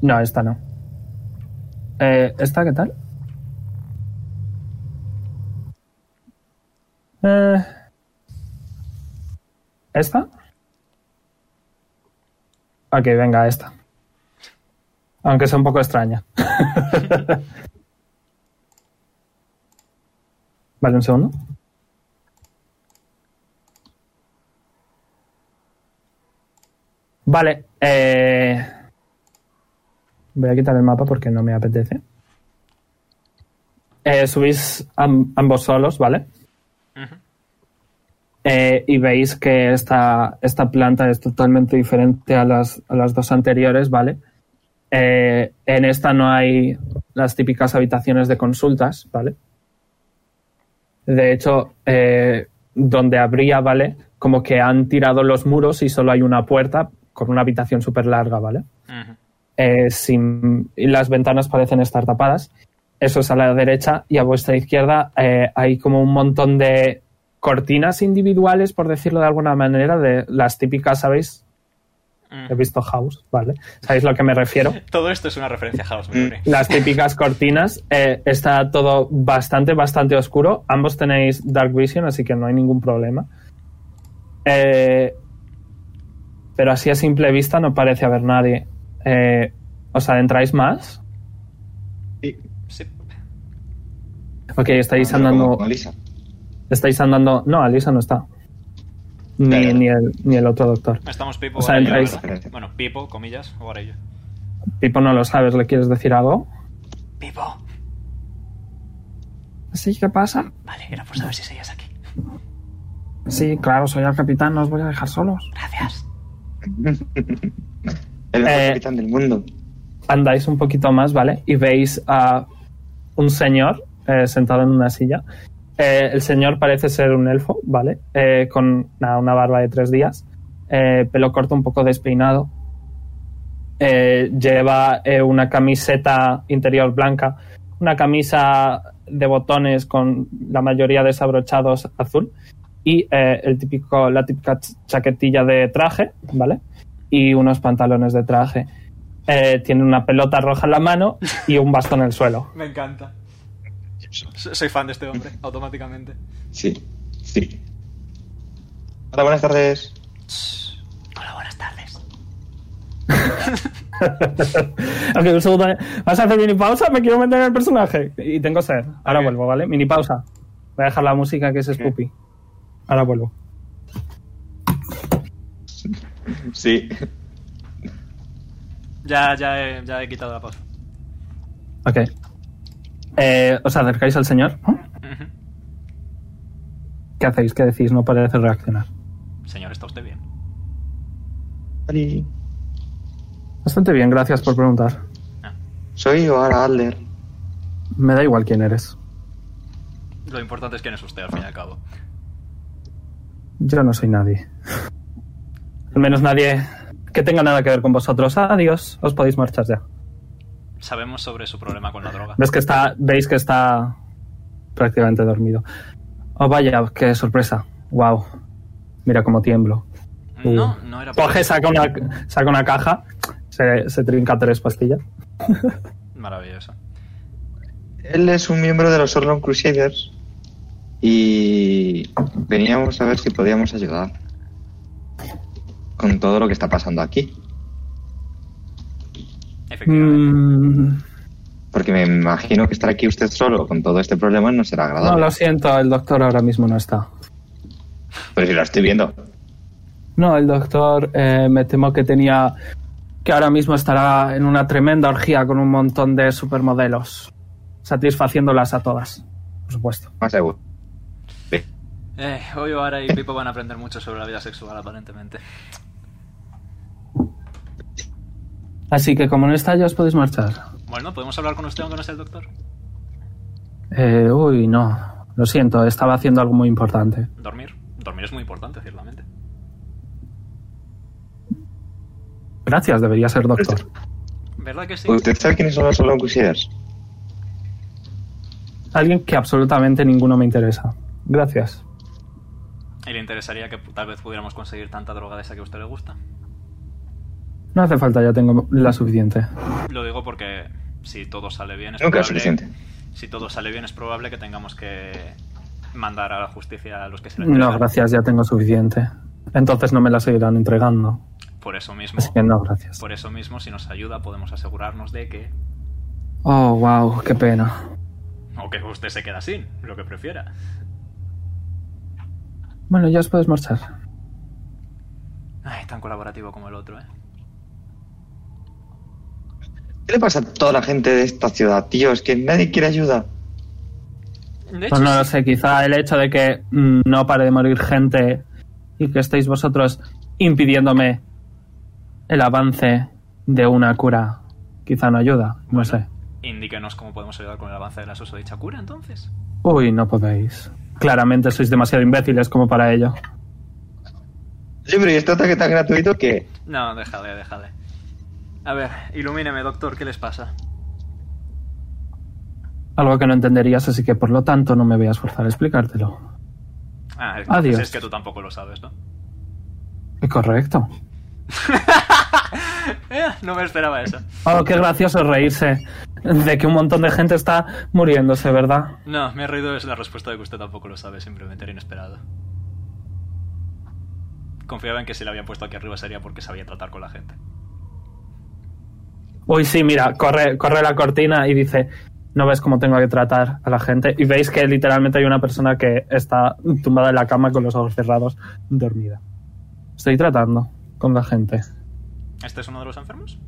[SPEAKER 1] No, esta no. Eh, ¿Esta qué tal? Eh, ¿Esta? Ok, venga, esta. Aunque sea un poco extraña. Vale, un segundo. Vale. eh, Voy a quitar el mapa porque no me apetece. Eh, subís am- ambos solos, ¿vale?
[SPEAKER 2] Ujú.
[SPEAKER 1] Eh, y veis que esta, esta planta es totalmente diferente a las, a las dos anteriores, ¿vale? Eh, en esta no hay las típicas habitaciones de consultas, ¿vale? De hecho, eh, donde habría, ¿vale? Como que han tirado los muros y solo hay una puerta con una habitación súper larga, ¿vale?
[SPEAKER 2] Ujú.
[SPEAKER 1] Eh, sin, y las ventanas parecen estar tapadas. Eso es a la derecha y a vuestra izquierda eh, hay como un montón de cortinas individuales, por decirlo de alguna manera, de las típicas, ¿sabéis? He
[SPEAKER 2] Ujú.
[SPEAKER 1] visto House, ¿vale? ¿Sabéis a lo que me refiero?
[SPEAKER 2] Todo esto es una referencia a House Memory.
[SPEAKER 1] Las típicas cortinas. eh, está todo bastante, bastante oscuro. Ambos tenéis Dark Vision, así que no hay ningún problema. Eh, pero así a simple vista no parece haber nadie. Eh, ¿Os adentráis más?
[SPEAKER 2] Sí.
[SPEAKER 1] Ok, estáis
[SPEAKER 7] Ah, como-
[SPEAKER 1] andando.
[SPEAKER 7] como Lisa.
[SPEAKER 1] Estáis andando. No, Alisa no está. Ni,
[SPEAKER 7] Claro.
[SPEAKER 1] ni el, ni el otro doctor.
[SPEAKER 2] Estamos Pipo.
[SPEAKER 1] O sea,
[SPEAKER 2] ahora yo,
[SPEAKER 1] entráis-
[SPEAKER 2] ¿verdad? Bueno, Pipo, comillas, ahora yo.
[SPEAKER 1] Pipo no lo sabes, ¿le quieres decir algo?
[SPEAKER 2] Pipo.
[SPEAKER 1] Sí, ¿qué pasa?
[SPEAKER 2] Vale, era por saber si seguías aquí.
[SPEAKER 1] Sí, claro, soy el capitán, no os voy a dejar solos.
[SPEAKER 2] Gracias.
[SPEAKER 7] El mejor
[SPEAKER 1] Eh,
[SPEAKER 7] capitán del mundo.
[SPEAKER 1] Andáis un poquito más, ¿vale? Y veis a un señor eh, sentado en una silla. Eh, el señor parece ser un elfo, ¿vale? Eh, con nada, una barba de tres días, eh, pelo corto un poco despeinado. Eh, lleva eh, una camiseta interior blanca, una camisa de botones con la mayoría desabrochados azul y eh, el típico, la típica ch- chaquetilla de traje, ¿vale? Y unos pantalones de traje. Eh, tiene una pelota roja en la mano y un bastón en el suelo.
[SPEAKER 2] Me encanta. So- Soy fan de este hombre, automáticamente.
[SPEAKER 7] Sí, sí. Hola, buenas tardes.
[SPEAKER 2] Hola, buenas tardes.
[SPEAKER 1] Ok, un segundo. ¿Vas a hacer mini pausa? Me quiero meter en el personaje. Y tengo sed. Ahora
[SPEAKER 2] Ok.
[SPEAKER 1] vuelvo, ¿vale? Mini pausa. Voy a dejar la música que es Spoopy. Ahora vuelvo.
[SPEAKER 7] Sí.
[SPEAKER 2] Ya, ya, he, ya he quitado la pausa.
[SPEAKER 1] Ok. Eh, ¿Os acercáis al señor? ¿Eh?
[SPEAKER 2] Ujú.
[SPEAKER 1] ¿Qué hacéis? ¿Qué decís? No parece reaccionar.
[SPEAKER 2] Señor, ¿está usted bien?
[SPEAKER 7] Oli.
[SPEAKER 1] Bastante bien, gracias por preguntar.
[SPEAKER 7] Soy ahora Adler.
[SPEAKER 1] Me da igual quién eres.
[SPEAKER 2] Lo importante es quién es usted, al fin y al cabo.
[SPEAKER 1] Yo no soy nadie. Al menos nadie que tenga nada que ver con vosotros. Adiós, os podéis marchar ya.
[SPEAKER 2] Sabemos sobre su problema con la droga.
[SPEAKER 1] Ves que está, veis que está prácticamente dormido. Oh, vaya, qué sorpresa. Wow. Mira cómo tiemblo.
[SPEAKER 2] No, no era por
[SPEAKER 1] Mm. Coge,
[SPEAKER 2] eso.
[SPEAKER 1] saca una, saca una caja, se, se trinca tres pastillas.
[SPEAKER 2] Maravilloso.
[SPEAKER 7] Él es un miembro de los Orlon Crusaders. Y veníamos a ver si podíamos ayudar. Con todo lo que está pasando aquí.
[SPEAKER 2] Efectivamente.
[SPEAKER 1] Mm,
[SPEAKER 7] Porque me imagino que estar aquí usted solo con todo este problema no será
[SPEAKER 1] No,
[SPEAKER 7] agradable.
[SPEAKER 1] lo siento, el doctor ahora mismo no está.
[SPEAKER 7] Pero si lo estoy viendo.
[SPEAKER 1] No, el doctor eh, me temo que tenía. que ahora mismo estará en una tremenda orgía con un montón de supermodelos. Satisfaciéndolas a todas, por supuesto.
[SPEAKER 7] Más seguro.
[SPEAKER 2] Eh, hoy Oara y Pipo van a aprender mucho sobre la vida sexual, aparentemente.
[SPEAKER 1] Así que como no está, ya os podéis marchar.
[SPEAKER 2] Bueno, ¿podemos hablar con usted aunque no sea el doctor?
[SPEAKER 1] Eh, uy, no. Lo siento, estaba haciendo algo muy importante.
[SPEAKER 2] Dormir. Dormir es muy importante, ciertamente.
[SPEAKER 1] Gracias, debería ser doctor.
[SPEAKER 2] ¿Verdad que sí?
[SPEAKER 7] ¿Usted sabe quiénes son los solo Crusaders?
[SPEAKER 1] Alguien que absolutamente ninguno me interesa. Gracias.
[SPEAKER 2] ¿Y le interesaría que tal vez pudiéramos conseguir tanta droga de esa que a usted le gusta?
[SPEAKER 1] No hace falta, ya tengo la suficiente.
[SPEAKER 2] Lo digo porque si todo sale bien es
[SPEAKER 7] Nunca es
[SPEAKER 2] probable-
[SPEAKER 7] suficiente.
[SPEAKER 2] Si todo sale bien es probable que tengamos que mandar a la justicia a los que se le
[SPEAKER 1] No,
[SPEAKER 2] entregan.
[SPEAKER 1] gracias, ya tengo suficiente. Entonces no me la seguirán entregando.
[SPEAKER 2] Por eso mismo,
[SPEAKER 1] Así que no, gracias.
[SPEAKER 2] por eso mismo, si nos ayuda podemos asegurarnos de que
[SPEAKER 1] Oh, wow, qué pena.
[SPEAKER 2] o que usted se queda sin, lo que prefiera.
[SPEAKER 1] Bueno, ya os podéis marchar.
[SPEAKER 2] Ay, tan colaborativo como el otro, ¿eh?
[SPEAKER 7] ¿Qué le pasa a toda la gente de esta ciudad, tío? Es que nadie quiere ayuda.
[SPEAKER 2] De hecho,
[SPEAKER 1] Pues no lo
[SPEAKER 2] sí.
[SPEAKER 1] sé, quizá el hecho de que mm, no pare de morir gente y que estéis vosotros impidiéndome el avance de una cura, quizá no ayuda, no sé.
[SPEAKER 2] indíquenos cómo podemos ayudar con el avance de la susodicha cura, entonces.
[SPEAKER 1] Uy, no podéis. Claramente sois demasiado imbéciles como para ello.
[SPEAKER 7] Sí, pero ¿y este ataque tan gratuito que...
[SPEAKER 2] No, déjale, déjale. A ver, ilumíneme, doctor, ¿qué les pasa?
[SPEAKER 1] Algo que no entenderías, así que por lo tanto no me voy a esforzar a explicártelo.
[SPEAKER 2] Ah, entonces
[SPEAKER 1] Adiós.
[SPEAKER 2] es que tú tampoco lo sabes, ¿no?
[SPEAKER 1] Y Correcto.
[SPEAKER 2] Eh, no me esperaba eso.
[SPEAKER 1] Oh, qué gracioso reírse de que un montón de gente está muriéndose, ¿verdad?
[SPEAKER 2] No, me ha reído es la respuesta de que usted tampoco lo sabe, simplemente era inesperado. Confiaba en que si la habían puesto aquí arriba sería porque sabía tratar con la gente.
[SPEAKER 1] Uy, sí, mira, corre, corre la cortina y dice, no ves cómo tengo que tratar a la gente. Y veis que literalmente hay una persona que está tumbada en la cama con los ojos cerrados, dormida. Estoy tratando con la gente.
[SPEAKER 2] ¿Este es uno de los enfermos?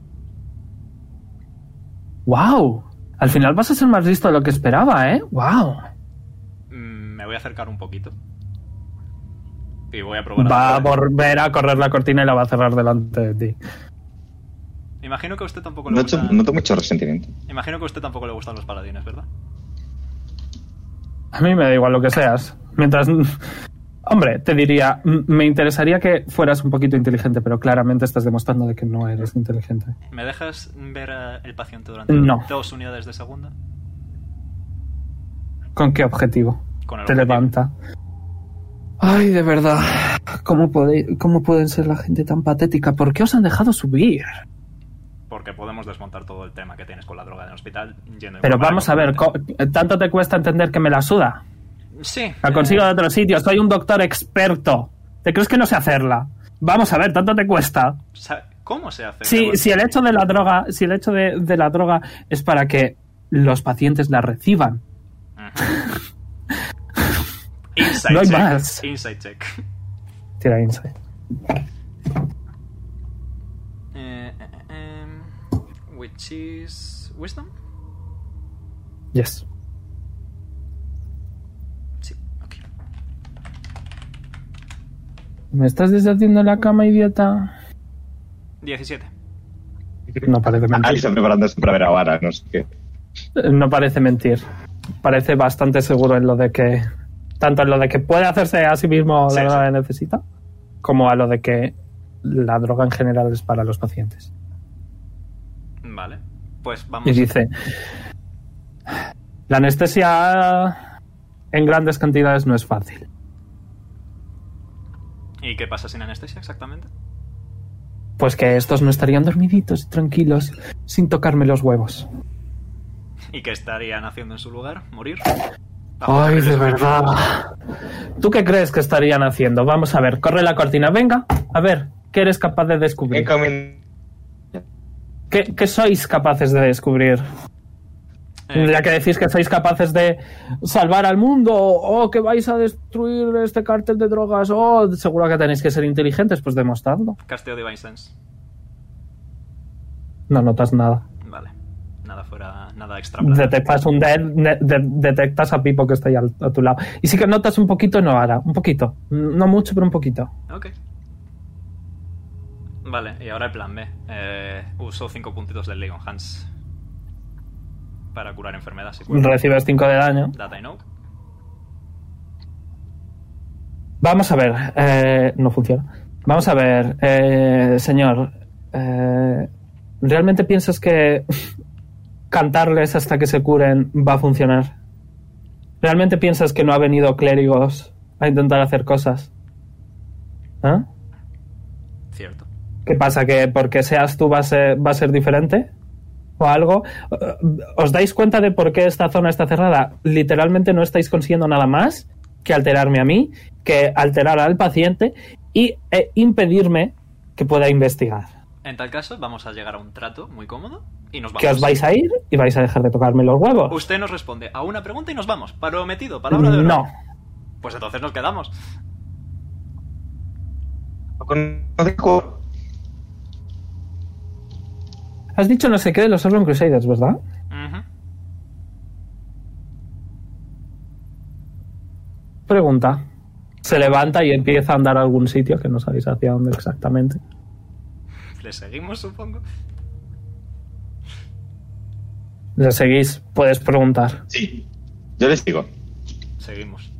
[SPEAKER 1] ¡Wow! Al final vas a ser más listo de lo que esperaba, ¿eh? ¡Wow!
[SPEAKER 2] Mm, me voy a acercar un poquito. Y voy a probar.
[SPEAKER 1] Va
[SPEAKER 2] a
[SPEAKER 1] a volver a correr la cortina y la va a cerrar delante de ti.
[SPEAKER 2] Imagino que a usted tampoco le
[SPEAKER 7] Noto,
[SPEAKER 2] gustan...
[SPEAKER 7] noto mucho resentimiento.
[SPEAKER 2] Imagino que a usted tampoco le gustan los paladines, ¿verdad?
[SPEAKER 1] A mí me da igual lo que seas. Mientras... Hombre, te diría, m- me interesaría que fueras un poquito inteligente, pero claramente estás demostrando de que no eres inteligente.
[SPEAKER 2] ¿Me dejas ver a el paciente durante
[SPEAKER 1] No.
[SPEAKER 2] dos unidades de segunda?
[SPEAKER 1] ¿Con qué objetivo?
[SPEAKER 2] Con el
[SPEAKER 1] Te
[SPEAKER 2] objetivo.
[SPEAKER 1] levanta. Ay, de verdad. ¿Cómo, podéis- ¿Cómo pueden ser la gente tan patética? ¿Por qué os han dejado subir?
[SPEAKER 2] Porque podemos desmontar todo el tema que tienes con la droga en el hospital yendo en
[SPEAKER 1] Pero
[SPEAKER 2] forma de
[SPEAKER 1] vamos a ver,
[SPEAKER 2] componente.
[SPEAKER 1] co- tanto te cuesta entender que me la suda.
[SPEAKER 2] Sí.
[SPEAKER 1] La consigo de otro sitio, soy un doctor experto. ¿Te crees que no sé hacerla? Vamos a ver, tanto te cuesta.
[SPEAKER 2] Sa- ¿Cómo se hace?
[SPEAKER 1] Si, si el hecho de la droga, si el hecho de, de la droga es para que los pacientes la reciban.
[SPEAKER 2] Inside
[SPEAKER 1] No hay
[SPEAKER 2] check.
[SPEAKER 1] más.
[SPEAKER 2] Inside check.
[SPEAKER 1] Tira insight.
[SPEAKER 2] Eh, eh, em, which is wisdom.
[SPEAKER 1] Yes.
[SPEAKER 2] Sí, ok.
[SPEAKER 1] ¿Me estás deshaciendo la cama, idiota?
[SPEAKER 2] 17.
[SPEAKER 1] No parece mentira.
[SPEAKER 7] Ahí está preparándose para ver ahora, no sé qué.
[SPEAKER 1] no parece mentir. Parece bastante seguro en lo de que. Tanto en lo de que puede hacerse a sí mismo
[SPEAKER 2] Sí,
[SPEAKER 1] la droga
[SPEAKER 2] sí.
[SPEAKER 1] que necesita, como a lo de que la droga en general es para los pacientes.
[SPEAKER 2] Vale. Pues vamos.
[SPEAKER 1] Y dice: La anestesia en grandes cantidades no es fácil.
[SPEAKER 2] ¿Y qué pasa sin anestesia exactamente?
[SPEAKER 1] Pues que estos no estarían dormiditos y tranquilos sin tocarme los huevos.
[SPEAKER 2] ¿Y qué estarían haciendo en su lugar? ¿Morir?
[SPEAKER 1] Ay, de verdad. ¿Tú qué crees que estarían haciendo? Vamos a ver, corre la cortina. Venga, a ver, ¿qué eres capaz de descubrir?
[SPEAKER 7] He comen-
[SPEAKER 1] ¿Qué, qué sois capaces de descubrir?
[SPEAKER 2] Eh,
[SPEAKER 1] Tendría que decir que sois capaces de salvar al mundo, o que vais a destruir este cártel de drogas, o seguro que tenéis que ser inteligentes, pues demostrando.
[SPEAKER 2] Casteo Divine Sense.
[SPEAKER 1] No notas nada.
[SPEAKER 2] Vale. Nada fuera, nada extra.
[SPEAKER 1] Detectas un dead- ne- de- detectas a Pipo que está ahí al- a tu lado. Y sí que notas un poquito Noara, un poquito. No mucho, pero un poquito.
[SPEAKER 2] Ok. Vale, y ahora el plan B. Eh, uso 5 puntitos del Leon Hans. Para curar enfermedad, si puedo.
[SPEAKER 1] Recibes 5 de daño.
[SPEAKER 2] Data I know.
[SPEAKER 1] Vamos a ver. eh, no funciona. Vamos a ver, eh, señor. eh, ¿Realmente piensas que cantarles hasta que se curen va a funcionar? ¿Realmente piensas que no ha venido clérigos a intentar hacer cosas? ¿Ah?
[SPEAKER 2] Cierto.
[SPEAKER 1] ¿Qué pasa? ¿Que porque seas tú va a ser, va a ser diferente? ¿O algo? Eh, ¿Os dais cuenta de por qué esta zona está cerrada? Literalmente no estáis consiguiendo nada más que alterarme a mí, que alterar al paciente y eh, impedirme que pueda investigar.
[SPEAKER 2] En tal caso, vamos a llegar a un trato muy cómodo y nos vamos.
[SPEAKER 1] Que os vais a ir y vais a dejar de tocarme los huevos.
[SPEAKER 2] Usted nos responde a una pregunta y nos vamos. Prometido, palabra de honor.
[SPEAKER 1] No.
[SPEAKER 2] Pues entonces nos quedamos.
[SPEAKER 7] Conozco-
[SPEAKER 1] Has dicho no sé qué de los Orlon Crusaders, ¿verdad?
[SPEAKER 2] Ujú.
[SPEAKER 1] Pregunta. Se levanta y empieza a andar a algún sitio que no sabéis hacia dónde exactamente.
[SPEAKER 2] Le seguimos, supongo.
[SPEAKER 1] Le seguís, puedes preguntar.
[SPEAKER 7] Sí. Yo les digo.
[SPEAKER 2] Seguimos.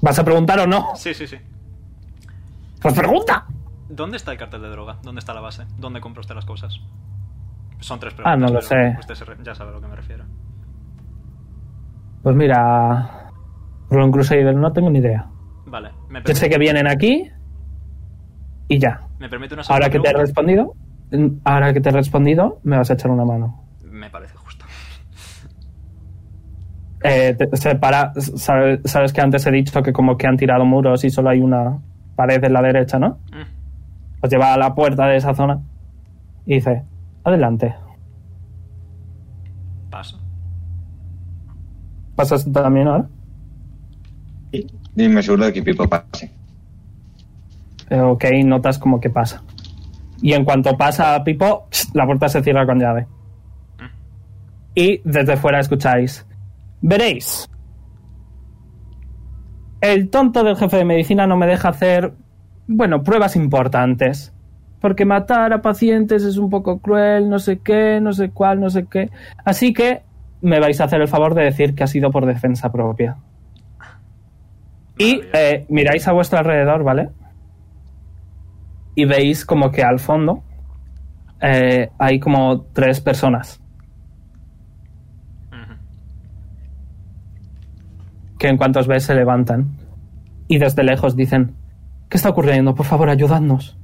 [SPEAKER 1] ¿Vas a preguntar o no?
[SPEAKER 2] Sí, sí, sí.
[SPEAKER 1] Pues pregunta.
[SPEAKER 2] ¿Dónde está el cartel de droga? ¿Dónde está la base? ¿Dónde compra usted las cosas? Son tres preguntas.
[SPEAKER 1] Ah, no lo
[SPEAKER 2] pero
[SPEAKER 1] sé.
[SPEAKER 2] Usted se re- ya sabe a lo que me refiero.
[SPEAKER 1] Pues mira, Ron Crusader, no tengo ni idea.
[SPEAKER 2] Vale, me
[SPEAKER 1] Yo sé
[SPEAKER 2] permite,
[SPEAKER 1] que vienen aquí y ya.
[SPEAKER 2] me permite una segunda
[SPEAKER 1] Ahora que te he
[SPEAKER 2] pregunta.
[SPEAKER 1] respondido, ahora que te he respondido, me vas a echar una mano.
[SPEAKER 2] Me parece justo.
[SPEAKER 1] Eh, te- se para- sabe- sabes que antes he dicho que como que han tirado muros y solo hay una pared en la derecha, ¿no?
[SPEAKER 2] Mm,
[SPEAKER 1] Os lleva a la puerta de esa zona y dice, adelante.
[SPEAKER 2] Paso.
[SPEAKER 1] ¿Pasas también ahora?
[SPEAKER 7] Y me aseguro de que Pipo pase.
[SPEAKER 1] Eh, ok, notas como que pasa. Y en cuanto pasa a Pipo, la puerta se cierra con llave. Y desde fuera escucháis. Veréis. El tonto del jefe de medicina no me deja hacer, bueno, pruebas importantes. Porque matar a pacientes es un poco cruel, no sé qué, no sé cuál, no sé qué. Así que me vais a hacer el favor de decir que ha sido por defensa propia. Y
[SPEAKER 2] Maravilloso.
[SPEAKER 1] eh, miráis a vuestro alrededor, ¿vale? Y veis como que al fondo eh, hay como tres personas
[SPEAKER 2] Ujú.
[SPEAKER 1] que en cuanto os veis se levantan y desde lejos dicen, ¿qué está ocurriendo? Por favor, ayudadnos.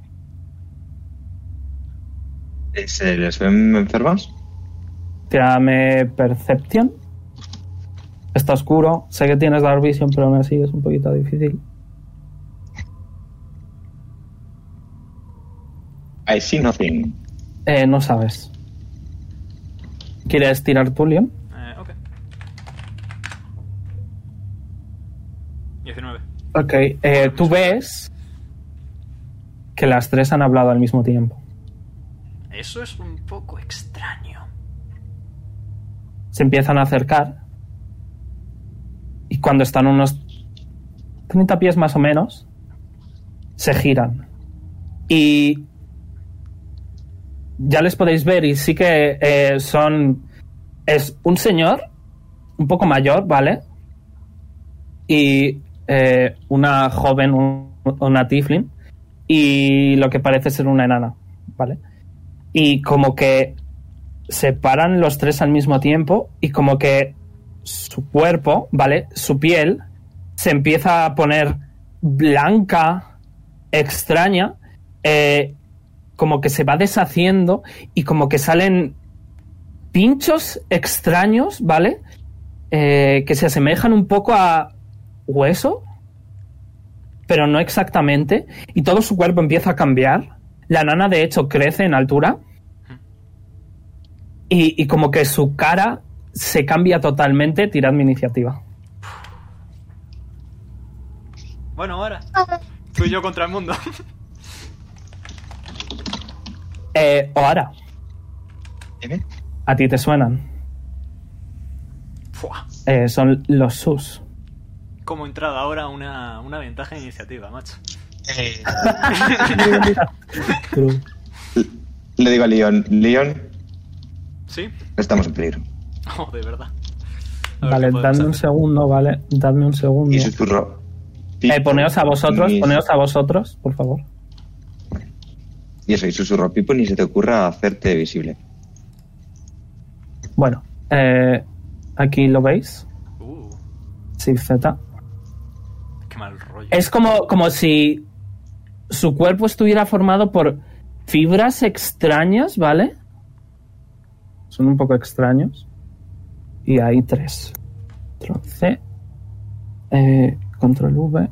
[SPEAKER 7] Eh, ¿Se les ven enfermos?
[SPEAKER 1] Tírame percepción. Está oscuro. Sé que tienes Dark Vision, pero aún así es un poquito difícil.
[SPEAKER 7] I see nothing.
[SPEAKER 1] Eh, no sabes. ¿Quieres tirar tu Leon?
[SPEAKER 2] Eh, ok. 19.
[SPEAKER 1] Ok, eh, tú ves que las tres han hablado al mismo tiempo.
[SPEAKER 2] Eso es un poco extraño.
[SPEAKER 1] Se empiezan a acercar y cuando están unos 30 pies más o menos, se giran. Y ya les podéis ver y sí que eh, son... Es un señor, un poco mayor, ¿vale? Y eh, una joven, un- una tiflin, y lo que parece ser una enana, ¿vale? Y como que se paran los tres al mismo tiempo y como que su cuerpo, ¿vale? Su piel se empieza a poner blanca, extraña, eh, como que se va deshaciendo y como que salen pinchos extraños, ¿vale? Eh, que se asemejan un poco a hueso, pero no exactamente, y todo su cuerpo empieza a cambiar. La nana de hecho crece en altura Y, y como que su cara se cambia totalmente, tirad mi iniciativa.
[SPEAKER 2] Bueno, ahora. Tú y yo contra el mundo.
[SPEAKER 1] Eh, Oara,
[SPEAKER 7] Dime.
[SPEAKER 1] a ti te suenan.
[SPEAKER 2] Fua.
[SPEAKER 1] Eh, son los sus.
[SPEAKER 2] Como entrada ahora una, una ventaja de iniciativa, macho.
[SPEAKER 7] Eh, Le digo a Leon, Leon,
[SPEAKER 2] ¿Sí?
[SPEAKER 7] estamos en peligro.
[SPEAKER 2] Oh, de verdad. A ver
[SPEAKER 1] Vale,
[SPEAKER 2] qué podemos
[SPEAKER 1] dadme un
[SPEAKER 2] hacer.
[SPEAKER 1] segundo, vale. Dadme un segundo.
[SPEAKER 7] Y susurro.
[SPEAKER 1] Eh, poneos a vosotros,
[SPEAKER 7] Ni-
[SPEAKER 1] poneos a vosotros, por favor.
[SPEAKER 7] Y eso, y susurro, Pipo, ni se te ocurra hacerte visible.
[SPEAKER 1] Bueno, eh, aquí lo veis.
[SPEAKER 2] Uh,
[SPEAKER 1] Sí, Z.
[SPEAKER 2] qué mal rollo.
[SPEAKER 1] Es como, como si su cuerpo estuviera formado por fibras extrañas, ¿vale? Son un poco extraños. Y hay tres. Control C. eh, control V.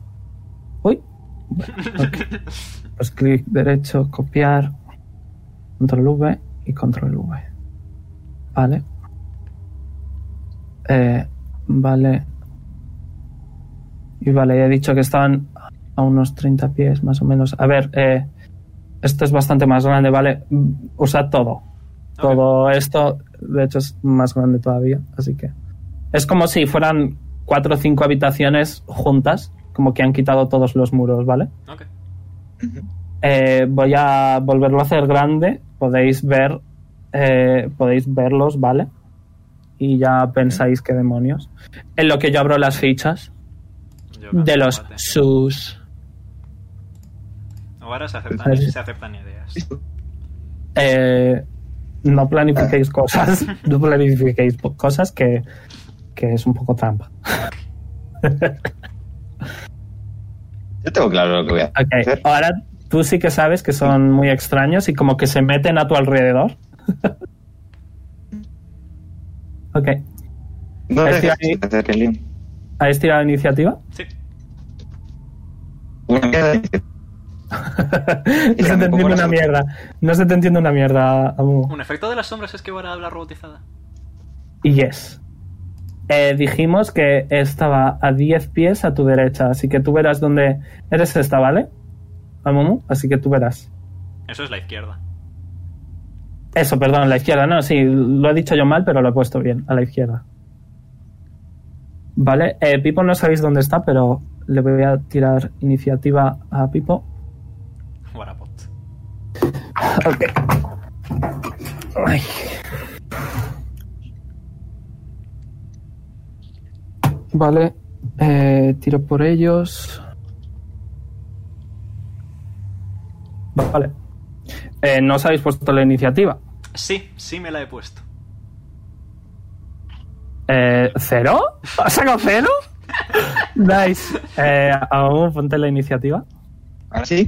[SPEAKER 1] Uy. Bueno, ok. Pues clic derecho, copiar. Control V y control V. Vale. Eh, vale. Y vale, he dicho que estaban a unos 30 pies más o menos. A ver, eh, esto es bastante más grande, ¿vale? Mm, Usad todo. Todo esto, de hecho, es más grande todavía. Así que es como si fueran cuatro o cinco habitaciones juntas, como que han quitado todos los muros, ¿vale?
[SPEAKER 2] Ok.
[SPEAKER 1] Eh, voy a volverlo a hacer grande. Podéis ver, eh, podéis verlos, ¿vale? Y ya pensáis qué demonios. En lo que yo abro las fichas
[SPEAKER 2] Yo
[SPEAKER 1] de
[SPEAKER 2] canto
[SPEAKER 1] los
[SPEAKER 2] combate.
[SPEAKER 1] sus.
[SPEAKER 2] Ahora se aceptan, se aceptan ideas.
[SPEAKER 1] Eh, no planifiquéis cosas. No planifiquéis po- cosas que, que es un poco trampa.
[SPEAKER 7] Yo tengo claro lo que voy a
[SPEAKER 1] Ok,
[SPEAKER 7] hacer.
[SPEAKER 1] ahora tú sí que sabes que son muy extraños y como que se meten a tu alrededor. ok,
[SPEAKER 7] No
[SPEAKER 1] es que
[SPEAKER 7] dejes
[SPEAKER 1] ahí-
[SPEAKER 7] que te acerquen, Leon.
[SPEAKER 1] ¿habéis tirado iniciativa?
[SPEAKER 2] Sí.
[SPEAKER 7] Una mierda.
[SPEAKER 1] no se te
[SPEAKER 7] tampoco
[SPEAKER 1] entiende
[SPEAKER 7] la
[SPEAKER 1] una
[SPEAKER 7] sé.
[SPEAKER 1] mierda. No se te entiende una mierda, Amu.
[SPEAKER 2] Un efecto de las sombras es que ahora habla robotizada.
[SPEAKER 1] Y yes. Eh, dijimos que estaba a 10 pies a tu derecha, así que tú verás dónde... Eres esta, ¿vale? Amumu, así que tú verás.
[SPEAKER 2] Eso es la izquierda.
[SPEAKER 1] Eso, perdón, la izquierda, no, sí, lo he dicho yo mal, pero lo he puesto bien, a la izquierda. Vale, eh, Pipo no sabéis dónde está, pero le voy a tirar iniciativa a Pipo.
[SPEAKER 2] Warapot.
[SPEAKER 1] Ok. Ay. Vale, eh, tiro por ellos. Vale. Eh, no os habéis puesto la iniciativa.
[SPEAKER 2] Sí, sí me la he puesto.
[SPEAKER 1] Eh, ¿Cero? ¿Has sacado cero? Nice. Eh, aún ponte la iniciativa.
[SPEAKER 7] Ahora sí.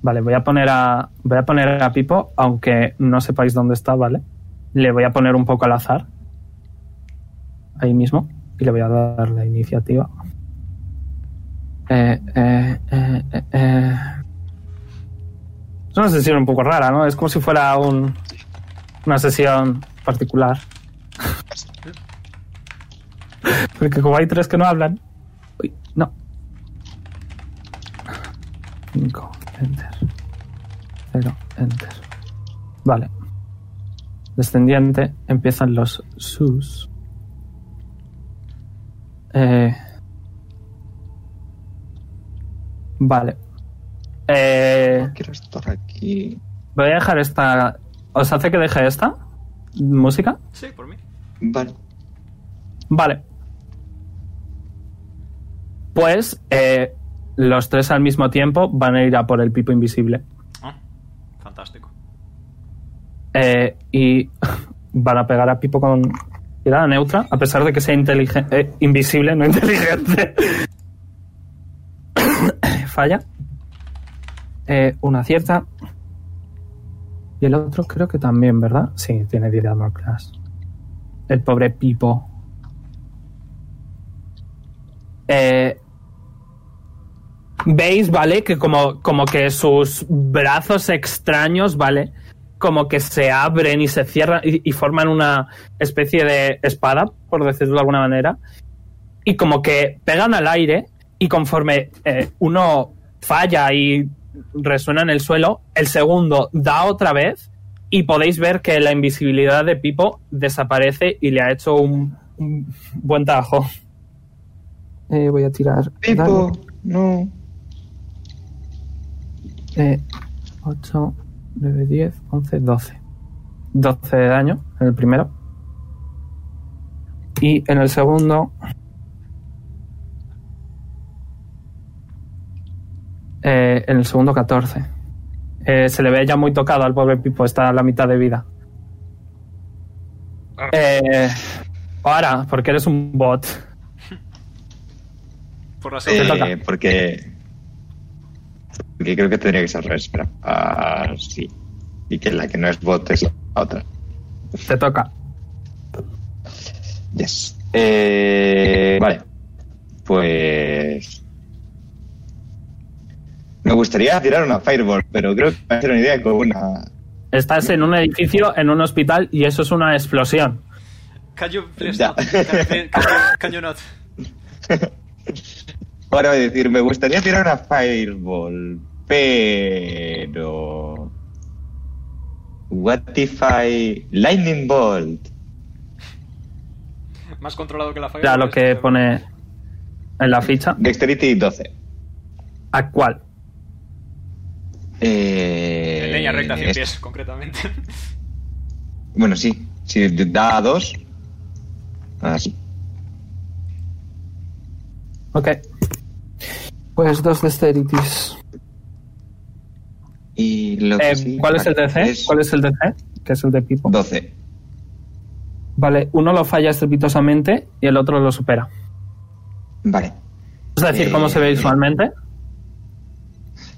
[SPEAKER 1] Vale, voy a poner a. Voy a poner a Pipo, aunque no sepáis dónde está, ¿vale? Le voy a poner un poco al azar. Ahí mismo. Y le voy a dar la iniciativa. Eh, eh, eh, eh, eh. Es una sesión un poco rara, ¿no? Es como si fuera un, una sesión particular. Porque como hay tres que no hablan. Uy, no. 5, enter. 0, enter. Vale. Descendiente, empiezan los sus. Eh, vale. Eh,
[SPEAKER 7] Quiero estar aquí.
[SPEAKER 1] voy a dejar esta. ¿Os hace que deje esta? ¿Música?
[SPEAKER 2] Sí, por mí.
[SPEAKER 7] Vale.
[SPEAKER 1] Vale. Pues eh, los tres al mismo tiempo van a ir a por el pipo invisible.
[SPEAKER 2] Ah, fantástico.
[SPEAKER 1] Eh, y van a pegar a Pipo con tirada neutra, a pesar de que sea inteligente, invisible, no inteligente. Falla. Eh, una cierta. Y el otro creo que también, ¿verdad? Sí, tiene 10 de armor class. El pobre Pipo. Eh, Veis, ¿vale? Que como, como que sus brazos extraños, ¿vale? como que se abren y se cierran y, y forman una especie de espada, por decirlo de alguna manera, y como que pegan al aire y conforme eh, uno falla y resuena en el suelo, el segundo da otra vez y podéis ver que la invisibilidad de Pipo desaparece y le ha hecho un, un buen trabajo.
[SPEAKER 11] Eh, voy a tirar.
[SPEAKER 7] Pipo,
[SPEAKER 11] dado.
[SPEAKER 7] no.
[SPEAKER 11] Eh, 8, 9, 10, 11, 12. 12 de daño en el primero. Y en el segundo. Eh, en el segundo 14. Eh, se le ve ya muy tocado al pobre Pipo, está a la mitad de vida. Eh, ahora, porque eres un bot.
[SPEAKER 2] Por la
[SPEAKER 7] Eh,
[SPEAKER 2] segunda.
[SPEAKER 7] porque. Porque creo que tendría que ser al revés, espera. Ah, sí. Y que la que no es bot es la otra.
[SPEAKER 11] Te toca.
[SPEAKER 7] Yes. Eh, vale. Pues. Me gustaría tirar una fireball, pero creo que va a ser una idea con una.
[SPEAKER 1] Estás en un edificio, en un hospital y eso es una explosión.
[SPEAKER 2] Can you please
[SPEAKER 7] Ya.
[SPEAKER 2] not? Can you- can you- can you not?
[SPEAKER 7] Ahora voy a decir, me gustaría tirar una fireball, pero. What if I. Lightning Bolt.
[SPEAKER 2] Más controlado que la falla. pues, eh,
[SPEAKER 1] Ya lo que pone en la ficha.
[SPEAKER 7] Dexterity 12.
[SPEAKER 1] ¿A cuál?
[SPEAKER 7] Eh,
[SPEAKER 2] En línea recta, 100
[SPEAKER 7] es-
[SPEAKER 1] este.
[SPEAKER 2] pies, concretamente.
[SPEAKER 7] Bueno, sí. Si da a 2. Así.
[SPEAKER 11] Ok. Pues dos dexterities.
[SPEAKER 7] Y lo que
[SPEAKER 1] Eh,
[SPEAKER 7] sí,
[SPEAKER 1] ¿Cuál es el DC?
[SPEAKER 7] es
[SPEAKER 1] ¿Cuál es el DC? Que es el de Pipo.
[SPEAKER 7] 12.
[SPEAKER 1] Vale, uno lo falla estrepitosamente y el otro lo supera.
[SPEAKER 7] Vale.
[SPEAKER 1] Es decir,
[SPEAKER 7] Eh,
[SPEAKER 1] ¿cómo se ve visualmente?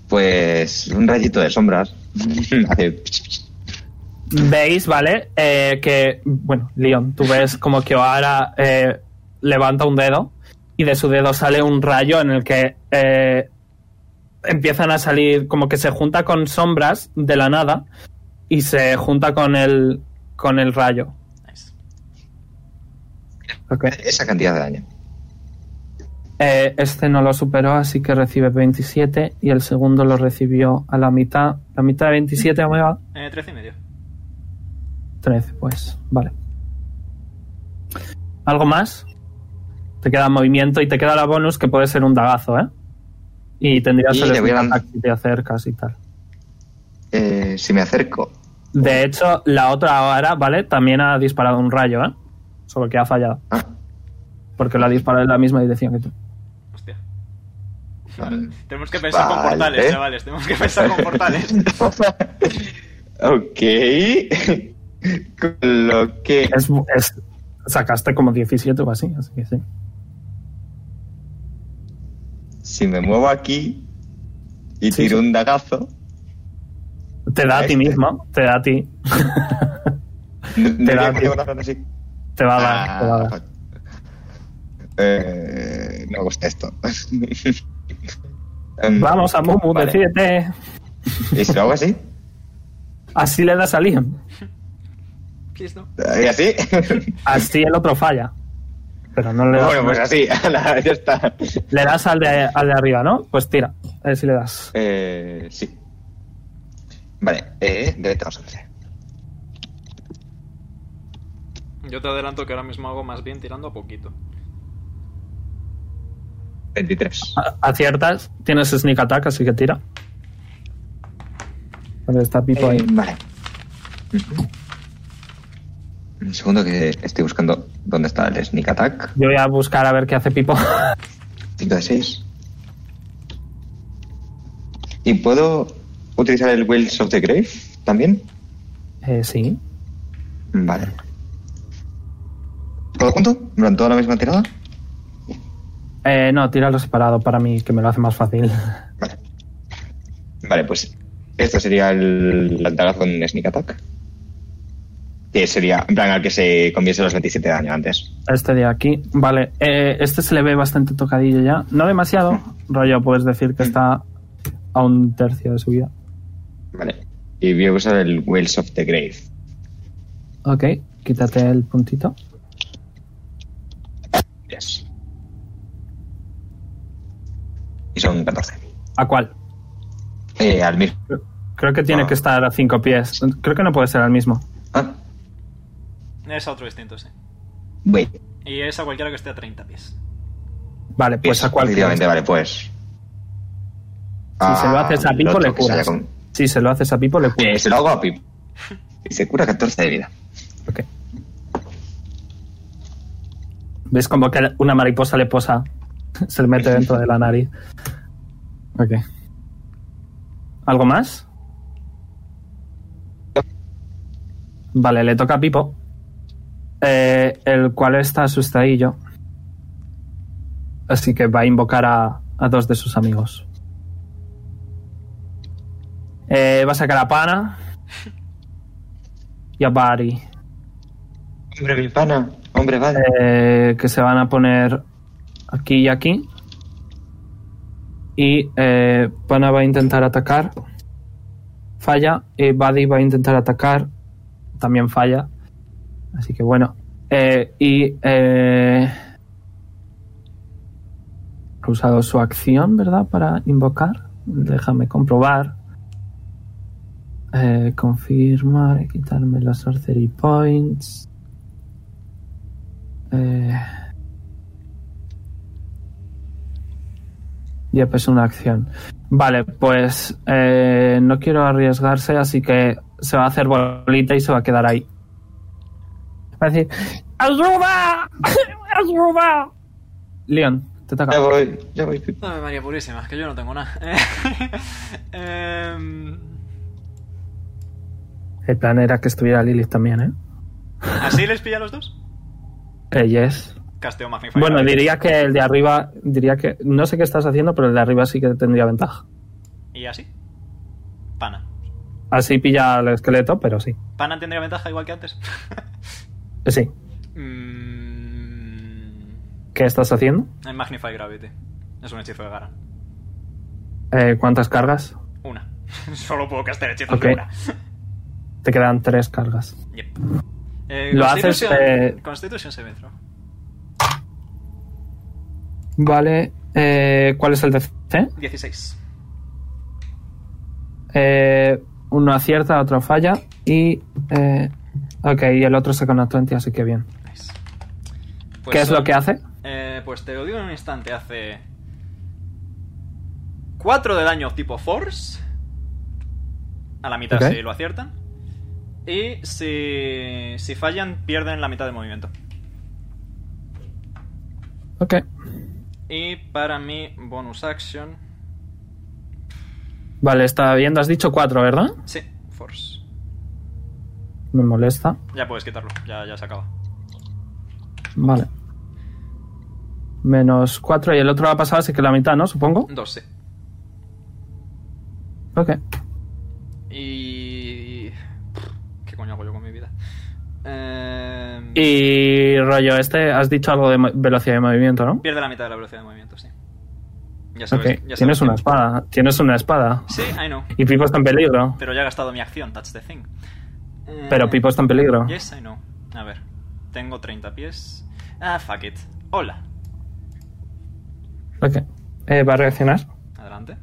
[SPEAKER 7] Pues un rayito de sombras. Hace.
[SPEAKER 1] Veis, ¿vale? Eh, que, bueno, Leon, tú ves como que ahora eh, levanta un dedo y de su dedo sale un rayo en el que eh, empiezan a salir, como que se junta con sombras de la nada y se junta con el, con el rayo.
[SPEAKER 2] Nice.
[SPEAKER 1] Ok.
[SPEAKER 7] Esa cantidad de daño.
[SPEAKER 1] Eh, este no lo superó, así que recibe 27 y el segundo lo recibió a la mitad. La mitad de 27, omega.
[SPEAKER 2] Eh, 13 y medio.
[SPEAKER 1] 13, pues, vale. ¿Algo más? Te queda movimiento y te queda la bonus que puede ser un dagazo, ¿eh? Y tendrías
[SPEAKER 7] Y
[SPEAKER 1] el
[SPEAKER 7] le voy a
[SPEAKER 1] sneak
[SPEAKER 7] lanzar-
[SPEAKER 1] attack si te acercas y tal.
[SPEAKER 7] Eh, si me acerco.
[SPEAKER 1] De hecho, la otra ahora, ¿vale? También ha disparado un rayo, ¿eh? Solo que ha fallado.
[SPEAKER 7] Ah,
[SPEAKER 1] Porque lo ha disparado en la misma dirección que tú.
[SPEAKER 2] Hostia.
[SPEAKER 7] vale.
[SPEAKER 2] Tenemos que pensar con
[SPEAKER 7] Vale.
[SPEAKER 2] portales, chavales. Tenemos que pensar con portales.
[SPEAKER 7] ok. Con lo que.
[SPEAKER 1] Es, es- sacaste como 17 o así, así que sí.
[SPEAKER 7] Si me muevo aquí y
[SPEAKER 1] Sí,
[SPEAKER 7] tiro
[SPEAKER 1] sí.
[SPEAKER 7] un dagazo.
[SPEAKER 1] Te da a ti
[SPEAKER 7] Este.
[SPEAKER 1] mismo, te da a ti.
[SPEAKER 7] Te
[SPEAKER 1] da tiempo.
[SPEAKER 7] así.
[SPEAKER 1] Te va a dar, te va a dar.
[SPEAKER 7] Ah, eh, no me gusta esto. Em,
[SPEAKER 1] Vamos a Mumu,
[SPEAKER 7] vale.
[SPEAKER 1] decídete.
[SPEAKER 7] ¿Y si lo hago así?
[SPEAKER 1] Así le das a Liam.
[SPEAKER 2] Please no.
[SPEAKER 7] ¿Y así?
[SPEAKER 1] Así el otro falla. Pero no le das,
[SPEAKER 7] bueno, pues así. ala, ya está.
[SPEAKER 1] le das al de, al de arriba, ¿no? Pues tira. A ver si le das.
[SPEAKER 7] Eh, sí. Vale, eh, de 11.
[SPEAKER 2] Yo te adelanto que ahora mismo hago más bien tirando a poquito.
[SPEAKER 7] 23.
[SPEAKER 1] A- Aciertas. Tienes sneak attack, así que tira. Vale, está Pipo ahí.
[SPEAKER 7] Eh, vale. Ujú. Un segundo que estoy buscando dónde está el sneak attack.
[SPEAKER 1] Yo voy a buscar a ver qué hace Pipo.
[SPEAKER 7] 5 de 6. ¿Y puedo utilizar el Wills of the Grave también?
[SPEAKER 1] Eh, sí.
[SPEAKER 7] Vale. ¿Todo junto? ¿Durante toda la misma tirada?
[SPEAKER 1] Eh, no, tíralo separado para mí, que me lo hace más fácil.
[SPEAKER 7] Vale. Vale, pues esto sería el altarazo con Sneak Attack. Que sería, en plan, al que se comiese los 27 de daño antes.
[SPEAKER 1] Este de aquí. Vale, eh, este se le ve bastante tocadillo ya. No demasiado. Rollo, puedes decir que está a un tercio de su vida.
[SPEAKER 7] Vale. Y voy a usar el Wells of the Grave.
[SPEAKER 1] Ok, quítate el puntito.
[SPEAKER 7] Yes. Y son 14.
[SPEAKER 1] ¿A cuál?
[SPEAKER 7] Eh, al mismo.
[SPEAKER 1] Creo que tiene
[SPEAKER 7] Ah.
[SPEAKER 1] que estar a cinco pies. Creo que no puede ser al mismo.
[SPEAKER 7] Ah,
[SPEAKER 2] Es a otro distinto, sí.
[SPEAKER 7] wait.
[SPEAKER 2] Y es a cualquiera que esté a 30 pies.
[SPEAKER 1] Vale, pues
[SPEAKER 7] Yes,
[SPEAKER 1] a cuál
[SPEAKER 7] efectivamente,
[SPEAKER 1] pies?
[SPEAKER 7] vale, pues. Ah,
[SPEAKER 1] Si se lo haces a Pipo, le curas.
[SPEAKER 7] Con...
[SPEAKER 1] Si se lo haces a Pipo, le
[SPEAKER 7] Eh,
[SPEAKER 1] curas.
[SPEAKER 7] se lo hago a Pipo. Y se cura 14 de vida.
[SPEAKER 1] Ok. ¿Ves como que una mariposa le posa? Se le mete dentro de la nariz. Ok. ¿Algo más? Vale, le toca a Pipo. eh, el cual está asustadillo. Así que va a invocar a, a dos de sus amigos. Eh, va a sacar a Pana y a Bari.
[SPEAKER 7] Hombre, mi pana. Hombre, vale.
[SPEAKER 1] Eh, que se van a poner aquí y aquí. Y eh, Pana va a intentar atacar. Falla. Y Buddy va a intentar atacar. También falla. Así que bueno. Eh, y. Eh, ha usado su acción, ¿verdad? Para invocar. Déjame comprobar. Eh, confirmar. Quitarme los sorcery points. Eh, ya pues una acción. Vale, pues eh, no quiero arriesgarse, así que se va a hacer bolita y se va a quedar ahí. Va a decir, ¡Ayuda! ¡Ayuda! Leon, te toca.
[SPEAKER 7] Ya voy, ya voy, Pipo.
[SPEAKER 2] Dame María Purísima, que yo no tengo nada. Em,
[SPEAKER 1] El plan era que estuviera Lilith también, ¿eh?
[SPEAKER 2] ¿Así les pilla a los dos?
[SPEAKER 1] Eh, yes.
[SPEAKER 2] Casteo Magnify.
[SPEAKER 1] Bueno, diría que el de arriba, diría que, no sé qué estás haciendo, pero el de arriba sí que tendría ventaja.
[SPEAKER 2] ¿Y así? Pana.
[SPEAKER 1] Así pilla al esqueleto, pero sí. Eh,
[SPEAKER 2] ¿Pana tendría ventaja igual que antes?
[SPEAKER 1] Sí.
[SPEAKER 2] Mm,
[SPEAKER 1] ¿Qué estás haciendo?
[SPEAKER 2] el Magnify Gravity. Es un hechizo de Gara.
[SPEAKER 1] Eh, ¿Cuántas cargas?
[SPEAKER 2] Una. Solo puedo castear hechizos
[SPEAKER 1] Ok.
[SPEAKER 2] de una.
[SPEAKER 1] Te quedan tres cargas.
[SPEAKER 2] Yep. Eh,
[SPEAKER 1] Lo haces,
[SPEAKER 2] Constitution,
[SPEAKER 1] eh,
[SPEAKER 2] Constitution saving throw.
[SPEAKER 1] Vale. eh, ¿Cuál es el DC?
[SPEAKER 2] 16.
[SPEAKER 1] Eh, uno acierta, otro falla. Y. eh, ok, y el otro saca una 20, así que bien.
[SPEAKER 2] Nice. Pues
[SPEAKER 1] ¿Qué es lo que hace?
[SPEAKER 2] Eh, pues te lo digo en un instante, hace 4 de daño tipo Force. A la mitad
[SPEAKER 1] Ok.
[SPEAKER 2] si lo aciertan. Y si, si fallan, pierden la mitad de movimiento.
[SPEAKER 1] Ok.
[SPEAKER 2] Y para mi bonus action...
[SPEAKER 1] Vale, está viendo, has dicho 4, ¿verdad?
[SPEAKER 2] Sí, Force.
[SPEAKER 1] Me molesta.
[SPEAKER 2] Ya puedes quitarlo, ya, ya se acaba.
[SPEAKER 1] Vale. Menos 4 y el otro lo ha pasado, así que la mitad, ¿no? Supongo.
[SPEAKER 2] 2, sí.
[SPEAKER 1] Ok.
[SPEAKER 2] Y... pff, ¿Qué coño hago yo con mi vida? Em,
[SPEAKER 1] Y rollo, este, has dicho algo de mo- velocidad de movimiento, ¿no?
[SPEAKER 2] Pierde la mitad de la velocidad de movimiento, sí. Ya
[SPEAKER 1] Ok.
[SPEAKER 2] sabes. ya sabes
[SPEAKER 1] Tienes
[SPEAKER 2] que-
[SPEAKER 1] una espada. Tienes una espada.
[SPEAKER 2] Sí, I know.
[SPEAKER 1] Y Pipo está en peligro.
[SPEAKER 2] Pero ya he gastado mi acción, that's the thing. Eh,
[SPEAKER 1] Pero Pipo está en peligro.
[SPEAKER 2] Yes, I know. A ver. Tengo 30 pies. Ah, fuck it. Hola.
[SPEAKER 1] Ok. Eh, ¿Va a reaccionar?
[SPEAKER 2] Adelante.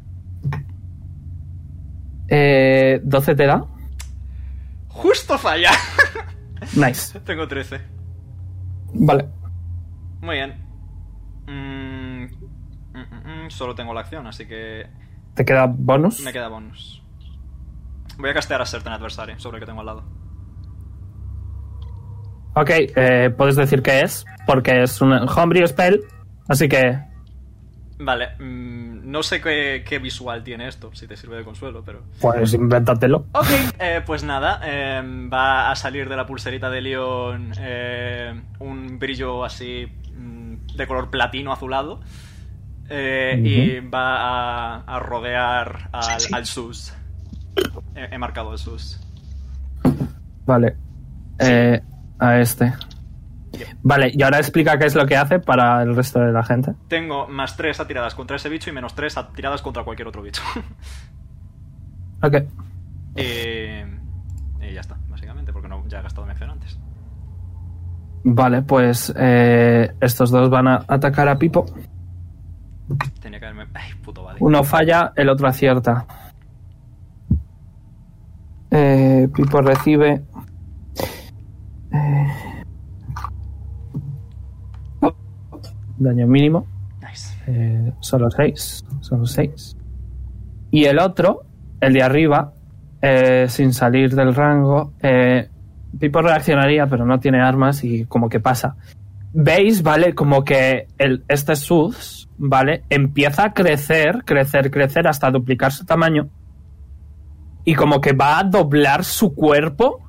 [SPEAKER 1] Eh, 12 te da.
[SPEAKER 2] ¡Justo falla!
[SPEAKER 1] Nice.
[SPEAKER 2] Tengo 13.
[SPEAKER 1] Vale.
[SPEAKER 2] Muy bien. Mm, mm, mm, mm, solo tengo la acción, así que
[SPEAKER 1] Te queda bonus.
[SPEAKER 2] me queda bonus. Voy a castear a Certain Adversary, sobre el que tengo al lado.
[SPEAKER 1] Ok, eh, puedes decir que es, porque es un homebrew spell. Así que.
[SPEAKER 2] Vale, mm, no sé qué, qué visual tiene esto, si te sirve de consuelo, pero...
[SPEAKER 1] Pues invéntatelo.
[SPEAKER 2] Ok, eh, pues nada, eh, va a salir de la pulserita de León eh, un brillo así mm, de color platino azulado eh, y va a, a rodear al, al Sus. He, he marcado al Sus.
[SPEAKER 1] Vale. Eh, a este. Vale, y ahora explica qué es lo que hace para el resto de la gente.
[SPEAKER 2] Tengo más 3 a tiradas contra ese bicho y menos 3 a tiradas contra cualquier otro bicho.
[SPEAKER 1] Ok.
[SPEAKER 2] Eh, y ya está, básicamente, porque no, ya he gastado mi acción antes.
[SPEAKER 1] Vale, pues eh, estos dos van a atacar a Pipo.
[SPEAKER 2] Tenía que haberme. Ay, puto vale.
[SPEAKER 1] Uno falla, el otro acierta. Eh, Pipo recibe. eh, daño mínimo.
[SPEAKER 2] Nice.
[SPEAKER 1] Eh, solo 6. Son 6. Y el otro, el de arriba, eh, sin salir del rango, eh, Pipo reaccionaría, pero no tiene armas y como que pasa. ¿Veis, vale? Como que el, este Sus, ¿vale? Empieza a crecer, crecer, crecer hasta duplicar su tamaño. Y como que va a doblar su cuerpo.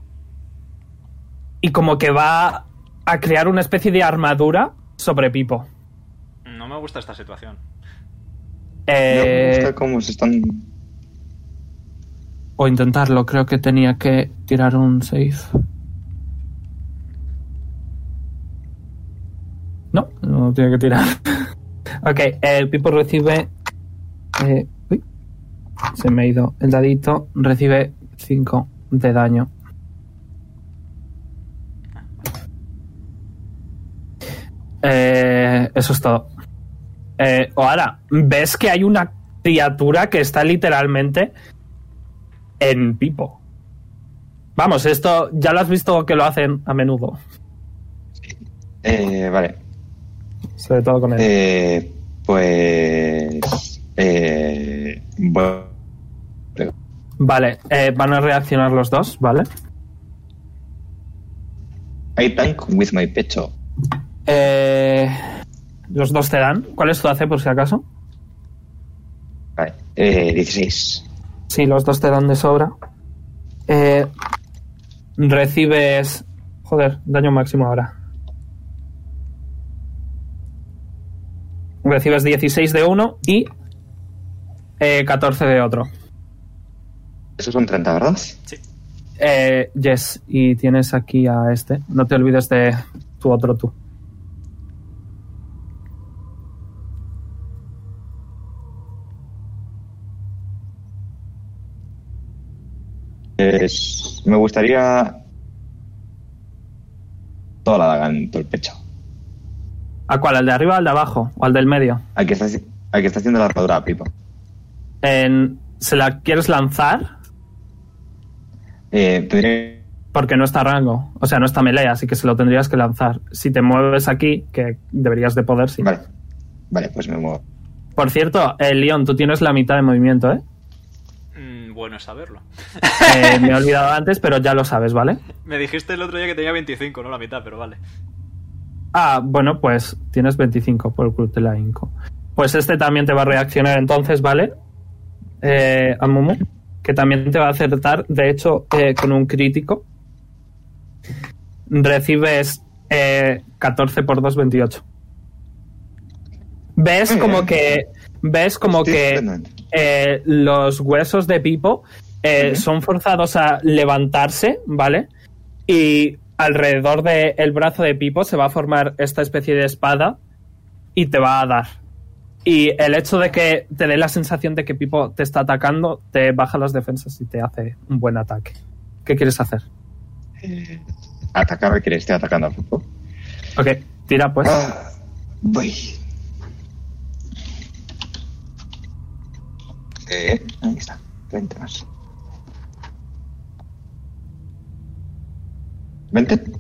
[SPEAKER 1] Y como que va a crear una especie de armadura sobre Pipo.
[SPEAKER 2] No me gusta esta situación.
[SPEAKER 7] No
[SPEAKER 1] Eh,
[SPEAKER 7] me gusta cómo se están.
[SPEAKER 1] O intentarlo, creo que tenía que tirar un save. No, no tiene que tirar. ok, el Pipo recibe. eh, uy, se me ha ido el dadito. Recibe 5 de daño. Eh, eso es todo. Eh, ahora, ves que hay una criatura que está literalmente en Pipo. Vamos, esto ya lo has visto que lo hacen a menudo.
[SPEAKER 7] Eh, vale.
[SPEAKER 1] Sobre todo con él.
[SPEAKER 7] Eh, pues. Eh, bueno,
[SPEAKER 1] Vale, eh, van a reaccionar los dos, ¿vale?
[SPEAKER 7] I tank with my pecho.
[SPEAKER 1] Eh, los dos te dan. ¿Cuál es tu AC por si acaso?
[SPEAKER 7] Vale. Eh, 16.
[SPEAKER 1] Sí, los dos te dan de sobra. Eh, recibes... Joder, daño máximo ahora. Recibes 16 de uno y eh, 14 de otro.
[SPEAKER 7] Eso son 30, ¿verdad?
[SPEAKER 1] Eh, yes, y tienes aquí a este. No te olvides de tu otro tú.
[SPEAKER 7] Es- Pues, me gustaría. Toda la daga en todo el pecho.
[SPEAKER 1] ¿A cuál? ¿Al de arriba, al de abajo o al del medio?
[SPEAKER 7] Al que está, haci- al que está haciendo la armadura, Pipo.
[SPEAKER 1] En- ¿Se la quieres lanzar?
[SPEAKER 7] Eh, tendría-
[SPEAKER 1] Porque no está a rango. O sea, no está melee, así que se lo tendrías que lanzar. Si te mueves aquí, que deberías de poder, sí.
[SPEAKER 7] Vale. Vale, pues me muevo.
[SPEAKER 1] Por cierto, eh, Leon, tú tienes la mitad de movimiento, ¿eh?
[SPEAKER 2] Mm, bueno es saberlo.
[SPEAKER 1] Eh, Me he olvidado antes, pero ya lo sabes, ¿vale?
[SPEAKER 2] Me dijiste el otro día que tenía 25, no la mitad, pero vale.
[SPEAKER 1] Ah, bueno, pues tienes 25 por el club de la Inco. Pues este también te va a reaccionar entonces, ¿vale? Eh, a Mumu, que también te va a acertar, de hecho, eh, con un crítico. Recibes eh, 14 por 2, 28. ¿Ves
[SPEAKER 7] Muy
[SPEAKER 1] como
[SPEAKER 7] bien.
[SPEAKER 1] que... ¿Ves como
[SPEAKER 7] Estoy
[SPEAKER 1] que
[SPEAKER 7] estupendamente.
[SPEAKER 1] eh, los huesos de Pipo eh, son forzados a levantarse, ¿vale? Y alrededor del brazo de Pipo se va a formar esta especie de espada y te va a dar. Y el hecho de que te dé la sensación de que Pipo te está atacando, te baja las defensas y te hace un buen ataque. ¿Qué quieres hacer?
[SPEAKER 7] Eh, atacar al que le esté atacando a Pipo.
[SPEAKER 1] Ok, tira pues.
[SPEAKER 7] Ah, voy. Eh, ahí está. 20 más. ¿20?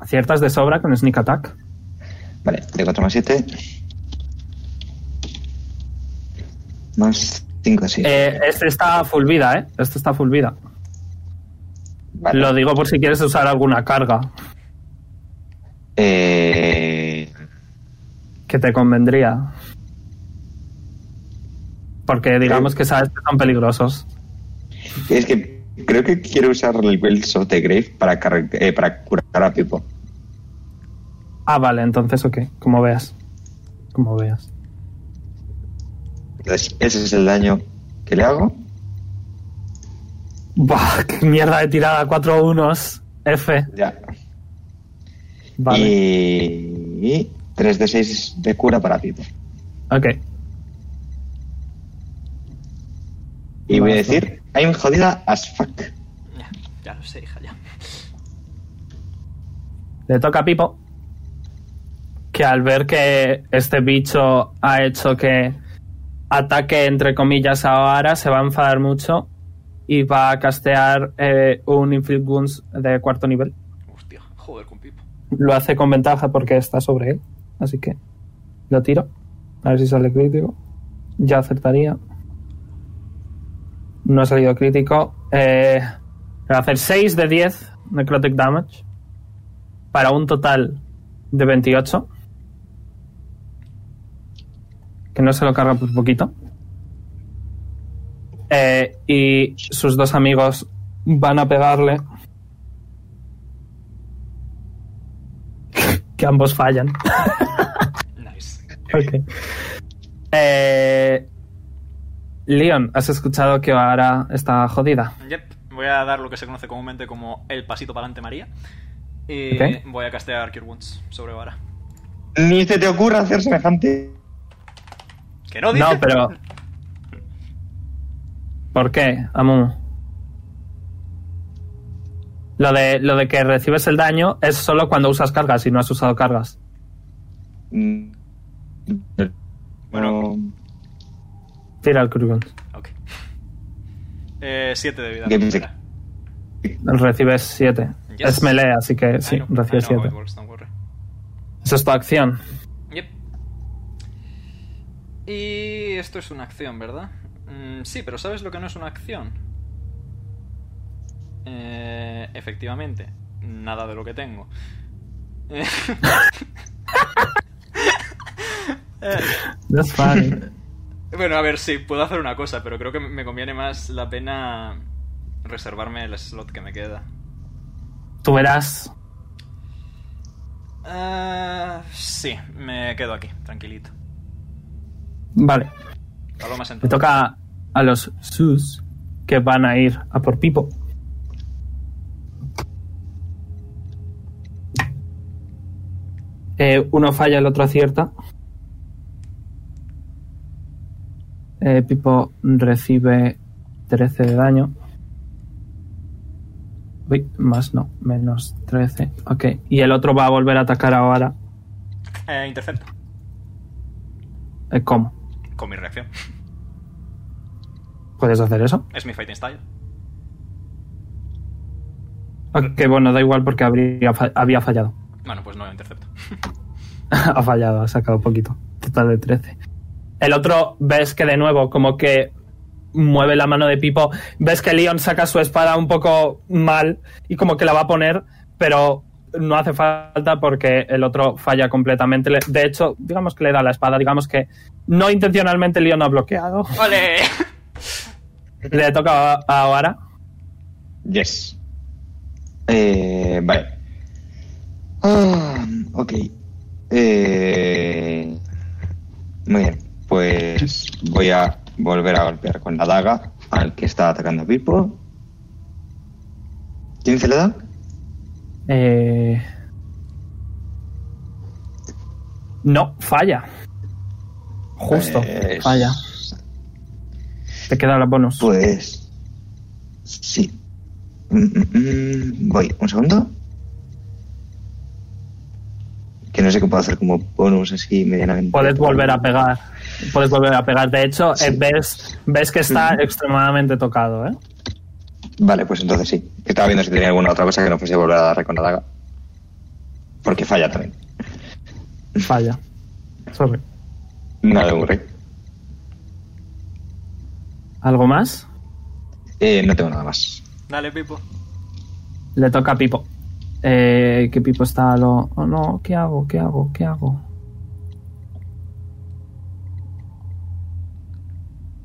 [SPEAKER 1] Aciertas de sobra con Sneak Attack.
[SPEAKER 7] Vale, de 4 más 7. Más 5, 6.
[SPEAKER 1] Eh, este está full vida, ¿eh? Este está full vida.
[SPEAKER 7] vale.
[SPEAKER 1] Lo digo por si quieres usar alguna carga
[SPEAKER 7] Eh,
[SPEAKER 1] que te convendría. Porque digamos que sabes que son peligrosos.
[SPEAKER 7] es que creo que quiero usar el Wells of the Grave para, carg- eh, para curar a Pipo.
[SPEAKER 1] Ah, vale, entonces ok, como veas. Como veas.
[SPEAKER 7] Entonces, ese es el daño que le hago.
[SPEAKER 1] Buah, qué mierda de tirada, cuatro unos. F,
[SPEAKER 7] Ya.
[SPEAKER 1] vale.
[SPEAKER 7] Y 3 de 6 de cura para Pipo.
[SPEAKER 1] Ok,
[SPEAKER 7] Y voy a
[SPEAKER 1] Vas,
[SPEAKER 7] decir I'm jodida as fuck.
[SPEAKER 2] Ya, ya lo sé, hija, ya.
[SPEAKER 1] Le toca a Pipo. Que al ver que este bicho ha hecho que ataque, entre comillas, a Oara, se va a enfadar mucho y va a castear eh, un Inflict Wounds de cuarto nivel.
[SPEAKER 2] Hostia, joder con Pipo.
[SPEAKER 1] Lo hace con ventaja porque está sobre él. Así que lo tiro. A ver si sale crítico. Ya acertaría. No ha salido crítico. Eh, va a hacer 6 de 10 necrotic damage. Para un total de 28. Que no se lo carga por poquito. Eh, y sus dos amigos van a pegarle. que ambos fallan.
[SPEAKER 2] Nice.
[SPEAKER 1] Ok. Eh, Leon, has escuchado que ahora está jodida.
[SPEAKER 2] Yep, voy a dar lo que se conoce comúnmente como el pasito para adelante María. Y
[SPEAKER 1] Ok.
[SPEAKER 2] voy a castear Cure Wounds sobre Vara.
[SPEAKER 7] Ni se te ocurra hacer semejante.
[SPEAKER 2] Que no dice.
[SPEAKER 1] No, pero. ¿Por qué, Amu? Lo de, lo de que recibes el daño es solo cuando usas cargas y no has usado cargas.
[SPEAKER 7] Mm. Bueno,
[SPEAKER 1] Tira el Kurgun.
[SPEAKER 2] Ok. Eh, 7 de vida.
[SPEAKER 7] Game music.
[SPEAKER 1] Recibes 7.
[SPEAKER 2] Yes.
[SPEAKER 1] Es melee, así que sí,
[SPEAKER 2] I know,
[SPEAKER 1] recibes
[SPEAKER 2] I know how
[SPEAKER 1] 7.
[SPEAKER 2] it works, don't worry.
[SPEAKER 1] Esa es tu acción.
[SPEAKER 2] Yep. Y esto es una acción, ¿verdad? Mm, sí, pero ¿sabes lo que no es una acción? Eh, efectivamente, nada de lo que tengo. Eh,
[SPEAKER 1] That's fine.
[SPEAKER 2] bueno, a ver, sí, puedo hacer una cosa, pero creo que me conviene más la pena reservarme el slot que me queda.
[SPEAKER 1] Tú verás.
[SPEAKER 2] Ah, sí, me quedo aquí, tranquilito.
[SPEAKER 1] Vale.
[SPEAKER 2] Paloma
[SPEAKER 1] Le
[SPEAKER 2] sentada.
[SPEAKER 1] toca a los sus que van a ir a por Pipo. Eh, uno falla, el otro acierta. Eh, Pipo recibe 13 de daño. Uy, más no, menos 13. Ok, y el otro va a volver a atacar ahora.
[SPEAKER 2] Eh, intercepto.
[SPEAKER 1] Eh, ¿Cómo?
[SPEAKER 2] Con mi reacción.
[SPEAKER 1] ¿Puedes hacer eso?
[SPEAKER 2] Es mi fighting style.
[SPEAKER 1] Ok, bueno, da igual porque habría fa- había fallado.
[SPEAKER 2] Bueno, pues no intercepto.
[SPEAKER 1] ha fallado, ha sacado poquito. Total de 13. El otro ves que de nuevo, como que mueve la mano de Pipo. Ves que Leon saca su espada un poco mal y como que la va a poner, pero no hace falta porque el otro falla completamente. Le- De hecho, digamos que le da la espada, digamos que no intencionalmente Leon ha bloqueado.
[SPEAKER 2] ¡Ole!
[SPEAKER 1] Le toca a- a Oara.
[SPEAKER 7] Yes. Eh, vale. Ah, ok. Eh, muy bien. Pues voy a volver a golpear con la daga al que está atacando a Pipo. ¿Quién se le da?
[SPEAKER 1] Eh, No, falla. Justo, Ah,
[SPEAKER 7] Pues-
[SPEAKER 1] falla. Te queda la bonus.
[SPEAKER 7] Pues. Sí. Mm, mm, mm, Voy, un segundo. Que no sé qué puedo hacer como bonus así medianamente.
[SPEAKER 1] Puedes volver a pegar. Puedes volver a pegar. De hecho, eh,
[SPEAKER 7] Sí.
[SPEAKER 1] ves, ves que está
[SPEAKER 7] Ujú.
[SPEAKER 1] extremadamente tocado, ¿eh?
[SPEAKER 7] Vale, pues entonces sí. Estaba viendo si tenía alguna otra cosa que no fuese volver a dar con la daga. Porque falla también.
[SPEAKER 1] Falla. Sorry.
[SPEAKER 7] No le ocurre.
[SPEAKER 1] ¿Algo más?
[SPEAKER 7] Eh, no tengo nada más.
[SPEAKER 2] Dale, Pipo.
[SPEAKER 1] Le toca a Pipo. Eh, que Pipo está a lo. Oh no, ¿qué hago? ¿Qué hago? ¿Qué hago?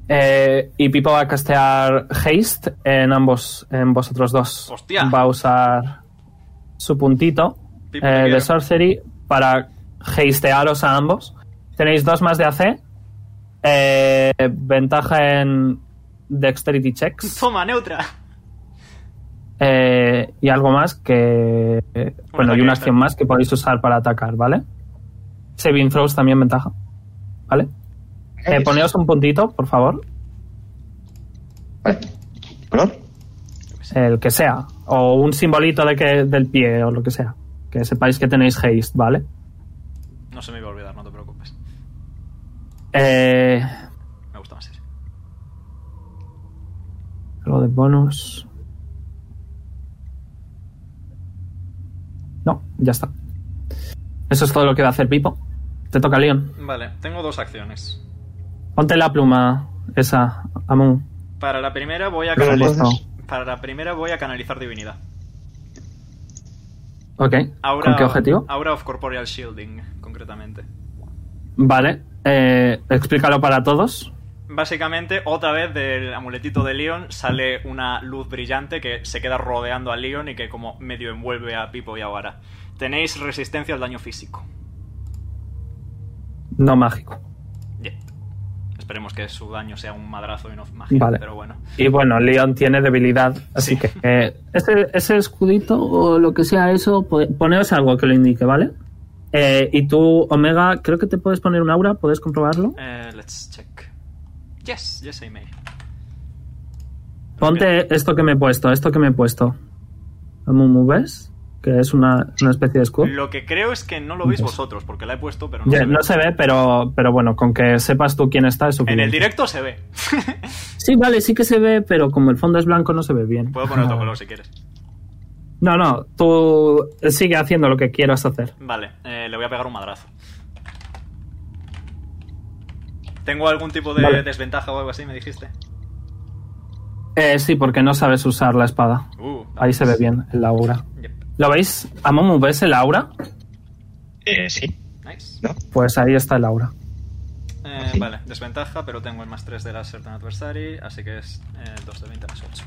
[SPEAKER 1] Eh, y Pipo va a castear Haste en ambos, en vosotros dos.
[SPEAKER 2] Hostia.
[SPEAKER 1] Va a usar su puntito
[SPEAKER 2] Pipo,
[SPEAKER 1] eh,
[SPEAKER 2] te quiero.
[SPEAKER 1] de Sorcery para hastearos a ambos. Tenéis dos más de AC. eh, ventaja en Dexterity Checks.
[SPEAKER 2] Toma, neutra.
[SPEAKER 1] Eh, y algo más que. eh, bueno, y
[SPEAKER 2] ataque extra.
[SPEAKER 1] una acción más que podéis usar para atacar, ¿vale? Saving throws también ventaja. Eh, ¿Vale? Eh, poneos un puntito, por favor.
[SPEAKER 7] Vale. ¿Color?
[SPEAKER 1] el que sea, o un simbolito de que, del pie o lo que sea. Que sepáis que tenéis haste, ¿vale?
[SPEAKER 2] No se me iba a olvidar, no te preocupes.
[SPEAKER 1] Eh,
[SPEAKER 2] Me gusta más ese.
[SPEAKER 1] algo de bonus. No, ya está. Eso es todo lo que va a hacer Pipo. Te toca Leon.
[SPEAKER 2] Vale, tengo dos acciones.
[SPEAKER 1] Ponte la pluma esa, Amun.
[SPEAKER 2] Para la primera voy a
[SPEAKER 7] Pero
[SPEAKER 2] canalizar,
[SPEAKER 7] entonces-
[SPEAKER 2] para la primera voy a canalizar divinidad.
[SPEAKER 1] Ok.
[SPEAKER 2] Aura,
[SPEAKER 1] ¿Con qué objetivo?
[SPEAKER 2] Aura of Corporeal Shielding, concretamente.
[SPEAKER 1] Vale. eh, explícalo para todos.
[SPEAKER 2] Básicamente, otra vez del amuletito de Leon sale una luz brillante que se queda rodeando a Leon y que como medio envuelve a Pipo y a Wara. Tenéis resistencia al daño físico.
[SPEAKER 1] No mágico.
[SPEAKER 2] Yeah. Esperemos que su daño sea un madrazo y no magia,
[SPEAKER 1] Vale.
[SPEAKER 2] pero bueno.
[SPEAKER 1] Y bueno, Leon tiene debilidad, así
[SPEAKER 2] Sí.
[SPEAKER 1] que eh, ese, ese escudito o lo que sea eso, po- poneos algo que lo indique, ¿vale? Eh, y tú, Omega, creo que te puedes poner un aura, ¿puedes comprobarlo?
[SPEAKER 2] Eh, let's check. Yes, yes I may.
[SPEAKER 1] Ponte esto que me he puesto, esto que me he puesto. Amumu, ¿ves? Que es una, una especie de escudo.
[SPEAKER 2] Lo que creo es que no lo veis vosotros, porque la he puesto, pero no
[SPEAKER 1] Ya,
[SPEAKER 2] se ve.
[SPEAKER 1] no se ve, pero, pero bueno, con que sepas tú quién está es
[SPEAKER 2] En
[SPEAKER 1] suficiente.
[SPEAKER 2] el directo se ve.
[SPEAKER 1] Sí, vale, sí que se ve, pero como el fondo es blanco no se ve bien.
[SPEAKER 2] Puedo poner otro color si quieres.
[SPEAKER 1] No, no, tú sigue haciendo lo que quieras hacer.
[SPEAKER 2] Vale, eh, le voy a pegar un madrazo. ¿Tengo algún tipo de
[SPEAKER 1] Vale.
[SPEAKER 2] desventaja o algo así, me dijiste?
[SPEAKER 1] Eh, sí, porque no sabes usar la espada.
[SPEAKER 2] Uh,
[SPEAKER 1] Ahí se ve bien el aura.
[SPEAKER 2] Yep.
[SPEAKER 1] ¿Lo veis? Amomu, ¿ves el aura?
[SPEAKER 5] Eh, sí.
[SPEAKER 2] Nice.
[SPEAKER 7] ¿No?
[SPEAKER 1] Pues ahí está el aura.
[SPEAKER 2] Eh,
[SPEAKER 7] Ok.
[SPEAKER 2] Vale, desventaja, pero tengo el más 3 de láser de un adversary, así que es eh, 2 de 20 más 8.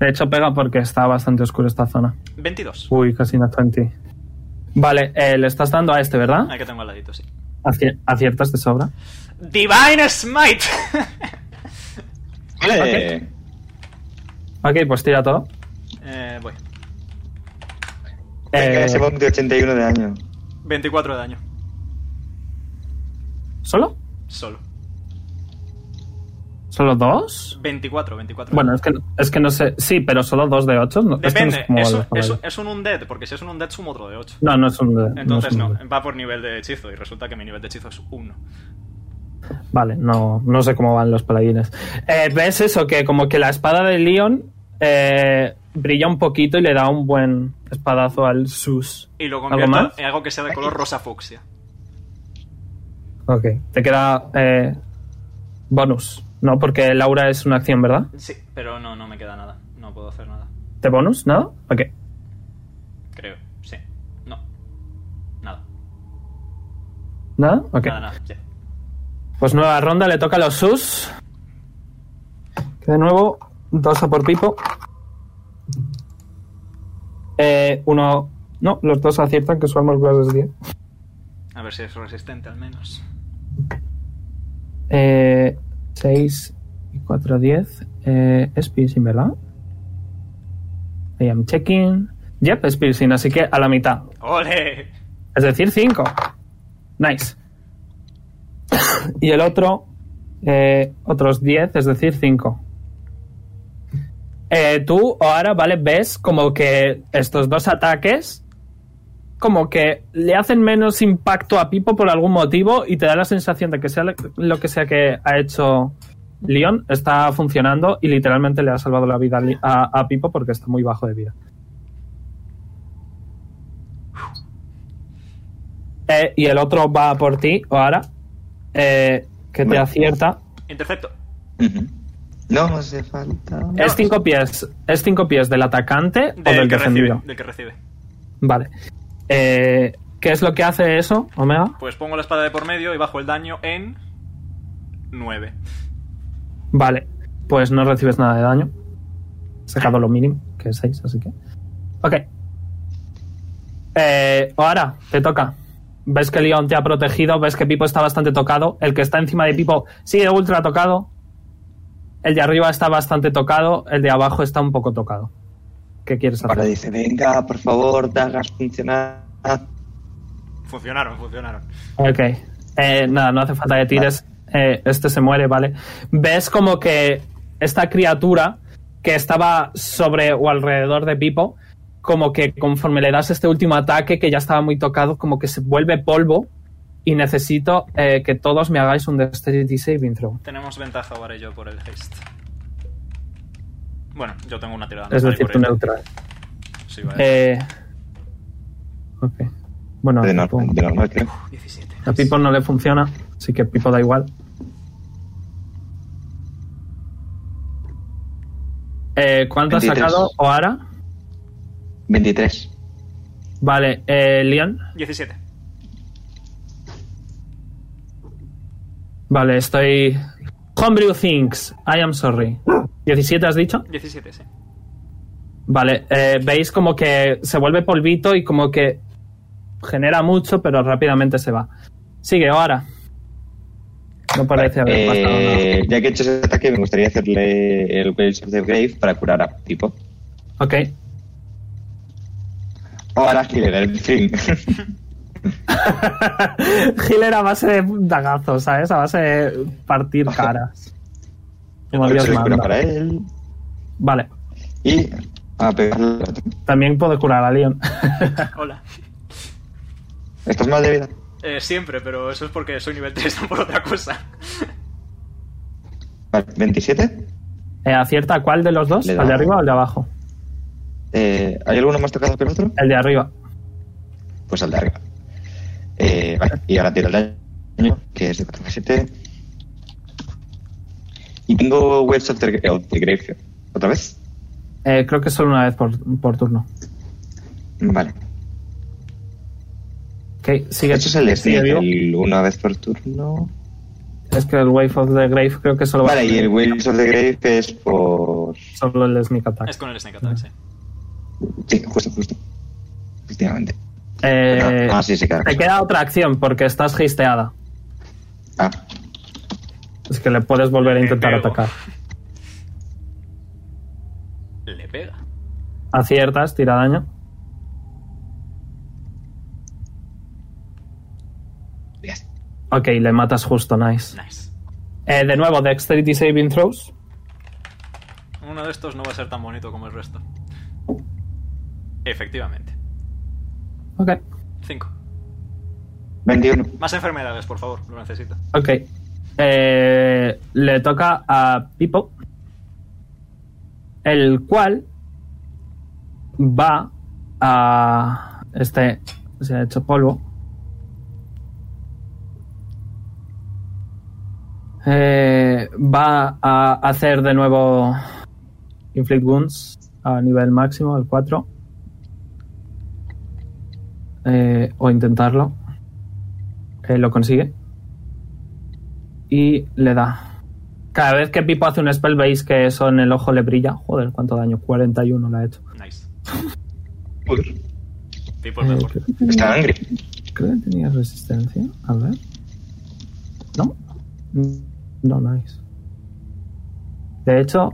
[SPEAKER 1] De hecho, pega porque está bastante oscuro esta zona.
[SPEAKER 2] 22.
[SPEAKER 1] Uy, casi no está en ti. Vale, eh, le estás dando a este, ¿verdad?
[SPEAKER 2] Ahí que tengo al ladito, sí.
[SPEAKER 1] Aci- aciertas de sobra.
[SPEAKER 2] Divine Smite.
[SPEAKER 7] Vale. Eh,
[SPEAKER 1] Ok, pues tira todo.
[SPEAKER 2] eh, voy.
[SPEAKER 7] Venga,
[SPEAKER 1] Eh,
[SPEAKER 7] ese bomb de 81 de daño.
[SPEAKER 2] 24 de daño.
[SPEAKER 1] ¿Solo?
[SPEAKER 2] Solo.
[SPEAKER 1] ¿Solo dos?
[SPEAKER 2] 24, 24.
[SPEAKER 1] Bueno, es que, es que no sé. Sí, pero solo dos de ocho. No, es que no
[SPEAKER 2] Depende.
[SPEAKER 1] sé cómo
[SPEAKER 2] es,
[SPEAKER 1] va
[SPEAKER 2] un-
[SPEAKER 1] la palabra.
[SPEAKER 2] es un- es un undead, porque si es un undead sumo otro de 8.
[SPEAKER 1] No, no es un. de-
[SPEAKER 2] Entonces
[SPEAKER 1] es un
[SPEAKER 2] no,
[SPEAKER 1] de-
[SPEAKER 2] va por nivel de hechizo y resulta que mi nivel de hechizo es 1.
[SPEAKER 1] Vale, no, no sé cómo van los paladines. Eh, ¿Ves eso? Que como que la espada de Leon eh, brilla un poquito y le da un buen espadazo al Sus.
[SPEAKER 2] Y lo
[SPEAKER 1] ¿Algo
[SPEAKER 2] convierto
[SPEAKER 1] más?
[SPEAKER 2] en algo que sea de color rosa fucsia.
[SPEAKER 1] Ok. Te queda eh, bonus, ¿no? Porque el aura es una acción, ¿verdad?
[SPEAKER 2] Sí, pero no, no me queda nada. No puedo hacer nada.
[SPEAKER 1] ¿Te bonus? ¿Nada? Ok.
[SPEAKER 2] Creo. Sí. No. Nada.
[SPEAKER 1] ¿Nada? Ok.
[SPEAKER 2] Nada, nada. Ya.
[SPEAKER 1] Pues nueva ronda, le toca a los Sus. Que de nuevo, dos a por Pipo. Eh, uno... No, los dos aciertan que su armor class es 10.
[SPEAKER 2] A ver si es resistente al menos.
[SPEAKER 1] 6 Eh, y 4, 10. Eh, es piercing, ¿verdad? I am checking. Yep, es piercing, así que a la mitad.
[SPEAKER 2] ¡Ole!
[SPEAKER 1] Es decir, 5. Nice. y el otro, eh, otros 10, es decir, 5. Eh, tú ahora, ¿vale? Ves como que estos dos ataques como que le hacen menos impacto a Pipo por algún motivo y te da la sensación de que sea lo- lo que sea que ha hecho Leon está funcionando y literalmente le ha salvado la vida a Li- a- a Pipo porque está muy bajo de vida. Eh, y el otro va por ti, ahora eh, que te
[SPEAKER 7] Vale.
[SPEAKER 1] acierta.
[SPEAKER 2] Intercepto.
[SPEAKER 7] Ujú. No hace falta.
[SPEAKER 1] Es cinco pies, es cinco pies del atacante o
[SPEAKER 2] Del
[SPEAKER 1] del
[SPEAKER 2] que
[SPEAKER 1] defendido.
[SPEAKER 2] recibe. Del que recibe.
[SPEAKER 1] Vale. Eh, ¿Qué es lo que hace eso, Omega?
[SPEAKER 2] Pues pongo la espada de por medio y bajo el daño en. 9.
[SPEAKER 1] Vale. Pues no recibes nada de daño. He sacado lo mínimo, que es 6, así que. Ok. Eh, ahora, te toca. Ves que Leon te ha protegido, ves que Pipo está bastante tocado. El que está encima de Pipo sigue ultra tocado. El de arriba está bastante tocado. El de abajo está un poco tocado. ¿Qué quieres hacer?
[SPEAKER 7] Ahora dice, venga, por favor, dagas funcionar.
[SPEAKER 2] Funcionaron, funcionaron.
[SPEAKER 1] Ok. Eh, nada, no hace falta que tires. eh, este se muere, ¿vale? Ves como que esta criatura que estaba sobre o alrededor de Pipo, como que conforme le das este último ataque, que ya estaba muy tocado, como que se vuelve polvo y necesito eh, que todos me hagáis un Dexterity Saving Throw.
[SPEAKER 2] Tenemos ventaja ahora y yo por el haste. Bueno, yo tengo una tirada.
[SPEAKER 1] Es
[SPEAKER 2] mental y
[SPEAKER 1] decir,
[SPEAKER 2] por
[SPEAKER 1] tu
[SPEAKER 2] ello.
[SPEAKER 1] neutral.
[SPEAKER 2] Sí, vale.
[SPEAKER 1] Eh, ok. Bueno,
[SPEAKER 7] De
[SPEAKER 1] a
[SPEAKER 7] normal,
[SPEAKER 1] Pipo-
[SPEAKER 7] de normal, creo.
[SPEAKER 2] 17.
[SPEAKER 1] a Pipo no le funciona, así que Pipo da igual. Eh, ¿Cuánto has
[SPEAKER 7] 23.
[SPEAKER 1] sacado, Oara?
[SPEAKER 7] 23.
[SPEAKER 1] Vale, eh, Lian.
[SPEAKER 2] 17.
[SPEAKER 1] Vale, estoy. Homebrew Things, I am sorry. 17 has dicho.
[SPEAKER 2] 17, sí.
[SPEAKER 1] Vale, eh, veis como que se vuelve polvito y como que genera mucho, pero rápidamente se va. Sigue, ahora. No parece haber pasado nada.
[SPEAKER 7] Eh, ya que he hecho ese ataque, me gustaría hacerle el Waves of the Grave para curar a Pipo.
[SPEAKER 1] Ok.
[SPEAKER 7] O a la healer, el fin.
[SPEAKER 1] Healer a base de dagazos, ¿sabes? A base de partir caras. Como
[SPEAKER 7] Pero
[SPEAKER 1] Dios
[SPEAKER 7] se le cura
[SPEAKER 1] manda.
[SPEAKER 7] para él.
[SPEAKER 1] Vale,
[SPEAKER 7] Y ah, a pegarle al otro.
[SPEAKER 1] también puedo curar a Leon. Ah.
[SPEAKER 2] Hola.
[SPEAKER 7] ¿Estás mal de vida?
[SPEAKER 2] Eh, siempre, pero eso es porque soy nivel 3, no por otra cosa.
[SPEAKER 7] Vale, 27.
[SPEAKER 1] Eh, ¿Acierta a cuál de los dos?
[SPEAKER 7] Le da.
[SPEAKER 1] ¿Al de arriba o al de abajo?
[SPEAKER 7] Eh, ¿Hay alguno más tocado que el otro?
[SPEAKER 1] El de arriba.
[SPEAKER 7] Pues al de arriba. Eh, vale, y ahora tiro el daño, que es de 4 a 7. Y tengo Waves of the, of the Grave. ¿Otra vez?
[SPEAKER 1] Eh, creo que solo una vez por, por turno.
[SPEAKER 7] Vale.
[SPEAKER 1] Ok, sigue.
[SPEAKER 7] Eso es el
[SPEAKER 1] sigue vivo.
[SPEAKER 7] este, el una vez por turno.
[SPEAKER 1] Es que el Wave of the Grave creo que solo va
[SPEAKER 7] Vale, y el Waves of the Grave es por.
[SPEAKER 1] solo el Sneak Attack.
[SPEAKER 2] Es
[SPEAKER 7] Este.
[SPEAKER 2] con el Snake Attack, sí.
[SPEAKER 7] Sí, justo, justo. Efectivamente.
[SPEAKER 1] Eh,
[SPEAKER 7] ah, sí, sí, claro.
[SPEAKER 1] Te queda otra acción porque estás hasteada.
[SPEAKER 7] Ah,
[SPEAKER 1] Es que le puedes volver a
[SPEAKER 2] Le
[SPEAKER 1] intentar
[SPEAKER 2] pego.
[SPEAKER 1] atacar.
[SPEAKER 2] Le pega.
[SPEAKER 1] Aciertas, tira daño.
[SPEAKER 7] yes.
[SPEAKER 1] Ok, le matas justo, nice.
[SPEAKER 2] Nice.
[SPEAKER 1] Eh, de nuevo, Dexterity Saving Throws.
[SPEAKER 2] Uno de estos no va a ser tan bonito como el resto. Efectivamente.
[SPEAKER 1] Ok,
[SPEAKER 2] 5.
[SPEAKER 7] 21.
[SPEAKER 2] Más enfermedades, por favor, lo necesito.
[SPEAKER 1] ok. Eh, le toca a Pipo. El cual va a. Este se ha hecho polvo. Eh, va a hacer de nuevo Inflict Wounds a nivel máximo, el 4. Eh, o intentarlo. Eh, lo consigue. Y le da. Cada vez que Pipo hace un spell, veis que eso en el ojo le brilla. Joder, cuánto daño. 41 le ha hecho.
[SPEAKER 2] Nice.
[SPEAKER 7] Joder,
[SPEAKER 2] Tipo es Pues mejor.
[SPEAKER 1] Eh,
[SPEAKER 7] Está angry.
[SPEAKER 1] Creo que tenía resistencia. A ver. No. No, nice. De hecho,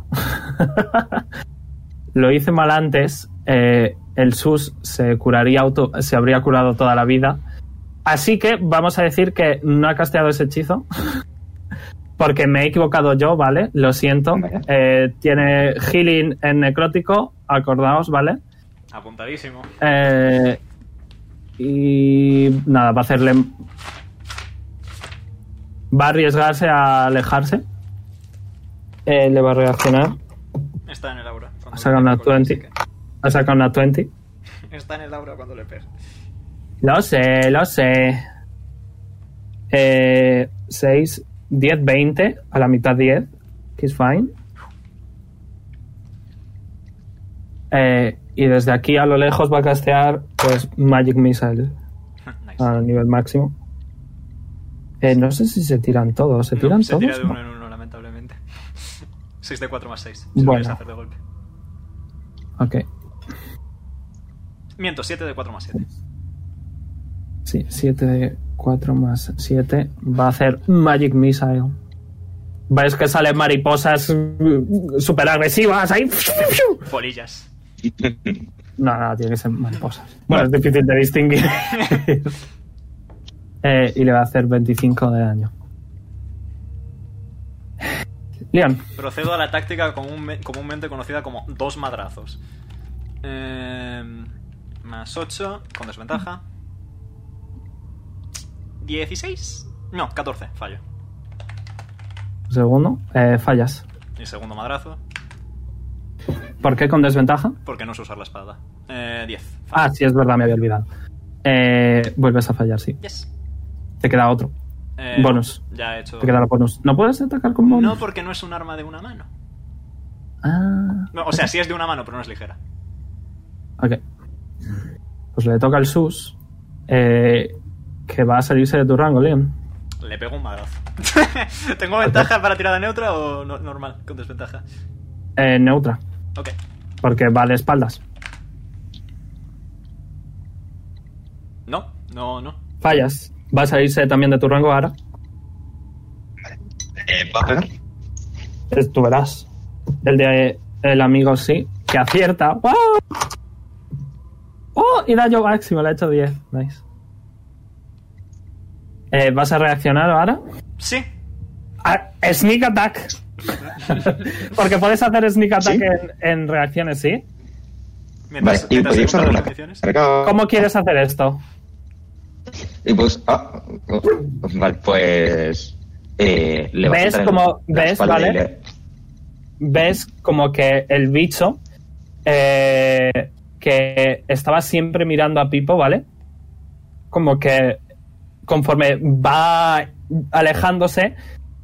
[SPEAKER 1] lo hice mal antes. eh, el sus se curaría auto, se habría curado toda la vida. Así que vamos a decir que no ha casteado ese hechizo. Porque me he equivocado yo, ¿vale? Lo siento.
[SPEAKER 7] Vale.
[SPEAKER 1] Eh, tiene healing en necrótico, acordaos, ¿vale?
[SPEAKER 2] Apuntadísimo.
[SPEAKER 1] Eh, y nada, va a hacerle. Va a arriesgarse a alejarse. Eh, le va a reaccionar.
[SPEAKER 2] Está en el aura. cuando
[SPEAKER 1] Ha
[SPEAKER 2] le
[SPEAKER 1] sacado una
[SPEAKER 2] pego con la
[SPEAKER 1] 20. Ha sacado una 20.
[SPEAKER 2] física. Está en el aura cuando le pega.
[SPEAKER 1] Lo sé, lo sé. Eh, 6, 10, 20. A la mitad 10. Que es fine. Eh, y desde aquí a lo lejos va a castear pues Magic Missile.
[SPEAKER 2] nice.
[SPEAKER 1] a nivel máximo. Eh, no sé si se tiran todos. ¿Se
[SPEAKER 2] No,
[SPEAKER 1] tiran
[SPEAKER 2] se
[SPEAKER 1] todos?
[SPEAKER 2] tira de
[SPEAKER 1] No.
[SPEAKER 2] uno en uno, lamentablemente. 6 de 4 más 6. Si
[SPEAKER 1] Bueno.
[SPEAKER 2] lo quieres hacer de golpe.
[SPEAKER 1] Ok.
[SPEAKER 2] Miento, 7 de 4 más 7.
[SPEAKER 1] Sí, 7 de 4 más 7. Va a hacer Magic Missile. Ves que salen mariposas mm, super agresivas ahí.
[SPEAKER 2] Polillas.
[SPEAKER 1] No, no, tiene que ser mariposas. Bueno, es difícil de distinguir. Eh, y le va a hacer 25 de daño. Leon,
[SPEAKER 2] Procedo a la táctica comúnme- comúnmente conocida como dos madrazos. Em, más 8, con desventaja. 16. No, 14, fallo.
[SPEAKER 1] segundo, eh, fallas.
[SPEAKER 2] Y segundo madrazo,
[SPEAKER 1] ¿Por qué con desventaja?
[SPEAKER 2] porque no sé usar la espada. Eh, 10.
[SPEAKER 1] Ah, sí, es verdad, me había olvidado. Eh, vuelves a fallar, sí.
[SPEAKER 2] Yes.
[SPEAKER 1] Te queda otro.
[SPEAKER 2] Eh,
[SPEAKER 1] Bonus.
[SPEAKER 2] Ya he hecho.
[SPEAKER 1] Te queda la bonus. ¿No puedes atacar con bonus?
[SPEAKER 2] No, porque no es un arma de una mano.
[SPEAKER 1] Ah,
[SPEAKER 2] No, o sea, sí es de una mano, pero no es ligera.
[SPEAKER 1] ok. Pues le toca al sus. eh, que va a salirse de tu rango, Leon.
[SPEAKER 2] Le pego un madrazo. ¿Tengo ventaja para tirada neutra o no- normal? Con desventaja.
[SPEAKER 1] Eh, neutra,
[SPEAKER 2] Ok.
[SPEAKER 1] porque va de espaldas.
[SPEAKER 2] No, no, no.
[SPEAKER 1] Fallas. Va a salirse también de tu rango ahora.
[SPEAKER 7] Eh, ¿Va a pegar?
[SPEAKER 1] Es- Tú verás. El de el amigo sí, que acierta. ¡Wow! ¡Oh! Y daño máximo, le ha hecho 10. Nice. Eh, ¿Vas a reaccionar ahora?
[SPEAKER 2] Sí.
[SPEAKER 1] Ah, sneak attack. Porque puedes hacer sneak attack
[SPEAKER 7] ¿Sí?
[SPEAKER 1] en, en reacciones, ¿sí?
[SPEAKER 7] Vale,
[SPEAKER 2] Mientras,
[SPEAKER 7] y
[SPEAKER 2] mientras se
[SPEAKER 7] podéis
[SPEAKER 2] gustan
[SPEAKER 7] hacer
[SPEAKER 2] las
[SPEAKER 7] una
[SPEAKER 2] condiciones.
[SPEAKER 7] carga.
[SPEAKER 1] ¿Cómo quieres hacer esto?
[SPEAKER 7] Y pues. Ah, vale, pues. Eh, le va a
[SPEAKER 1] ¿Ves
[SPEAKER 7] sentar en
[SPEAKER 1] cómo-
[SPEAKER 7] la
[SPEAKER 1] ves,
[SPEAKER 7] espalda
[SPEAKER 1] vale?
[SPEAKER 7] y le-
[SPEAKER 1] Ves como que el bicho eh, que estaba siempre mirando a Pipo, ¿vale? Como que conforme va alejándose,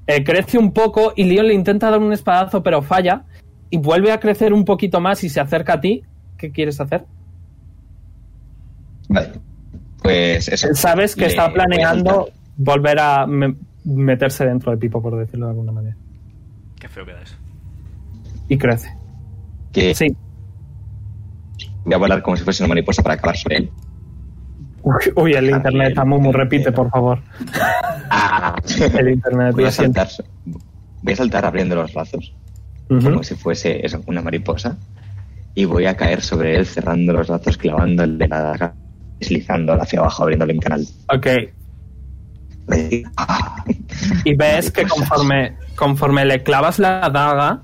[SPEAKER 1] eh, crece un poco y Leon le intenta dar un espadazo pero falla y vuelve a crecer un poquito más y se acerca a ti. ¿Qué quieres hacer?
[SPEAKER 7] Vale. Pues eso.
[SPEAKER 1] Sabes que
[SPEAKER 7] Le
[SPEAKER 1] está
[SPEAKER 7] voy a
[SPEAKER 1] planeando
[SPEAKER 7] soltar.
[SPEAKER 1] volver a me- meterse dentro de Pipo, por decirlo de alguna manera.
[SPEAKER 2] Qué feo queda eso.
[SPEAKER 1] Y crece.
[SPEAKER 7] Que
[SPEAKER 1] Sí.
[SPEAKER 7] voy a volar como si fuese una mariposa para acabar sobre él.
[SPEAKER 1] Uy, uy, el internet, Amumu, repite, por favor.
[SPEAKER 7] Ah.
[SPEAKER 1] El internet,
[SPEAKER 7] voy
[SPEAKER 1] lo
[SPEAKER 7] a
[SPEAKER 1] siento.
[SPEAKER 7] saltar. Voy a saltar abriendo los brazos.
[SPEAKER 1] Ujú.
[SPEAKER 7] como si fuese eso, una mariposa, y voy a caer sobre él cerrando los brazos, clavándole la daga, deslizándola hacia abajo, abriéndole un canal.
[SPEAKER 1] Ok.
[SPEAKER 7] Ah,
[SPEAKER 1] Y ves que
[SPEAKER 7] Mariposas.
[SPEAKER 1] conforme, conforme le clavas la daga,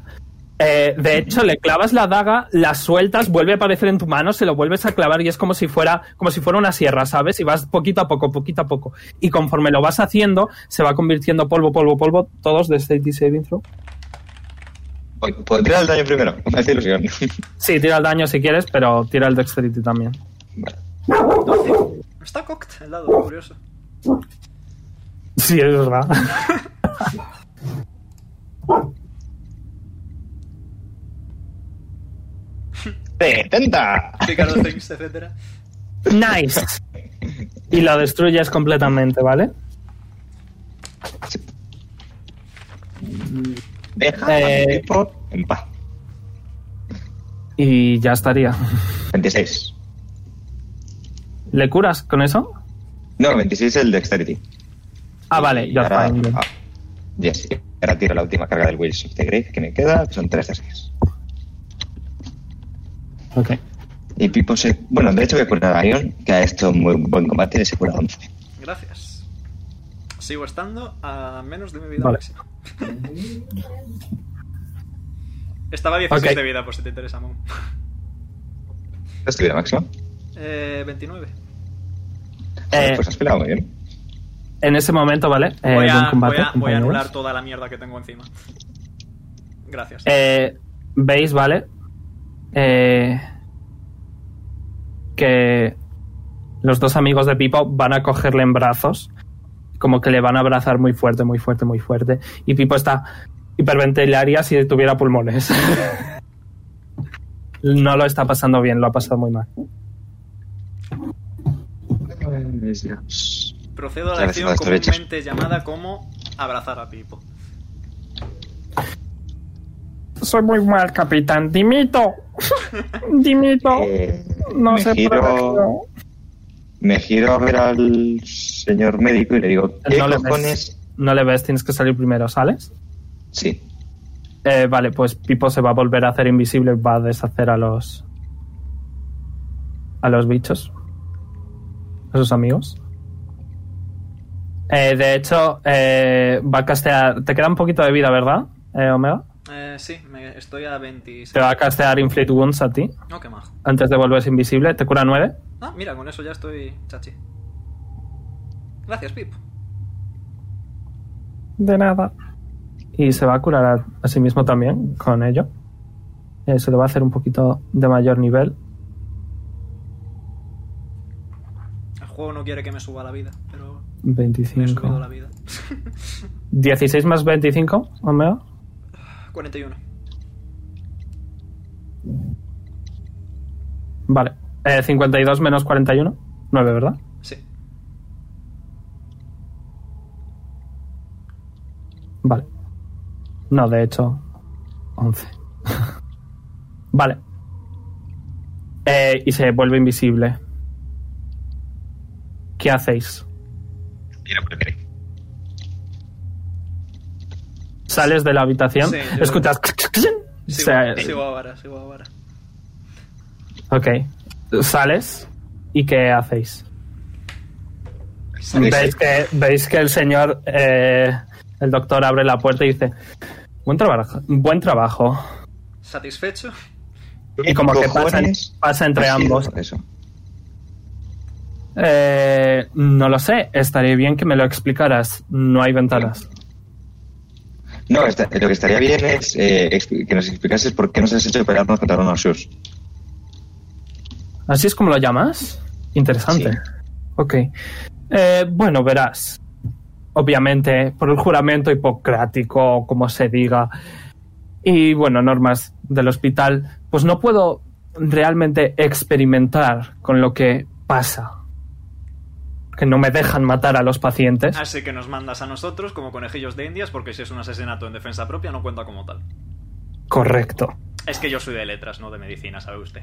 [SPEAKER 1] eh, de hecho, le clavas la daga, la sueltas, vuelve a aparecer en tu mano, se lo vuelves a clavar y es como si fuera, como si fuera una sierra, ¿sabes? Y vas poquito a poco, poquito a poco. Y conforme lo vas haciendo, se va convirtiendo polvo, polvo, polvo, todos de Safety Saving Throw.
[SPEAKER 7] voy- ¿Puedo tirar el daño primero? Me hace ilusión.
[SPEAKER 1] Sí, tira el daño si quieres, pero tira el Dexterity también.
[SPEAKER 2] Está cocked el lado, curioso.
[SPEAKER 1] Sí, es verdad.
[SPEAKER 7] ¡70!
[SPEAKER 2] Picaro things, etcétera.
[SPEAKER 1] nice. Y lo destruyes completamente, ¿vale?
[SPEAKER 7] Deja
[SPEAKER 1] Eh.
[SPEAKER 7] al tipo en paz.
[SPEAKER 1] Y ya estaría.
[SPEAKER 7] 26.
[SPEAKER 1] ¿Le curas con eso?
[SPEAKER 7] No, 26 es el dexterity.
[SPEAKER 1] Ah, vale,
[SPEAKER 7] Y
[SPEAKER 1] ya
[SPEAKER 7] ahora-
[SPEAKER 1] está. bien.
[SPEAKER 7] ah, yes, y ahora tiro la última carga del Wills of the Grave que me queda, que son 3 de 6.
[SPEAKER 1] Ok.
[SPEAKER 7] Ah, Y Pipo se... Bueno, de hecho voy a curar a Ion, que ha hecho un muy buen combate y se cura 11.
[SPEAKER 2] Gracias. Sigo estando a menos de mi vida
[SPEAKER 1] Vale.
[SPEAKER 2] máxima. Estaba a 16
[SPEAKER 1] Ok.
[SPEAKER 2] de vida, por si te interesa, Mon.
[SPEAKER 7] ¿Es tu vida máxima?
[SPEAKER 2] Eh, 29.
[SPEAKER 1] Eh,
[SPEAKER 7] pues has peleado muy bien.
[SPEAKER 1] En ese momento, ¿vale? Eh,
[SPEAKER 2] voy,
[SPEAKER 1] buen
[SPEAKER 2] a,
[SPEAKER 1] combate,
[SPEAKER 2] voy a- voy a
[SPEAKER 1] compañeros.
[SPEAKER 2] anular toda la mierda que tengo encima. Gracias.
[SPEAKER 1] Eh, Veis, ¿vale? Eh, que los dos amigos de Pipo van a cogerle en brazos. Como que le van a abrazar muy fuerte, muy fuerte, muy fuerte. Y Pipo está hiperventilaría si tuviera pulmones. no lo está pasando bien, lo ha pasado muy mal.
[SPEAKER 2] Procedo a la
[SPEAKER 7] Gracias
[SPEAKER 2] acción
[SPEAKER 7] por estos hechos.
[SPEAKER 2] comúnmente llamada como abrazar a Pipo.
[SPEAKER 11] Soy muy mal, capitán. Dimito. Dimito.
[SPEAKER 7] Eh,
[SPEAKER 11] No
[SPEAKER 7] me
[SPEAKER 11] se
[SPEAKER 7] giro,
[SPEAKER 11] protegió.
[SPEAKER 7] me giro a ver al señor médico y le digo, ¿qué
[SPEAKER 1] Pues No le,
[SPEAKER 7] cojones?
[SPEAKER 1] ves, no le ves, tienes que salir primero, ¿sales?
[SPEAKER 7] Sí.
[SPEAKER 1] Eh, vale, pues Pipo se va a volver a hacer invisible, va a deshacer a los. a los bichos. A sus amigos. Eh, de hecho, eh, va a castear. Te queda un poquito de vida, ¿verdad? eh, Omega?
[SPEAKER 2] Eh, sí, me- estoy a 26.
[SPEAKER 1] Te va a castear Inflate Wounds a ti
[SPEAKER 2] No, qué majo.
[SPEAKER 1] antes de volverse invisible. Te cura 9.
[SPEAKER 2] Ah, mira, con eso ya estoy chachi. Gracias, Pip.
[SPEAKER 1] De nada. Y se va a curar a, a sí mismo también con ello. Eh, se lo va a hacer un poquito de mayor nivel.
[SPEAKER 2] El juego no quiere que me suba la vida, pero me he subido
[SPEAKER 1] 25.
[SPEAKER 2] la vida.
[SPEAKER 1] 16 más 25, Omega.
[SPEAKER 2] 41.
[SPEAKER 1] Vale. Eh, 52 menos 41. 9, ¿verdad?
[SPEAKER 2] Sí.
[SPEAKER 1] Vale. No, de hecho, 11. vale. Eh, y se vuelve invisible. ¿Qué hacéis?
[SPEAKER 12] Tira por el
[SPEAKER 1] ¿Sales de la habitación?
[SPEAKER 2] Sí, yo-
[SPEAKER 1] Escuchas...
[SPEAKER 2] Sigo,
[SPEAKER 1] se-
[SPEAKER 2] sigo ahora, sigo ahora.
[SPEAKER 1] Ok. Sales. ¿Y qué hacéis? Veis que, veis que el señor, eh, el doctor abre la puerta y dice, buen trabajo, buen trabajo.
[SPEAKER 2] ¿Satisfecho?
[SPEAKER 1] Y como que pasa,
[SPEAKER 7] Cojones.
[SPEAKER 1] pasa entre
[SPEAKER 7] Ha sido
[SPEAKER 1] ambos.
[SPEAKER 7] Eso.
[SPEAKER 1] Eh, no lo sé, estaría bien que me lo explicaras. No hay ventanas.
[SPEAKER 7] No, esta- lo que estaría bien es eh, expli- que nos explicases por qué nos has hecho pelearnos contra unos sus.
[SPEAKER 1] ¿Así es como lo llamas? Interesante.
[SPEAKER 7] Sí.
[SPEAKER 1] Ok. Eh, bueno, verás. Obviamente, por el juramento hipocrático, o como se diga, y bueno, normas del hospital, pues no puedo realmente experimentar con lo que pasa. Que no me dejan matar a los pacientes.
[SPEAKER 2] Así que nos mandas a nosotros como conejillos de indias porque si es un asesinato en defensa propia no cuenta como tal.
[SPEAKER 1] Correcto.
[SPEAKER 2] Es que yo soy de letras, no de medicina, sabe usted.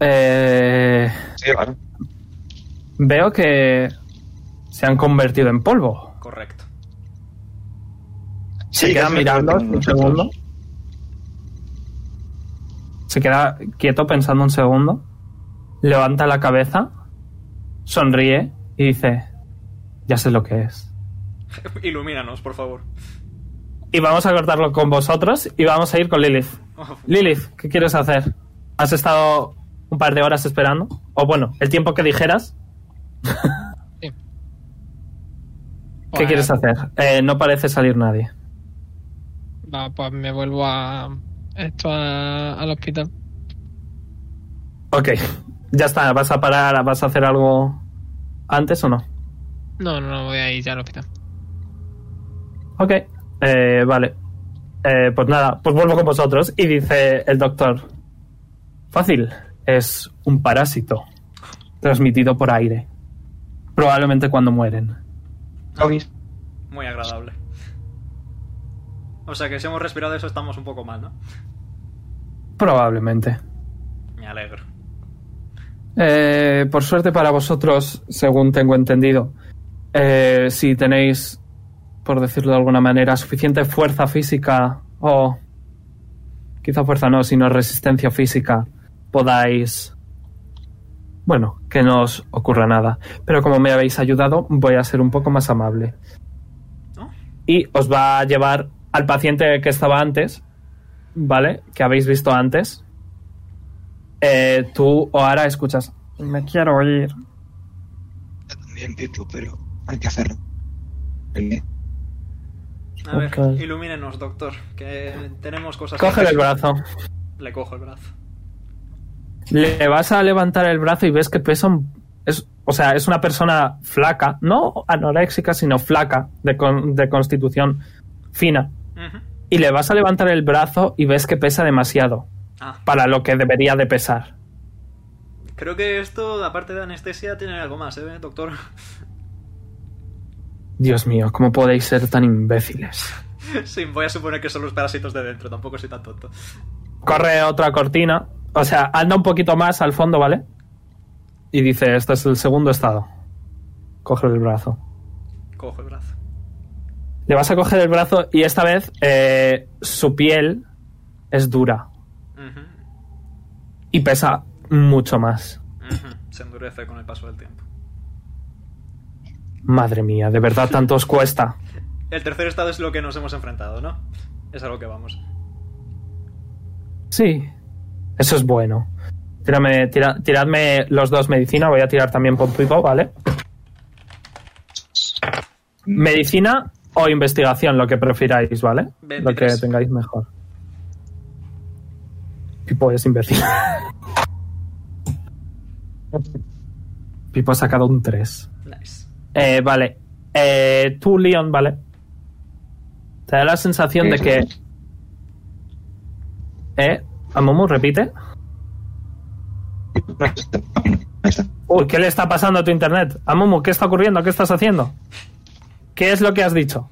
[SPEAKER 1] Eh,
[SPEAKER 7] Sí, claro.
[SPEAKER 1] veo que se han convertido en polvo.
[SPEAKER 2] Correcto.
[SPEAKER 1] Se queda
[SPEAKER 7] que es
[SPEAKER 1] mirando
[SPEAKER 7] lo que
[SPEAKER 1] un
[SPEAKER 7] nosotros.
[SPEAKER 1] segundo. Se queda quieto pensando un segundo. Levanta la cabeza. Sonríe y dice: Ya sé lo que es.
[SPEAKER 2] Ilumínanos, por favor.
[SPEAKER 1] Y vamos a cortarlo con vosotros y vamos a ir con Lilith.
[SPEAKER 2] Oh,
[SPEAKER 1] Lilith, ¿qué quieres hacer? ¿Has estado un par de horas esperando? O bueno, el tiempo que dijeras, ¿qué
[SPEAKER 5] Pues-
[SPEAKER 1] quieres hacer? Eh, no parece salir nadie.
[SPEAKER 5] Va, pues me vuelvo a esto a- al hospital.
[SPEAKER 1] Ok, ya está. ¿Vas a parar? ¿Vas a hacer algo antes o no?
[SPEAKER 5] No, no, no voy a ir ya al hospital.
[SPEAKER 1] Ok, eh, vale. Eh, pues nada, pues vuelvo con vosotros. Y dice el doctor: Fácil, es un parásito transmitido por aire. Probablemente cuando mueren.
[SPEAKER 2] muy agradable. O sea que si hemos respirado eso estamos un poco mal, ¿no?
[SPEAKER 1] Probablemente.
[SPEAKER 2] Me alegro.
[SPEAKER 1] Eh, por suerte para vosotros, según tengo entendido, eh, si tenéis, por decirlo de alguna manera, suficiente fuerza física o quizá fuerza no, sino resistencia física, podáis... Bueno, que no os ocurra nada. Pero como me habéis ayudado, voy a ser un poco más amable.
[SPEAKER 2] ¿No?
[SPEAKER 1] Y os va a llevar al paciente que estaba antes, ¿vale? Que habéis visto antes. Eh, tú, Oara, escuchas. Me quiero ir.
[SPEAKER 7] También, Pipo, pero hay que hacerlo.
[SPEAKER 2] A ver,
[SPEAKER 1] Ok.
[SPEAKER 2] ilumínenos, doctor, que tenemos cosas que
[SPEAKER 1] Cógele el
[SPEAKER 2] hacer.
[SPEAKER 1] brazo.
[SPEAKER 2] Le cojo el brazo.
[SPEAKER 1] Le vas a levantar el brazo y ves que pesa un- Es, o sea, es una persona flaca, no anoréxica, sino flaca, de, con- de constitución fina.
[SPEAKER 2] Ujú.
[SPEAKER 1] Y le vas a levantar el brazo y ves que pesa demasiado
[SPEAKER 2] Ah,
[SPEAKER 1] para lo que debería de pesar.
[SPEAKER 2] creo que esto, aparte de anestesia, tiene algo más, ¿eh, doctor?
[SPEAKER 1] Dios mío, ¿cómo podéis ser tan imbéciles?
[SPEAKER 2] sí, voy a suponer que son los parásitos de dentro, tampoco soy tan tonto.
[SPEAKER 1] corre otra cortina. O sea, anda un poquito más al fondo, ¿vale? Y dice, este es el segundo estado. Coge el brazo.
[SPEAKER 2] Cojo el brazo.
[SPEAKER 1] Le vas a coger el brazo y esta vez eh, su piel es dura
[SPEAKER 2] Ujú,
[SPEAKER 1] y pesa mucho más.
[SPEAKER 2] ujú. Se endurece con el paso del tiempo.
[SPEAKER 1] Madre mía, de verdad tanto os cuesta.
[SPEAKER 2] El tercer estado es lo que nos hemos enfrentado, ¿no? Es a lo que vamos.
[SPEAKER 1] Sí. Eso es bueno. Tírame, tira- tiradme los dos medicina. Voy a tirar también por pipo, ¿vale? Medicina o investigación, lo que prefiráis, ¿vale? Lo que
[SPEAKER 2] 23.
[SPEAKER 1] tengáis mejor. Pipo es imbécil. Pipo ha sacado un 3.
[SPEAKER 2] Nice.
[SPEAKER 1] Eh, vale. Eh, tú, Leon, vale. Te da la sensación de que. ¿Eh? ¿Amumu repite?
[SPEAKER 7] Ahí está.
[SPEAKER 1] Uy, ¿qué le está pasando a tu internet? Amumu, ¿qué está ocurriendo? ¿Qué estás haciendo? ¿Qué es lo que has dicho?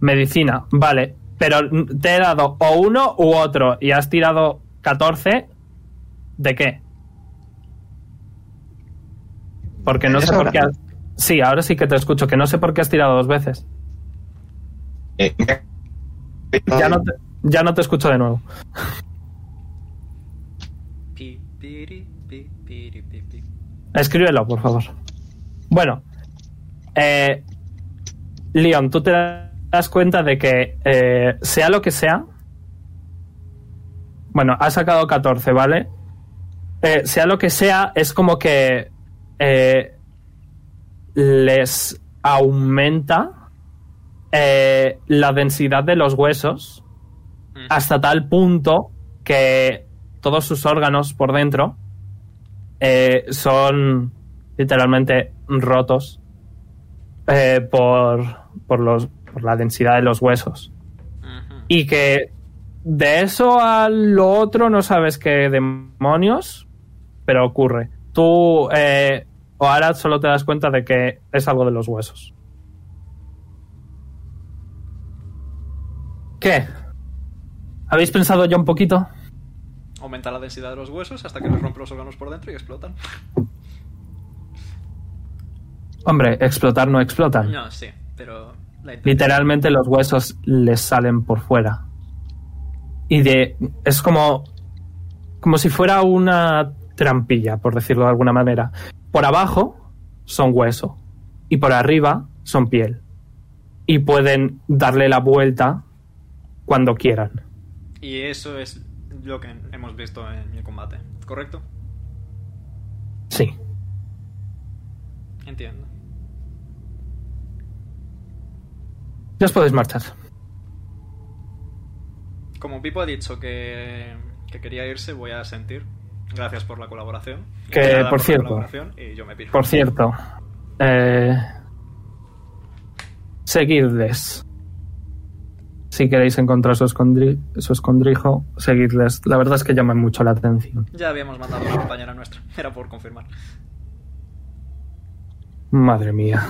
[SPEAKER 1] Medicina, vale. Pero mm, te he dado o uno u otro y has tirado 14. ¿De qué? Porque no
[SPEAKER 7] ¿Es
[SPEAKER 1] sé por
[SPEAKER 7] ahora?
[SPEAKER 1] qué has... Sí, ahora sí que te escucho, que no sé por qué has tirado dos veces.
[SPEAKER 7] Eh,
[SPEAKER 1] Ya no te, ya no te escucho de nuevo.
[SPEAKER 2] Pi, piri, pi, piri, pi, pi.
[SPEAKER 1] Escríbelo, por favor. Bueno, eh, Leon, tú te das cuenta de que eh, sea lo que sea. Bueno, ha sacado 14, ¿vale? Eh, sea lo que sea, es como que eh, les aumenta eh, la densidad de los huesos
[SPEAKER 2] Mm.
[SPEAKER 1] hasta tal punto que todos sus órganos por dentro eh, son literalmente rotos eh, por, por, los, por la densidad de los huesos.
[SPEAKER 2] Ujú.
[SPEAKER 1] Y que de eso a lo otro no sabes qué demonios, pero ocurre. Tú, eh, ahora solo te das cuenta de que es algo de los huesos. ¿Qué? ¿Habéis pensado ya un poquito?
[SPEAKER 2] Aumenta la densidad de los huesos hasta que les rompe los órganos por dentro y explotan.
[SPEAKER 1] Hombre, explotar no explotan.
[SPEAKER 2] No, sí, pero... La intención-
[SPEAKER 1] literalmente los huesos les salen por fuera. Y de es como como si fuera una trampilla, por decirlo de alguna manera. Por abajo son hueso y por arriba son piel. Y pueden darle la vuelta cuando quieran.
[SPEAKER 2] Y eso es lo que hemos visto en el combate, ¿correcto?
[SPEAKER 1] Sí.
[SPEAKER 2] Entiendo.
[SPEAKER 1] Ya os podéis marchar.
[SPEAKER 2] Como Pipo ha dicho que, que quería irse, voy a sentir. Gracias por la colaboración.
[SPEAKER 1] Que,
[SPEAKER 2] Nada
[SPEAKER 1] por
[SPEAKER 2] la
[SPEAKER 1] cierto.
[SPEAKER 2] colaboración Y yo me piro.
[SPEAKER 1] Por cierto, eh, seguidles. Si queréis encontrar su, escondri- su escondrijo, seguidles. La verdad es que llaman mucho la atención.
[SPEAKER 2] Ya habíamos mandado a una compañera nuestra. Era por confirmar.
[SPEAKER 1] Madre mía.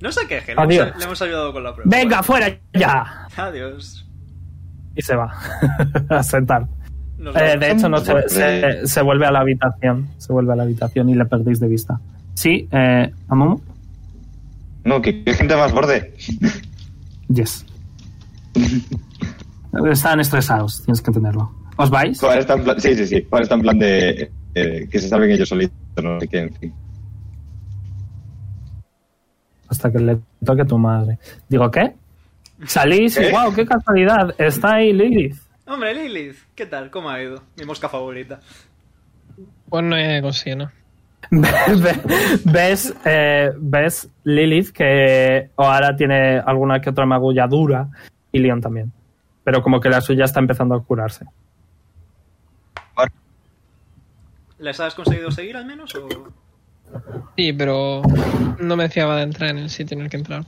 [SPEAKER 2] No se queje, le, hemos,
[SPEAKER 1] Adiós.
[SPEAKER 2] le hemos ayudado con la prueba.
[SPEAKER 1] ¡Venga, fuera ya!
[SPEAKER 2] Adiós.
[SPEAKER 1] Y se va a sentar.
[SPEAKER 2] Nos
[SPEAKER 1] Eh,
[SPEAKER 2] vemos.
[SPEAKER 1] de hecho, no se, se- se vuelve a la habitación. Se vuelve a la habitación y le perdéis de vista. Sí, eh, Amumu.
[SPEAKER 7] No, que que gente más borde.
[SPEAKER 1] Yes. Están estresados, tienes que entenderlo. ¿Os vais?
[SPEAKER 7] Ahora está en plan, sí, sí, sí. Ahora está en plan de eh, que se salven ellos solitos, no sé qué, en fin.
[SPEAKER 1] hasta que le toque tu madre. Digo, ¿qué? Salís y
[SPEAKER 7] ¿Eh?
[SPEAKER 1] wow, qué casualidad. Está ahí Lilith.
[SPEAKER 2] Hombre, Lilith, ¿qué tal? ¿Cómo ha ido? Mi mosca favorita.
[SPEAKER 5] Pues no he conseguido, ¿no?
[SPEAKER 1] ves, eh, ves Lilith que ahora tiene alguna que otra magulladura y Leon también. Pero como que la suya está empezando a curarse.
[SPEAKER 2] ¿Les has conseguido seguir al menos? O...
[SPEAKER 5] Sí, pero no me fiaba de entrar en el sitio en el que entrar.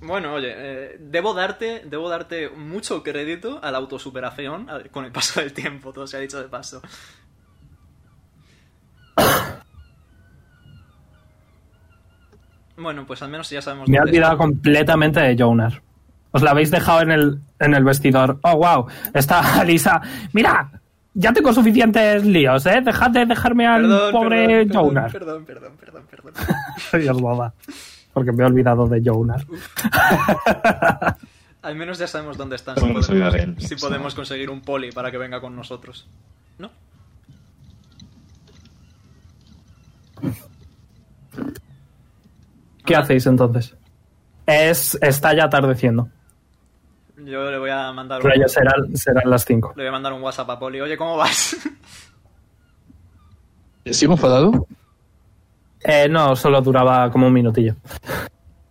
[SPEAKER 2] Bueno, oye, eh, debo darte debo darte mucho crédito a la autosuperación a- con el paso del tiempo, todo se ha dicho de paso. Bueno, pues al menos ya sabemos...
[SPEAKER 1] Me he
[SPEAKER 2] dónde
[SPEAKER 1] olvidado
[SPEAKER 2] está.
[SPEAKER 1] completamente de Jonar. Os la habéis dejado en el, en el vestidor. Oh, wow. Está Alisa. Mira, ya tengo suficientes líos, ¿eh? Dejad de dejarme al
[SPEAKER 2] Perdón,
[SPEAKER 1] pobre
[SPEAKER 2] perdón, perdón,
[SPEAKER 1] Jonar.
[SPEAKER 2] Perdón, perdón, perdón, perdón.
[SPEAKER 1] Dios boba. Porque me he olvidado de Jonar.
[SPEAKER 2] al menos ya sabemos dónde están. Si
[SPEAKER 7] Bueno,
[SPEAKER 2] podemos,
[SPEAKER 7] soy Ariel.
[SPEAKER 2] si podemos conseguir un poli para que venga con nosotros. ¿No?
[SPEAKER 1] ¿Qué hacéis entonces? Es, está ya atardeciendo.
[SPEAKER 2] Yo le voy a mandar un,
[SPEAKER 1] Pero ya
[SPEAKER 2] le
[SPEAKER 1] serán, serán las 5.
[SPEAKER 2] voy a mandar un WhatsApp a Poli. Oye, ¿cómo vas?
[SPEAKER 3] ¿Sigo enfadado?
[SPEAKER 1] Eh, no, solo duraba como un minutillo.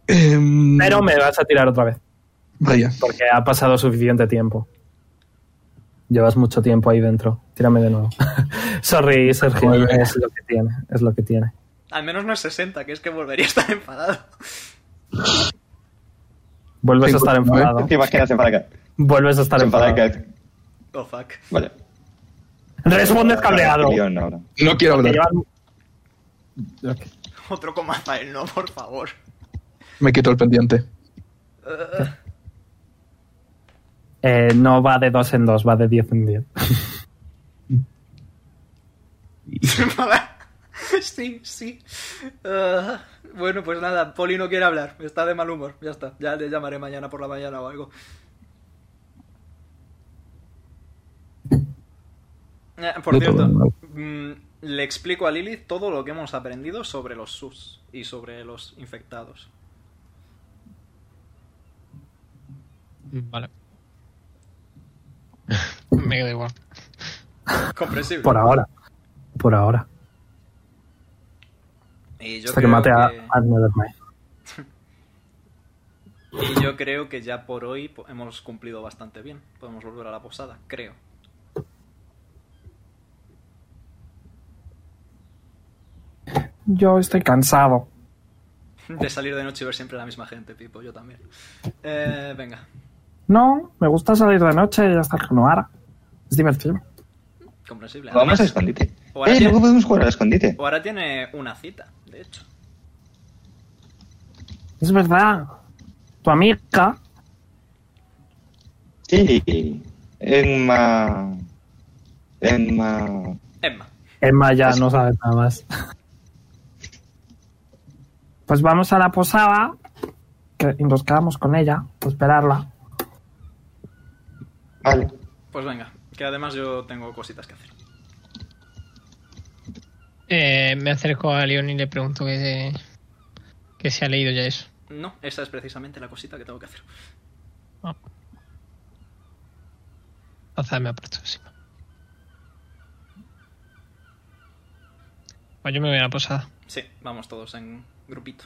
[SPEAKER 3] Em,
[SPEAKER 1] Pero me vas a tirar otra vez,
[SPEAKER 3] Vaya.
[SPEAKER 1] porque ha pasado suficiente tiempo. Llevas mucho tiempo ahí dentro. Tírame de nuevo. Sorry, Sergio.
[SPEAKER 3] Muy bien.
[SPEAKER 1] Es lo que tiene. Es lo que tiene.
[SPEAKER 2] Al menos no es 60, que es que volvería a estar enfadado.
[SPEAKER 1] Vuelves a estar
[SPEAKER 3] 59.
[SPEAKER 1] enfadado.
[SPEAKER 7] ¿Qué imaginas en Faraca?
[SPEAKER 1] Vuelves a estar
[SPEAKER 7] En
[SPEAKER 1] enfadado.
[SPEAKER 3] ¿eh?
[SPEAKER 7] Faraca.
[SPEAKER 2] Oh, fuck.
[SPEAKER 7] Vale.
[SPEAKER 1] Respondes cableado.
[SPEAKER 7] León ahora.
[SPEAKER 3] No quiero
[SPEAKER 1] Te
[SPEAKER 3] hablar.
[SPEAKER 1] llevan-
[SPEAKER 2] Otro con Mazael, no, por favor.
[SPEAKER 3] Me quito el pendiente.
[SPEAKER 2] Eh,
[SPEAKER 1] Eh, no va de 2 en 2, va de 10 en 10.
[SPEAKER 2] sí, sí. Eh, bueno, pues nada, Poli no quiere hablar. Está de mal humor. Ya está. Ya le llamaré mañana por la mañana o algo. Eh, por
[SPEAKER 3] No
[SPEAKER 2] cierto,
[SPEAKER 3] todo
[SPEAKER 2] mm, le explico a Lilith todo lo que hemos aprendido sobre los SUS y sobre los infectados.
[SPEAKER 5] Mm, Vale. Me da igual.
[SPEAKER 2] Comprensible.
[SPEAKER 1] Por ahora. Por ahora.
[SPEAKER 2] Y yo
[SPEAKER 1] Hasta que
[SPEAKER 2] creo
[SPEAKER 1] mate a,
[SPEAKER 2] que-
[SPEAKER 1] a Nethermite.
[SPEAKER 2] Y yo creo que ya por hoy po- hemos cumplido bastante bien. Podemos volver a la posada, creo.
[SPEAKER 11] Yo estoy cansado.
[SPEAKER 2] De salir de noche y ver siempre la misma gente, Pipo, yo también. Eh, venga.
[SPEAKER 11] No, me gusta salir de noche y estar con Oara. Es divertido.
[SPEAKER 2] Comprensible.
[SPEAKER 7] Vamos a
[SPEAKER 2] Además,
[SPEAKER 7] escondite.
[SPEAKER 2] o ahora
[SPEAKER 7] Eh,
[SPEAKER 2] tiene-
[SPEAKER 7] luego podemos jugar al escondite.
[SPEAKER 2] o ahora tiene una cita, de hecho.
[SPEAKER 11] Es verdad. Tu amiga.
[SPEAKER 7] Sí. En ma. En ma.
[SPEAKER 2] Emma.
[SPEAKER 1] Emma ya
[SPEAKER 7] Así.
[SPEAKER 1] no sabe nada más.
[SPEAKER 11] Pues vamos a la posada. Que y nos quedamos con ella. a Esperarla.
[SPEAKER 7] Vale.
[SPEAKER 2] Pues venga, que además yo tengo cositas que hacer.
[SPEAKER 5] Eh, me acerco a León y le pregunto que, que se ha leído ya eso.
[SPEAKER 2] No, esa es precisamente la cosita que tengo que hacer.
[SPEAKER 5] Lanzadme me apuesto encima. Pues yo me voy a la posada.
[SPEAKER 2] Sí, vamos todos en grupito.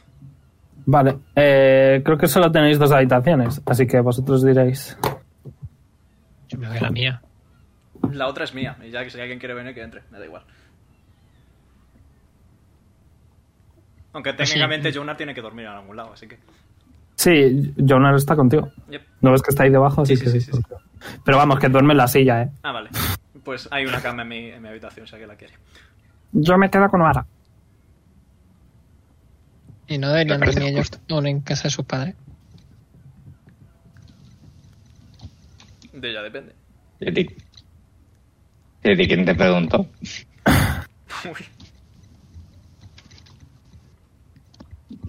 [SPEAKER 1] Vale. eh, creo que solo tenéis dos habitaciones, así que vosotros diréis.
[SPEAKER 5] Yo me voy a la mía.
[SPEAKER 2] La otra es mía, y ya que si alguien quiere venir, que entre, me da igual. Aunque técnicamente Jonar tiene que dormir en algún lado, así que.
[SPEAKER 1] Sí, Jonar está contigo.
[SPEAKER 2] Yep.
[SPEAKER 1] ¿No ves que está ahí debajo? Así
[SPEAKER 2] Sí,
[SPEAKER 1] que
[SPEAKER 2] sí, sí, sí,
[SPEAKER 1] Pero vamos, que duerme en la silla, ¿eh?
[SPEAKER 2] Ah, vale. Pues hay una cama en mi, en mi habitación, si alguien la quiere.
[SPEAKER 11] Yo me quedo con Oara.
[SPEAKER 5] Y no deberían
[SPEAKER 7] Me parece
[SPEAKER 5] dormir ellos aún en casa de sus padres.
[SPEAKER 2] De ella depende.
[SPEAKER 7] Eric. Eric, ¿quién te preguntó?
[SPEAKER 2] Uy.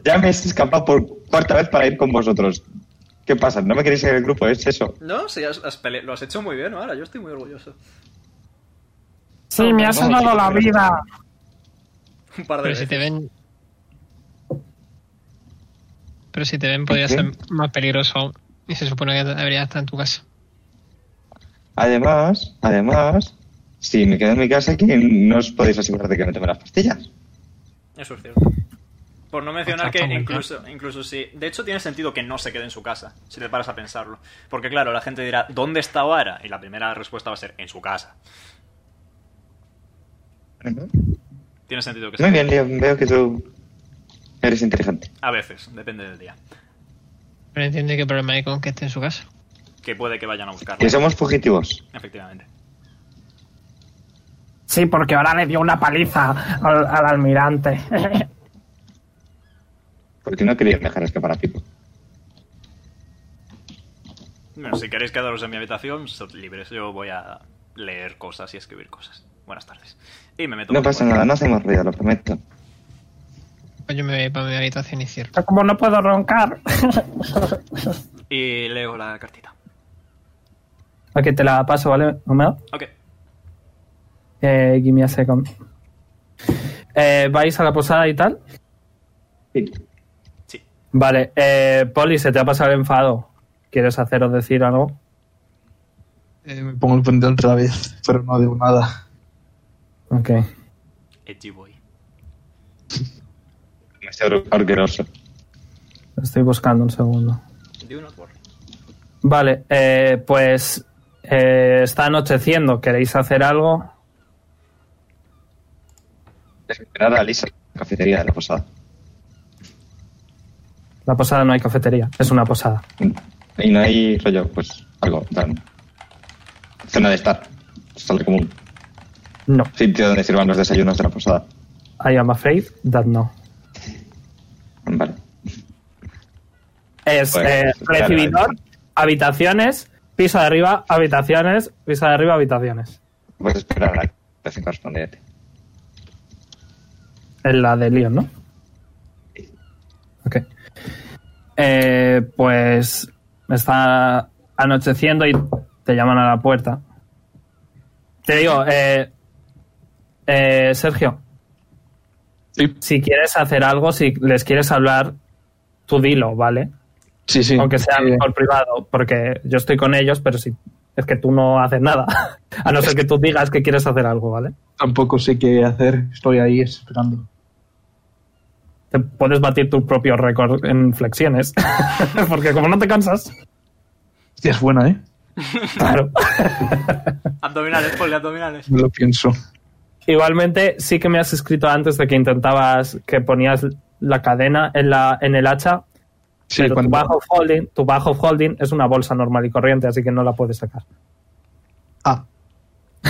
[SPEAKER 7] Ya me he escapado por cuarta vez para ir con vosotros. ¿Qué pasa? ¿No me queréis en el grupo? ¿Es eso?
[SPEAKER 2] No, sí, has- has pele- lo has hecho muy bien, ¿no? ahora yo estoy muy orgulloso.
[SPEAKER 11] Sí, me ha salvado la vida.
[SPEAKER 2] Un par de
[SPEAKER 5] Pero si
[SPEAKER 2] veces.
[SPEAKER 5] te ven. Pero si te ven, podría
[SPEAKER 7] ¿Sí?
[SPEAKER 5] ser más peligroso aún. Y se supone que debería estar en tu casa.
[SPEAKER 7] Además, además, si me quedo en mi casa, que no os podéis asegurar de que no tome las pastillas.
[SPEAKER 2] Eso es cierto. Por no mencionar que
[SPEAKER 5] Exacto, muy
[SPEAKER 2] incluso, incluso si... De hecho, tiene sentido que no se quede en su casa, si te paras a pensarlo. Porque claro, la gente dirá, ¿dónde está Oara? Y la primera respuesta va a ser, en su casa. Tiene sentido que sea.
[SPEAKER 7] Muy bien, Leon, veo que tú eres inteligente.
[SPEAKER 2] A veces, depende del día.
[SPEAKER 5] Pero entiende que problema hay con que esté en su casa.
[SPEAKER 2] Que puede que vayan a buscarla.
[SPEAKER 7] Que somos fugitivos.
[SPEAKER 2] Efectivamente.
[SPEAKER 11] Sí, porque ahora le dio una paliza al, al almirante.
[SPEAKER 7] Porque no quería dejar escapar a Pipo.
[SPEAKER 2] Bueno, si queréis quedaros en mi habitación, sed libres. Yo voy a leer cosas y escribir cosas. Buenas tardes. Y me meto...
[SPEAKER 7] No
[SPEAKER 2] por
[SPEAKER 7] pasa
[SPEAKER 2] el
[SPEAKER 7] nada, no hacemos ruido, lo prometo.
[SPEAKER 5] Pues yo me voy para mi habitación y cierro.
[SPEAKER 11] Como no puedo roncar.
[SPEAKER 2] cuarto. Y leo la cartita.
[SPEAKER 1] Ok, te la paso, ¿vale? Omega?
[SPEAKER 2] Ok.
[SPEAKER 1] Eh, give me a second. Eh, ¿Vais a la posada y tal?
[SPEAKER 7] Sí.
[SPEAKER 2] Sí.
[SPEAKER 1] Vale, eh, Poli, se te ha pasado el enfado. ¿Quieres hacer o decir algo?
[SPEAKER 3] Eh, me pongo el puente otra vez, pero no digo nada.
[SPEAKER 1] Ok.
[SPEAKER 2] Edgy boy.
[SPEAKER 7] Demasiado orgulloso.
[SPEAKER 1] Lo Estoy buscando un segundo.
[SPEAKER 2] Do not worry.
[SPEAKER 1] Vale, eh, pues eh, está anocheciendo. ¿Queréis hacer algo?
[SPEAKER 7] Esperar a Lisa en la cafetería de la posada.
[SPEAKER 1] La posada no hay cafetería, es una posada.
[SPEAKER 7] Y no hay rollo, pues algo, en plan, Zona de estar. Sale común.
[SPEAKER 1] No,
[SPEAKER 7] Sitio donde sirvan los desayunos de la posada.
[SPEAKER 1] I am afraid that no.
[SPEAKER 7] Vale.
[SPEAKER 1] Es
[SPEAKER 7] Bueno,
[SPEAKER 1] eh,
[SPEAKER 7] claro,
[SPEAKER 1] recibidor,
[SPEAKER 7] vale.
[SPEAKER 1] habitaciones, piso de arriba, habitaciones, piso de arriba, habitaciones.
[SPEAKER 7] Puedes esperar a la clase correspondiente.
[SPEAKER 1] Es la de Leon, ¿no? Ok. Eh, pues está anocheciendo y te llaman a la puerta. Te digo, eh, eh, Sergio,
[SPEAKER 3] Sí,
[SPEAKER 1] si quieres hacer algo, si les quieres hablar, tú dilo, ¿vale?
[SPEAKER 3] sí. sí.
[SPEAKER 1] Aunque sea
[SPEAKER 3] Eh,
[SPEAKER 1] por privado, porque yo estoy con ellos, pero si es que tú no haces nada. a no ser que tú digas que quieres hacer algo, ¿vale?
[SPEAKER 3] Tampoco sé qué hacer, estoy ahí esperando.
[SPEAKER 1] Te puedes batir tu propio récord en flexiones. porque como no te cansas,
[SPEAKER 3] Hostia, es buena, ¿eh?
[SPEAKER 1] claro.
[SPEAKER 2] Abdominales, Poli, abdominales.
[SPEAKER 3] Me lo pienso.
[SPEAKER 1] Igualmente, sí que me has escrito antes de que intentabas que ponías la cadena en, la, en el hacha.
[SPEAKER 3] Sí,
[SPEAKER 1] pero
[SPEAKER 3] cuando-
[SPEAKER 1] tu, bag of holding, tu bag of holding es una bolsa normal y corriente, así que no la puedes sacar.
[SPEAKER 3] Ah.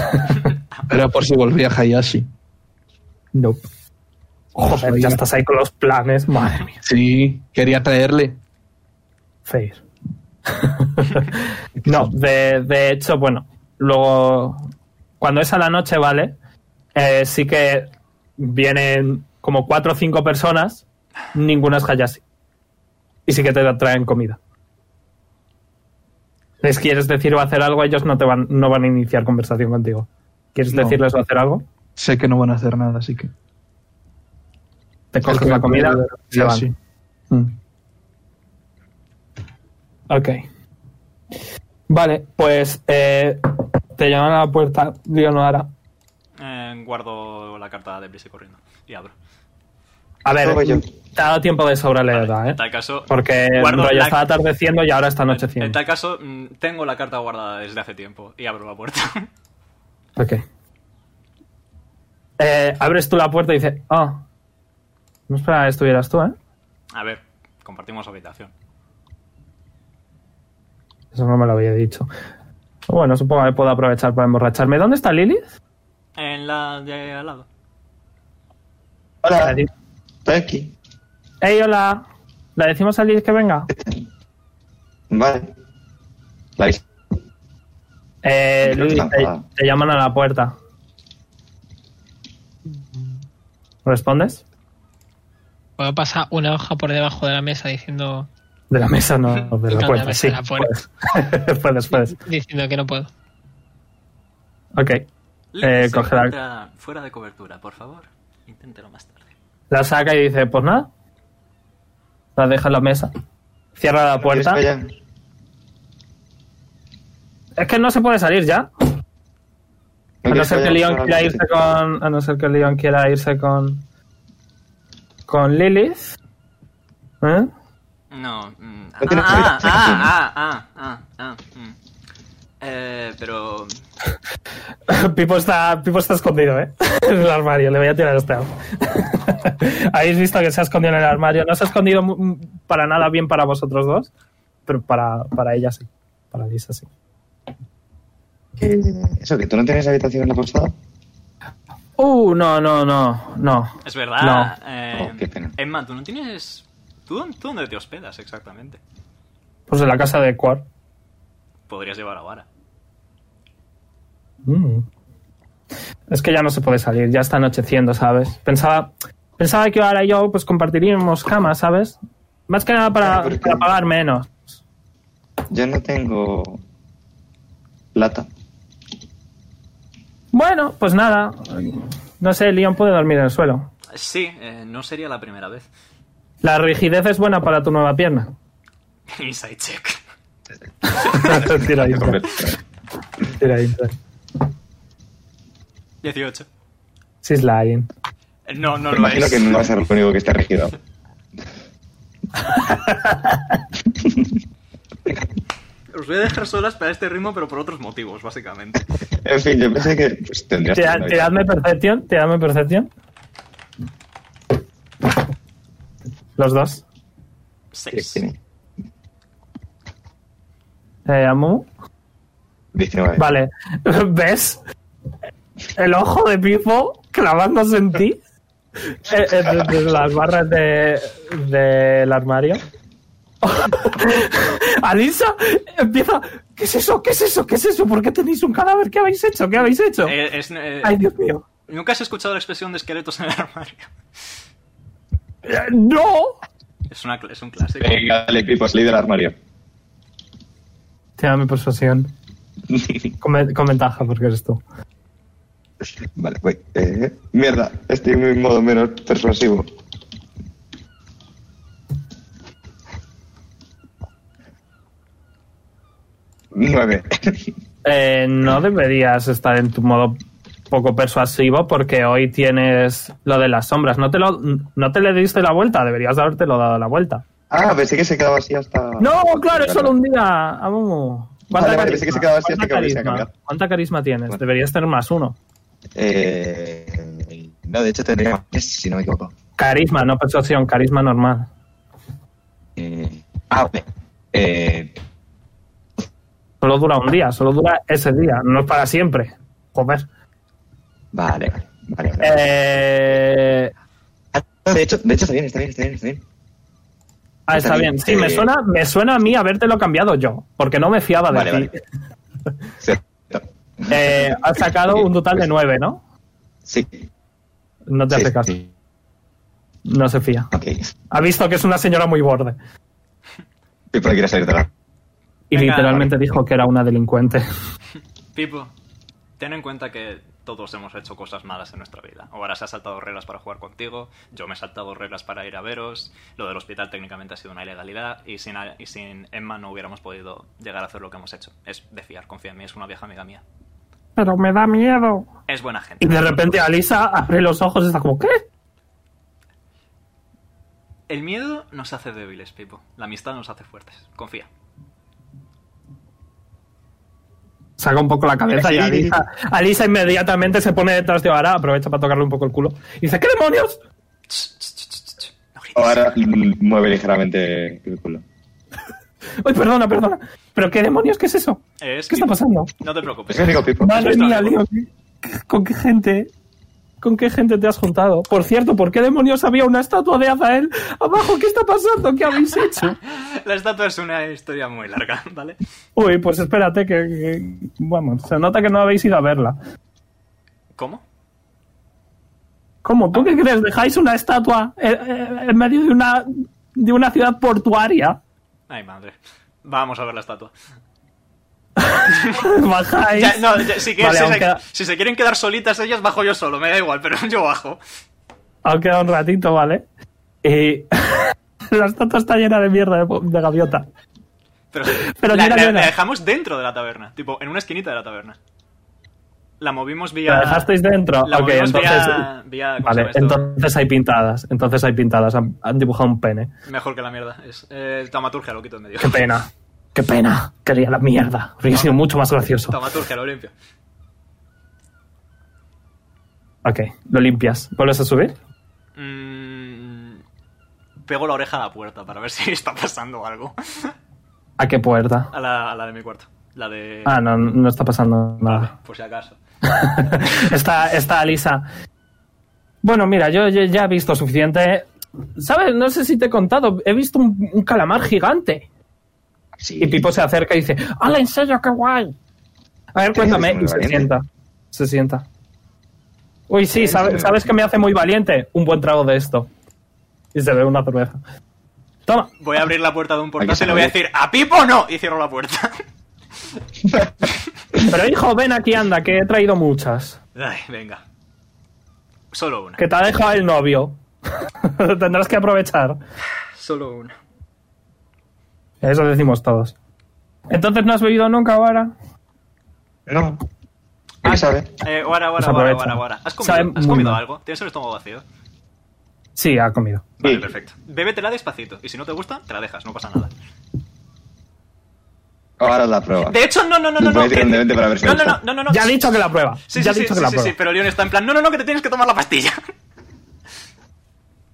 [SPEAKER 3] Era por si volvía Hayashi.
[SPEAKER 1] No. Joder, ya
[SPEAKER 3] Oiga.
[SPEAKER 1] estás ahí con los planes. Madre mía.
[SPEAKER 3] Sí, quería traerle.
[SPEAKER 1] Fair. no, de, de hecho, bueno, luego, cuando es a la noche, ¿vale? Eh, sí que vienen como cuatro o cinco personas, ninguna es Hayashi. Y sí que te traen comida. ¿Les quieres decir o hacer algo? Ellos no te van, no van a iniciar conversación contigo. ¿Quieres
[SPEAKER 3] No.
[SPEAKER 1] decirles o hacer algo?
[SPEAKER 3] Sé que no van a hacer nada, así que.
[SPEAKER 1] Te coges la comida, se van.
[SPEAKER 3] Sí. Mm.
[SPEAKER 1] Ok. Vale, pues eh, te llaman a la puerta, Leonora.
[SPEAKER 2] Eh, guardo la carta de prisa y corriendo. Y abro.
[SPEAKER 1] A ver,
[SPEAKER 7] Luego yo.
[SPEAKER 1] te ha dado tiempo de sobra la edad, ¿eh?
[SPEAKER 2] En tal caso.
[SPEAKER 1] Porque
[SPEAKER 2] guardo
[SPEAKER 1] rollo,
[SPEAKER 2] la-
[SPEAKER 1] estaba atardeciendo y ahora está
[SPEAKER 2] En
[SPEAKER 1] anocheciendo.
[SPEAKER 2] tal caso, mm, tengo la carta guardada desde hace tiempo y abro la puerta.
[SPEAKER 1] Ok. Eh, abres tú la puerta y dices, ah, no esperaba que estuvieras tú, ¿eh?
[SPEAKER 2] A ver, compartimos habitación.
[SPEAKER 1] Eso no me lo había dicho. Bueno, supongo que puedo aprovechar para emborracharme. ¿Dónde está Lilith?
[SPEAKER 2] En la de al lado.
[SPEAKER 7] Hola, estoy aquí.
[SPEAKER 1] Ey, hola. ¿Le decimos a Lilith que venga?
[SPEAKER 7] Vale. La vis-
[SPEAKER 1] Eh, Lilith, te, te llaman a la puerta. ¿Respondes?
[SPEAKER 5] Puedo pasar una hoja por debajo de la mesa diciendo,
[SPEAKER 1] De la mesa, no, de la
[SPEAKER 5] la
[SPEAKER 1] puerta.
[SPEAKER 5] mesa
[SPEAKER 1] Sí,
[SPEAKER 5] de la puerta.
[SPEAKER 1] puedes. puedes, puedes.
[SPEAKER 5] diciendo que no puedo.
[SPEAKER 1] Ok.
[SPEAKER 7] Eh,
[SPEAKER 2] Link, se
[SPEAKER 1] coge la-
[SPEAKER 2] encuentra ah, Fuera de cobertura, por favor. Inténtelo más tarde.
[SPEAKER 1] La saca y dice, pues nada. La deja en la mesa. Cierra la puerta.
[SPEAKER 7] ¿Quieres que vaya?
[SPEAKER 1] Es que no se puede salir ya. A no
[SPEAKER 7] quieres
[SPEAKER 1] ser que
[SPEAKER 7] vaya?
[SPEAKER 1] Leon quiera irse con. A no ser que Leon quiera irse con. Con Lilith. ¿Eh?
[SPEAKER 2] No. mm, ah,
[SPEAKER 7] No tienes que
[SPEAKER 2] ah,
[SPEAKER 7] ir.
[SPEAKER 2] ah, ah, ah, ah, mm. Eh, pero.
[SPEAKER 1] Pipo está, Pipo está escondido, ¿eh? En el armario, le voy a tirar este agua. Habéis visto que se ha escondido en el armario. No se ha escondido mu- para nada bien para vosotros dos, pero para, para ella sí. Para Lisa sí.
[SPEAKER 7] Eh, Eso, que tú no tienes habitación en la posada.
[SPEAKER 1] Uh, no, no, no, no.
[SPEAKER 2] Es verdad.
[SPEAKER 1] No.
[SPEAKER 2] eh,
[SPEAKER 7] Oh, qué pena.
[SPEAKER 2] Emma, tú no tienes. ¿Tú, dónde- tú dónde te hospedas exactamente?
[SPEAKER 1] Pues en la casa de Quar.
[SPEAKER 2] Podrías llevar a Vara.
[SPEAKER 1] Mm. Es que ya no se puede salir, ya está anocheciendo, ¿sabes? Pensaba, pensaba que ahora y yo pues compartiríamos cama, ¿sabes? Más que nada para,
[SPEAKER 7] Claro, porque-
[SPEAKER 1] para pagar menos.
[SPEAKER 7] Yo no tengo plata.
[SPEAKER 1] Bueno, pues nada. No sé, Leon puede dormir en el suelo.
[SPEAKER 2] Sí, eh, no sería la primera vez.
[SPEAKER 1] La rigidez es buena para tu nueva pierna.
[SPEAKER 2] Inside check.
[SPEAKER 1] Tira insight. Tira insight.
[SPEAKER 2] 18.
[SPEAKER 1] She's lying.
[SPEAKER 2] No, no lo
[SPEAKER 7] Imagino
[SPEAKER 2] es.
[SPEAKER 7] que no va a ser lo único que está rígido.
[SPEAKER 2] Os voy a dejar solas para este ritmo, pero por otros motivos, básicamente.
[SPEAKER 7] En fin, yo pensé que pues, tendrías que
[SPEAKER 1] Tira- Tiradme percepción, tiradme percepción. Los dos.
[SPEAKER 2] 6.
[SPEAKER 1] Eh, Amu.
[SPEAKER 7] 19.
[SPEAKER 1] Vale. ¿Ves? El ojo de Pipo clavándose en ti. Eh, eh, de- de las barras de- del armario. Alisa empieza. ¿Qué es eso? ¿Qué es eso? ¿Qué es eso? ¿Por qué tenéis un cadáver? ¿Qué habéis hecho? ¿Qué habéis hecho?
[SPEAKER 2] Eh, es- eh,
[SPEAKER 1] Ay, Dios mío.
[SPEAKER 2] Nunca has escuchado la expresión de esqueletos en el armario.
[SPEAKER 1] Eh, ¡No!
[SPEAKER 2] Es, una, cl- es un clásico.
[SPEAKER 7] Venga, dale, Pipo, salí del armario.
[SPEAKER 1] Tírame persuasión. Con, ve- con ventaja, porque eres tú.
[SPEAKER 7] Vale, voy. Eh, mierda, estoy en un modo menos persuasivo. Nueve.
[SPEAKER 1] Eh, no deberías estar en tu modo poco persuasivo porque hoy tienes lo de las sombras. No te, lo, no te le diste la vuelta, deberías de habértelo dado la vuelta.
[SPEAKER 7] Ah, pensé que se quedaba así hasta.
[SPEAKER 1] No, claro, es solo un día. Vamos.
[SPEAKER 7] Vale, vale, pensé que se quedaba así hasta
[SPEAKER 1] ¿Cuánta
[SPEAKER 7] que volviese a
[SPEAKER 1] carisma?
[SPEAKER 7] cambiar.
[SPEAKER 1] ¿Cuánta carisma tienes?
[SPEAKER 7] Bueno.
[SPEAKER 1] Deberías tener más uno.
[SPEAKER 7] Eh, no, de hecho tendría más tres, si no me equivoco.
[SPEAKER 1] Carisma, no persuasión, carisma normal.
[SPEAKER 7] Eh, ah, vale. Eh,
[SPEAKER 1] Solo dura un día, solo dura ese día, no es para siempre. Joder.
[SPEAKER 7] vale, vale. vale, vale.
[SPEAKER 1] Eh,
[SPEAKER 7] Ah, de, hecho, de hecho, está bien, está bien, está bien, está bien.
[SPEAKER 1] ah, está bien. Sí, me suena, me suena a mí habértelo cambiado yo, porque no me fiaba de
[SPEAKER 7] Vale,
[SPEAKER 1] ti.
[SPEAKER 7] vale. Cierto.
[SPEAKER 1] Eh, has sacado un total de nueve, ¿no?
[SPEAKER 7] Sí.
[SPEAKER 1] No te
[SPEAKER 7] sí,
[SPEAKER 1] hace caso.
[SPEAKER 7] sí,
[SPEAKER 1] No se fía.
[SPEAKER 7] Ok.
[SPEAKER 1] Ha visto que es una señora muy borde.
[SPEAKER 7] Pipo quiere salir de la.
[SPEAKER 1] Y
[SPEAKER 2] Venga,
[SPEAKER 1] literalmente dijo que era una delincuente.
[SPEAKER 2] Pipo, ten en cuenta que todos hemos hecho cosas malas en nuestra vida. Ahora se ha saltado reglas para jugar contigo, yo me he saltado reglas para ir a veros, lo del hospital técnicamente ha sido una ilegalidad y sin, a- y sin Emma no hubiéramos podido llegar a hacer lo que hemos hecho. Es de fiar, confía en mí, es una vieja amiga mía.
[SPEAKER 1] Pero me da miedo.
[SPEAKER 2] Es buena
[SPEAKER 1] Y
[SPEAKER 2] gente.
[SPEAKER 1] de repente Alisa abre los ojos y está como, ¿qué?
[SPEAKER 2] El miedo nos hace débiles, Pipo. La amistad nos hace fuertes. Confía.
[SPEAKER 1] Saca un poco la cabeza y Alisa, Alisa inmediatamente se pone detrás de Ahora, aprovecha para tocarle un poco el culo. Y dice, ¿qué demonios?
[SPEAKER 2] Ch, ch, ch, ch, ch. No grites.
[SPEAKER 7] Ahora mm, mueve ligeramente el culo.
[SPEAKER 1] Uy, perdona, perdona. ¿Pero qué demonios? ¿Qué es eso?
[SPEAKER 2] Es
[SPEAKER 1] ¿Qué está
[SPEAKER 2] Pipo.
[SPEAKER 1] pasando?
[SPEAKER 2] No te preocupes.
[SPEAKER 7] Es el único Pipo.
[SPEAKER 1] Madre
[SPEAKER 2] Eso está
[SPEAKER 1] mía,
[SPEAKER 2] bien.
[SPEAKER 1] Dios. ¿Con qué gente? ¿Con qué gente te has juntado? Por cierto, ¿por qué demonios había una estatua de Azael abajo? ¿Qué está pasando? ¿Qué habéis hecho?
[SPEAKER 2] La estatua es una historia muy larga, ¿vale?
[SPEAKER 1] Uy, pues espérate que, que- Vamos, se nota que no habéis ido a verla.
[SPEAKER 2] ¿Cómo?
[SPEAKER 1] ¿Cómo? ¿Tú qué crees? ¿Dejáis una estatua eh, eh, en medio de una, de una ciudad portuaria?
[SPEAKER 2] Ay, madre. Vamos a ver la estatua.
[SPEAKER 1] ¿Bajáis?
[SPEAKER 2] Ya, no, ya, si, que-
[SPEAKER 1] Vale,
[SPEAKER 2] si
[SPEAKER 1] aún
[SPEAKER 2] se,
[SPEAKER 1] queda-
[SPEAKER 2] si se quieren quedar solitas ellas, bajo yo solo. Me da igual, pero yo bajo.
[SPEAKER 1] Aún queda un ratito, ¿vale? Y... la estatua está llena de mierda de, de gaviota.
[SPEAKER 2] Pero,
[SPEAKER 1] Pero
[SPEAKER 2] la,
[SPEAKER 1] mira,
[SPEAKER 2] la-
[SPEAKER 1] mira.
[SPEAKER 2] la dejamos dentro de la taberna. Tipo, en una esquinita de la taberna. La movimos vía...
[SPEAKER 1] ¿La dejasteis dentro?
[SPEAKER 2] La
[SPEAKER 1] ok,
[SPEAKER 2] movimos
[SPEAKER 1] entonces...
[SPEAKER 2] vía... vía- ¿cómo se
[SPEAKER 1] Vale,
[SPEAKER 2] llama esto?
[SPEAKER 1] entonces hay pintadas. Entonces hay pintadas. Han, han dibujado un pene.
[SPEAKER 2] Mejor que la mierda. Es, eh, taumaturgia, lo quito en medio.
[SPEAKER 1] Qué pena. Qué pena. Quería la mierda. Hubiera sido mucho más gracioso.
[SPEAKER 2] Taumaturgia, lo limpio.
[SPEAKER 1] Ok, lo limpias. ¿Vuelves a subir?
[SPEAKER 2] Mm, pego la oreja a la puerta para ver si está pasando algo.
[SPEAKER 1] ¿A qué puerta?
[SPEAKER 2] A la, a la de mi cuarto. La de...
[SPEAKER 1] Ah, no, no está pasando nada.
[SPEAKER 2] Por si acaso.
[SPEAKER 1] está, está Alisa. Bueno, mira, yo, yo ya he visto suficiente. ¿Sabes? No sé si te he contado. He visto un, un calamar gigante.
[SPEAKER 7] Sí.
[SPEAKER 1] Y Pipo se acerca y dice, ¡Hala, en serio, qué guay! A ver, cuéntame.
[SPEAKER 7] Eres muy
[SPEAKER 1] Y se
[SPEAKER 7] valiente.
[SPEAKER 1] sienta. Se sienta. Uy, sí,
[SPEAKER 7] Eres
[SPEAKER 1] ¿sabes,
[SPEAKER 7] muy
[SPEAKER 1] ¿sabes qué me hace muy valiente? Un buen trago de esto. Y se ve una cerveza. Toma.
[SPEAKER 2] Voy a abrir la puerta de un portal
[SPEAKER 7] Aquí se
[SPEAKER 2] y le voy a
[SPEAKER 7] abre.
[SPEAKER 2] decir ¡A Pipo no! Y cierro la puerta.
[SPEAKER 1] Pero hijo, ven aquí, anda, que he traído muchas.
[SPEAKER 2] Ay, venga. Solo una.
[SPEAKER 1] Que te ha dejado el novio. Tendrás que aprovechar.
[SPEAKER 2] Solo una.
[SPEAKER 1] Eso decimos todos. Entonces, ¿no has bebido nunca ahora?
[SPEAKER 7] No. ¿Qué sabe?
[SPEAKER 2] Eh, ahora, ahora,
[SPEAKER 1] Pues
[SPEAKER 2] ahora,
[SPEAKER 1] aprovecha.
[SPEAKER 2] ahora, ahora. ¿Has
[SPEAKER 1] Sabe
[SPEAKER 2] comido, has
[SPEAKER 1] muy
[SPEAKER 2] comido
[SPEAKER 1] mal.
[SPEAKER 2] algo? ¿Tienes el estómago vacío?
[SPEAKER 1] Sí, ha comido.
[SPEAKER 2] Vale,
[SPEAKER 7] Sí.
[SPEAKER 2] perfecto. Bébetela despacito. Y si no te gusta, te la dejas, no pasa nada.
[SPEAKER 7] Ahora la prueba.
[SPEAKER 2] De hecho, no, no, no, no. No,
[SPEAKER 7] Voy
[SPEAKER 2] que- no,
[SPEAKER 7] directamente para ver si
[SPEAKER 2] no,
[SPEAKER 7] gusta.
[SPEAKER 2] no, no, no, no.
[SPEAKER 1] Ya ha dicho que la prueba.
[SPEAKER 2] Sí,
[SPEAKER 1] ya
[SPEAKER 2] sí,
[SPEAKER 1] ha dicho
[SPEAKER 2] sí,
[SPEAKER 1] que la
[SPEAKER 2] sí,
[SPEAKER 1] prueba.
[SPEAKER 2] sí, pero Leon está en plan, no, no, no, que te tienes que tomar la pastilla.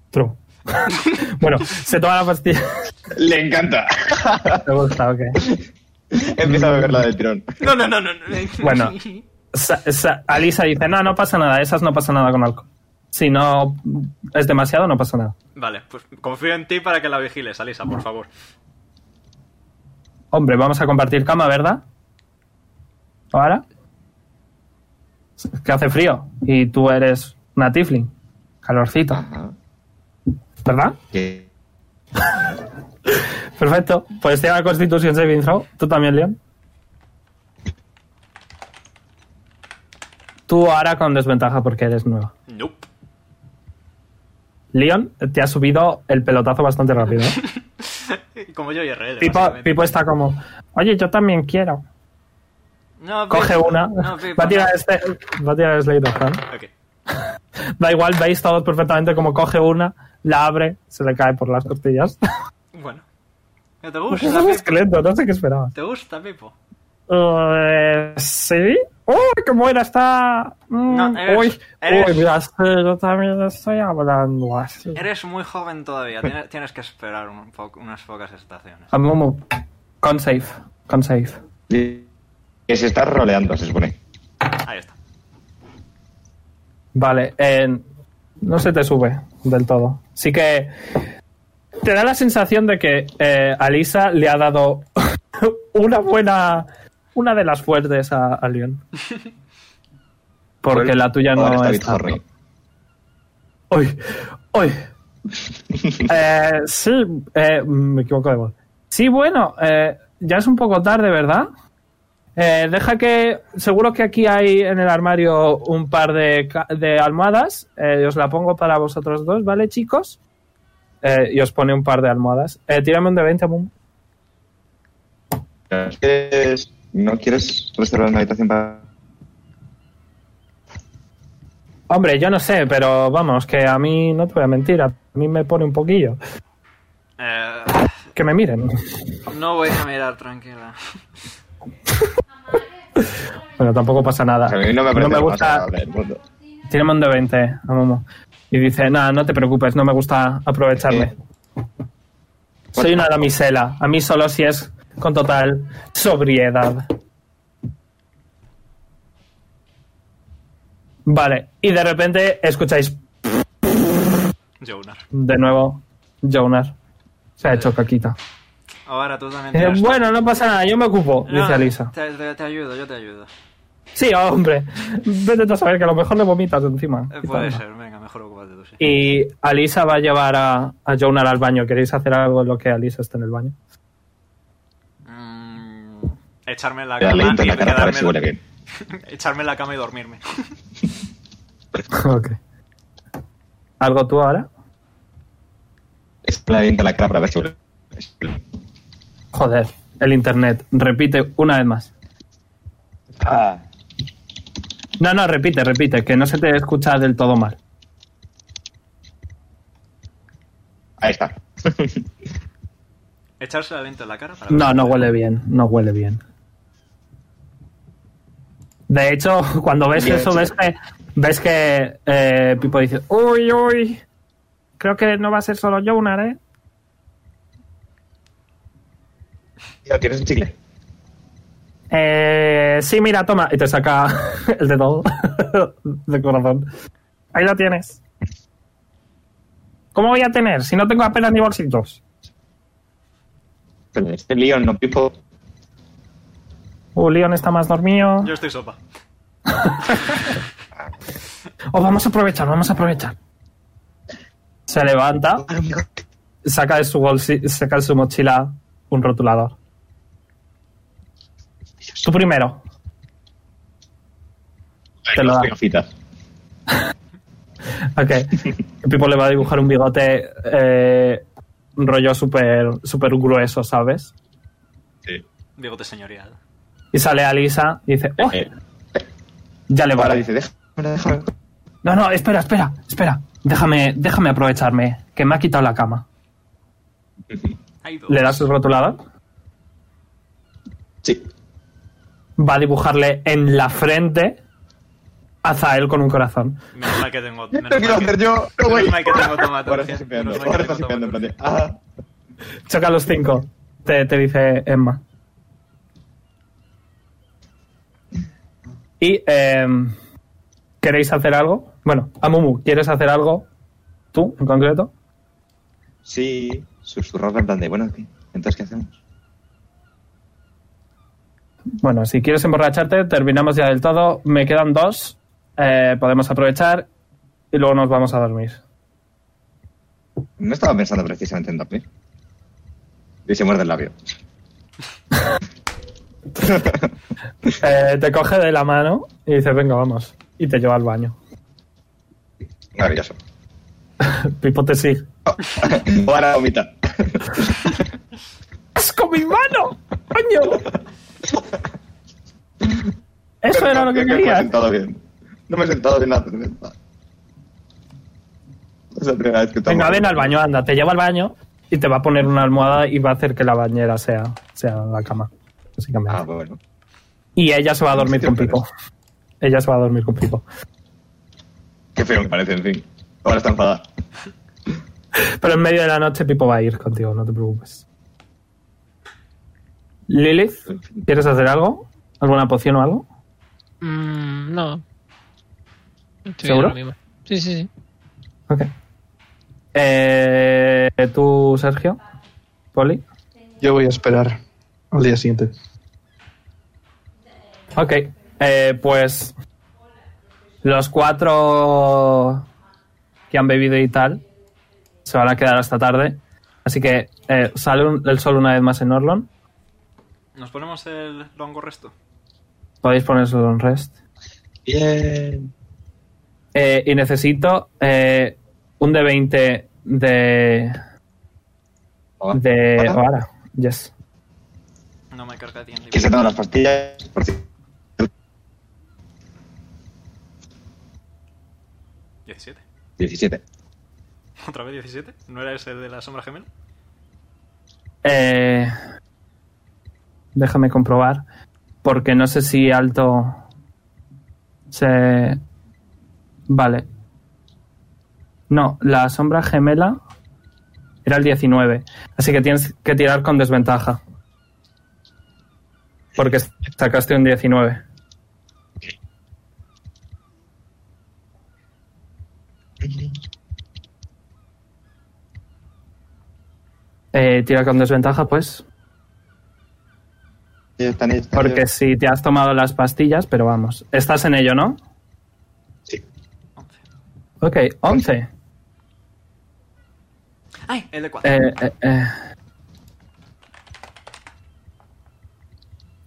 [SPEAKER 1] True. bueno, se toma la pastilla.
[SPEAKER 7] Le encanta.
[SPEAKER 1] Me gusta, ok.
[SPEAKER 7] Empieza a beberla del tirón.
[SPEAKER 2] No, no, no, no. no.
[SPEAKER 1] Bueno. Sa- sa- Alisa dice, no, no pasa nada, esas no pasa nada con alcohol. Si no es demasiado, no pasa nada.
[SPEAKER 2] Vale, pues confío en ti para que la vigiles, Alisa, por favor.
[SPEAKER 1] Hombre, vamos a compartir cama, ¿verdad? ¿Ahora? Es Que hace frío y tú eres una tifling. Calorcito,
[SPEAKER 7] Ajá.
[SPEAKER 1] ¿verdad?
[SPEAKER 7] ¿Qué?
[SPEAKER 1] Perfecto. Pues tiene la Constitución Saving Throw. Tú también, Leon. Tú ahora con desventaja porque eres nueva.
[SPEAKER 2] Nope.
[SPEAKER 1] Leon, te ha subido el pelotazo bastante rápido. ¿eh?
[SPEAKER 2] Como yo y RL.
[SPEAKER 1] Pipo,
[SPEAKER 2] básicamente.
[SPEAKER 1] Pipo está como, oye, yo también quiero.
[SPEAKER 2] No, Pipo,
[SPEAKER 1] Coge una.
[SPEAKER 2] No, Pipo,
[SPEAKER 1] va a tirar
[SPEAKER 2] no.
[SPEAKER 1] este. Va a tirar el Slate of Hand.
[SPEAKER 2] Ok.
[SPEAKER 1] Da igual, veis todos perfectamente como coge una, la abre, se le cae por las costillas.
[SPEAKER 2] Bueno. ¿Te
[SPEAKER 1] Pues es
[SPEAKER 2] gusta,
[SPEAKER 1] un
[SPEAKER 2] Pipo?
[SPEAKER 1] esqueleto, no sé qué esperabas.
[SPEAKER 2] ¿Te gusta, Pipo?
[SPEAKER 1] Eh, sí. ¡Uy, qué buena está! Mm,
[SPEAKER 2] No, eres-
[SPEAKER 1] uy,
[SPEAKER 2] eres-
[SPEAKER 1] uy, mira, sí, yo también estoy hablando así.
[SPEAKER 2] Eres muy joven todavía. Tienes, tienes que esperar un poco- unas pocas estaciones.
[SPEAKER 1] Amumu, con safe, con safe.
[SPEAKER 7] Que se está roleando, se supone.
[SPEAKER 2] Ahí está.
[SPEAKER 1] Vale, eh, no se te sube del todo. Sí que te da la sensación de que eh, Alisa le ha dado una buena, una de las fuertes a, a Leon. Porque la tuya
[SPEAKER 7] Ahora
[SPEAKER 1] no
[SPEAKER 7] está
[SPEAKER 1] es.
[SPEAKER 7] bizarro.
[SPEAKER 1] Hoy, hoy. sí, eh, me equivoco de voz. Sí, bueno, eh, ya es un poco tarde, ¿verdad? Eh, deja que. Seguro que aquí hay en el armario un par de, ca- de almohadas. Eh, os la pongo para vosotros dos, ¿vale, chicos? Eh, y os pone un par de almohadas. Eh, tírame un de 20, Mum.
[SPEAKER 7] ¿Quieres- ¿No quieres reservar una habitación para.?
[SPEAKER 1] Hombre, yo no sé, pero vamos, que a mí no te voy a mentir. A mí me pone un poquillo.
[SPEAKER 2] Eh,
[SPEAKER 1] Que me miren.
[SPEAKER 2] no voy a mirar, tranquila.
[SPEAKER 1] Bueno, tampoco pasa nada.
[SPEAKER 7] O sea, a mí no me parece lo más
[SPEAKER 1] gusta.
[SPEAKER 7] agradable del mundo.
[SPEAKER 1] Tiene mando 20, a Momo. Y dice, nada, no te preocupes, no me gusta aprovecharme.
[SPEAKER 2] Eh.
[SPEAKER 1] Soy una damisela. A mí solo si es con total sobriedad. Vale, y de repente escucháis
[SPEAKER 2] Jonar.
[SPEAKER 1] de nuevo Jonar. Se ha hecho caquita.
[SPEAKER 2] Ahora tú también
[SPEAKER 1] Dice,
[SPEAKER 2] tienes-
[SPEAKER 1] Eh, bueno, no pasa nada, yo me ocupo,
[SPEAKER 2] No,
[SPEAKER 1] dice Alisa.
[SPEAKER 2] Te, te- te ayudo, yo te ayudo. Eh,
[SPEAKER 1] Sí, hombre. Vete tú a saber que a lo mejor le vomitas encima.
[SPEAKER 2] Eh, puede ser, venga, mejor ocúpate tú, sí.
[SPEAKER 1] Y Alisa va a llevar a, a Jonar al baño. ¿Queréis hacer algo en lo que Alisa esté en el baño?
[SPEAKER 2] Mm, echarme en la
[SPEAKER 7] Le
[SPEAKER 2] cama
[SPEAKER 7] aliento en
[SPEAKER 2] y
[SPEAKER 7] la cara para ver si huele
[SPEAKER 2] quedarme...
[SPEAKER 7] bien.
[SPEAKER 2] Echarme en la cama y dormirme.
[SPEAKER 1] ok. ¿Algo tú ahora?
[SPEAKER 7] Le aliento en la cara para ver si huele bien.
[SPEAKER 1] Joder, el internet. Repite una vez más.
[SPEAKER 7] Ah,
[SPEAKER 1] No, no, repite, repite, que no se te escucha del todo mal.
[SPEAKER 7] ahí está.
[SPEAKER 2] Echarse la lente en la cara para...
[SPEAKER 1] No, no huele bien, no huele bien. De hecho, cuando ves
[SPEAKER 7] Bien
[SPEAKER 1] eso,
[SPEAKER 7] hecho.
[SPEAKER 1] ves que, ves que eh, Pipo dice, uy, uy, creo que no va a ser solo Jonar, ¿eh?
[SPEAKER 7] Tío, ¿Quieres un chicle?
[SPEAKER 1] Eh, sí, mira, toma. Y te saca el dedo de corazón. Ahí lo tienes. ¿Cómo voy a tener si no tengo apenas ni bolsitos?
[SPEAKER 7] Pero este lío no pipo.
[SPEAKER 1] Uh, Leon está más dormido.
[SPEAKER 2] Yo estoy sopa.
[SPEAKER 1] Oh, vamos a aprovechar, vamos a aprovechar. Se levanta, saca de su, bolsi- saca de su mochila un rotulador. Tú primero.
[SPEAKER 11] Ay,
[SPEAKER 1] Te lo
[SPEAKER 11] no,
[SPEAKER 1] da.
[SPEAKER 7] Gafitas.
[SPEAKER 1] Ok. Pipo le va a dibujar un bigote eh, un rollo súper super grueso, ¿sabes?
[SPEAKER 12] Sí.
[SPEAKER 2] Bigote señorial.
[SPEAKER 1] Y sale Alisa y dice, "Oh,
[SPEAKER 12] Eh,
[SPEAKER 1] ya le
[SPEAKER 7] Ahora
[SPEAKER 1] vale.
[SPEAKER 7] dice, déjame, déjame.
[SPEAKER 1] No, no, espera, espera, espera. Déjame, déjame aprovecharme, que me ha quitado la cama.
[SPEAKER 2] Hay dos.
[SPEAKER 1] Le das el rotulado.
[SPEAKER 7] Sí.
[SPEAKER 1] Va a dibujarle en la frente a Zael con un corazón.
[SPEAKER 2] Menos mal que tengo.
[SPEAKER 7] Lo quiero hacer yo. No,
[SPEAKER 2] Menos
[SPEAKER 7] güey.
[SPEAKER 2] mal que tengo tomate. ¿eh?
[SPEAKER 7] Ahora estás simpeando.
[SPEAKER 2] Menos mal
[SPEAKER 7] Ahora
[SPEAKER 2] que tengo
[SPEAKER 7] estás simpeando. En plan de,
[SPEAKER 2] tomate.
[SPEAKER 7] ah,
[SPEAKER 1] Choca los cinco, te, te dice Emma. Y, em, ¿queréis hacer algo? Bueno, Amumu, ¿quieres hacer algo? ¿Tú, en concreto?
[SPEAKER 7] sí. Susurrarla en plan de, bueno, ¿qué? Entonces, ¿qué hacemos?
[SPEAKER 1] Bueno, si quieres emborracharte, terminamos ya del todo. Me quedan dos. eh, podemos aprovechar y luego nos vamos a dormir.
[SPEAKER 7] No estaba pensando precisamente en dormir. Y se muerde el labio.
[SPEAKER 1] Eh, te coge de la mano y dice, venga, vamos. Y te lleva al baño.
[SPEAKER 7] Maravilloso.
[SPEAKER 1] Pipo te sigue.
[SPEAKER 7] Ahora vomita.
[SPEAKER 1] ¡Asco, mi mano! ¡Coño! Eso era lo que
[SPEAKER 7] Creo Me he
[SPEAKER 1] querías.
[SPEAKER 7] sentado bien. No me he sentado bien la cerveza. Es la primera vez que tomo.
[SPEAKER 1] Venga, ven al baño, anda. Te lleva al baño y te va a poner una almohada y va a hacer que la bañera sea, sea la cama. básicamente.
[SPEAKER 7] Ah, bueno.
[SPEAKER 1] Y ella se va a dormir
[SPEAKER 7] Sí,
[SPEAKER 1] con
[SPEAKER 7] pero-
[SPEAKER 1] Pipo. Ella se va a dormir con Pipo.
[SPEAKER 7] Qué feo me parece, en fin. Ahora está enfadada.
[SPEAKER 1] Pero en medio de la noche Pipo va a ir contigo, no te preocupes. Lilith, ¿quieres hacer algo? ¿Alguna poción o algo?
[SPEAKER 5] Mm, no. Estoy
[SPEAKER 1] ¿Seguro?
[SPEAKER 5] ahora mismo. Sí, sí, sí.
[SPEAKER 1] Ok. Eh, ¿Tú, Sergio? ¿Poli?
[SPEAKER 3] Yo voy a esperar al día siguiente.
[SPEAKER 1] Ok. Eh, pues los cuatro que han bebido y tal se van a quedar hasta tarde. Así que eh, sale un- el sol una vez más en Orlon.
[SPEAKER 2] Nos ponemos el longo resto.
[SPEAKER 1] Podéis poner solo un rest.
[SPEAKER 7] Bien.
[SPEAKER 1] Eh, y necesito eh, un D20 de... de
[SPEAKER 7] Hola.
[SPEAKER 1] Oara. Yes.
[SPEAKER 2] No me carga bien.
[SPEAKER 7] Que se toman las pastillas. Por cierto.
[SPEAKER 2] 17.
[SPEAKER 7] 17.
[SPEAKER 2] ¿Otra vez 17? ¿No era ese de la sombra gemela?
[SPEAKER 1] Eh, déjame comprobar. Porque no sé si alto se... Vale. No, la sombra gemela era el 19. Así que tienes que tirar con desventaja. Porque sacaste un 19. Eh, tira con desventaja, pues.
[SPEAKER 7] Ya están, ya están,
[SPEAKER 1] Porque si te has tomado las pastillas, pero vamos. Estás en ello, ¿no?
[SPEAKER 7] Sí.
[SPEAKER 2] 11.
[SPEAKER 1] Ok, 11.
[SPEAKER 2] ¡Ay! El de 4.
[SPEAKER 1] Eh, eh, eh.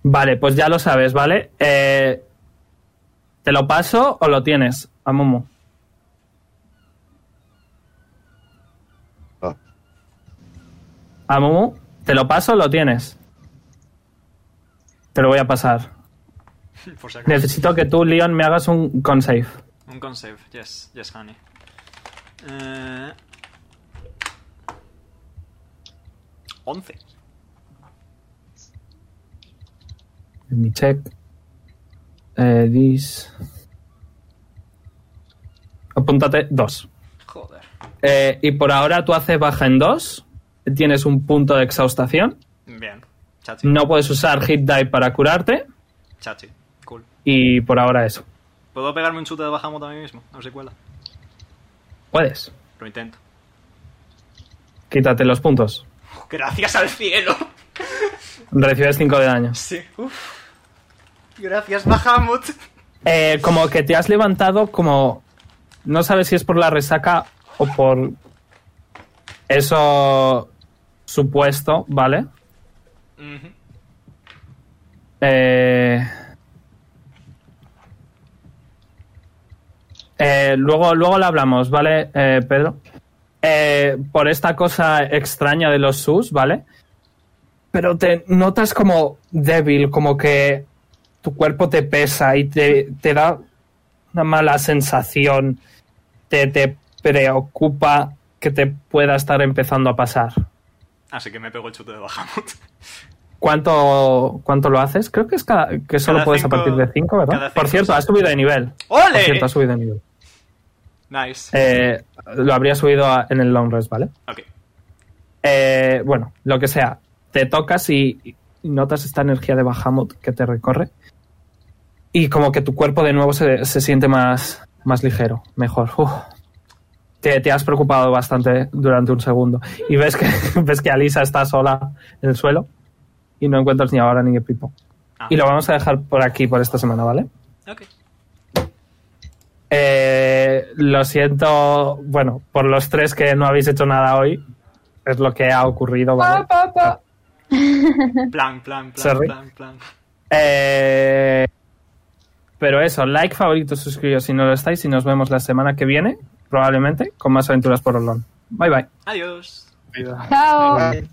[SPEAKER 1] Vale, pues ya lo sabes, ¿vale? Eh, ¿Te lo paso o lo tienes, Amumu?
[SPEAKER 7] Ah.
[SPEAKER 1] Amumu, ¿te lo paso o lo tienes? Te lo voy a pasar.
[SPEAKER 2] Por si acaso.
[SPEAKER 1] Necesito que tú, Leon, me hagas un con save.
[SPEAKER 2] Un con save. Yes, yes, honey. Eh... 11.
[SPEAKER 1] Let me check. Eh, this. Apúntate dos.
[SPEAKER 2] Joder.
[SPEAKER 1] Eh, y por ahora tú haces baja en dos. Tienes un punto de exhaustación.
[SPEAKER 2] Bien. Chachi.
[SPEAKER 1] No puedes usar hit die para curarte.
[SPEAKER 2] Chachi. Cool.
[SPEAKER 1] Y por ahora eso.
[SPEAKER 2] ¿Puedo pegarme un chute de bajamot a mí mismo? A ver si cuela.
[SPEAKER 1] Puedes.
[SPEAKER 2] Lo intento.
[SPEAKER 1] Quítate los puntos.
[SPEAKER 2] ¡Gracias al cielo!
[SPEAKER 1] Recibes 5 de daño.
[SPEAKER 2] Sí. Uf. Gracias, Bahamut.
[SPEAKER 1] Eh, como que te has levantado como... No sabes si es por la resaca o por eso supuesto, ¿vale?
[SPEAKER 2] Ujú.
[SPEAKER 1] Eh, Eh, luego, luego lo hablamos, ¿vale, eh, Pedro? Eh, por esta cosa extraña de los sus, ¿vale? Pero te notas como débil, como que tu cuerpo te pesa y te, te da una mala sensación. Te, te preocupa que te pueda estar empezando a pasar.
[SPEAKER 2] Así que me pego el chute de Bahamut.
[SPEAKER 1] ¿Cuánto, cuánto lo haces? Creo que es cada- que solo
[SPEAKER 2] Cada
[SPEAKER 1] puedes
[SPEAKER 2] cinco-
[SPEAKER 1] a partir de 5, ¿verdad?
[SPEAKER 2] cada cinco
[SPEAKER 1] Por cierto,
[SPEAKER 2] sí.
[SPEAKER 1] has subido de nivel. Por
[SPEAKER 2] ¡Ole!
[SPEAKER 1] cierto, has subido de nivel.
[SPEAKER 2] Nice.
[SPEAKER 1] Eh, lo habría subido a- en el long rest, ¿vale?
[SPEAKER 2] Ok.
[SPEAKER 1] Eh, bueno, lo que sea. Te tocas y, y notas esta energía de Bahamut que te recorre. Y como que tu cuerpo de nuevo se, se siente más, más ligero, mejor. Uf. Te, te has preocupado bastante durante un segundo. Y ves que, ves que Alisa está sola en el suelo. Y no encuentras ni ahora ni Pipo.
[SPEAKER 2] Ah,
[SPEAKER 1] Y lo vamos a dejar por aquí por esta semana, ¿vale?
[SPEAKER 2] ok.
[SPEAKER 1] Eh, lo siento, bueno, por los tres que no habéis hecho nada hoy, es lo que ha ocurrido, ¿vale?
[SPEAKER 2] Plan, plan, plan,
[SPEAKER 1] Sorry.
[SPEAKER 2] plan, plan.
[SPEAKER 1] Eh, pero eso, like, favorito, suscribiros si no lo estáis y nos vemos la semana que viene, probablemente, con más aventuras por Orlon. Bye bye.
[SPEAKER 2] Adiós.
[SPEAKER 4] Chao.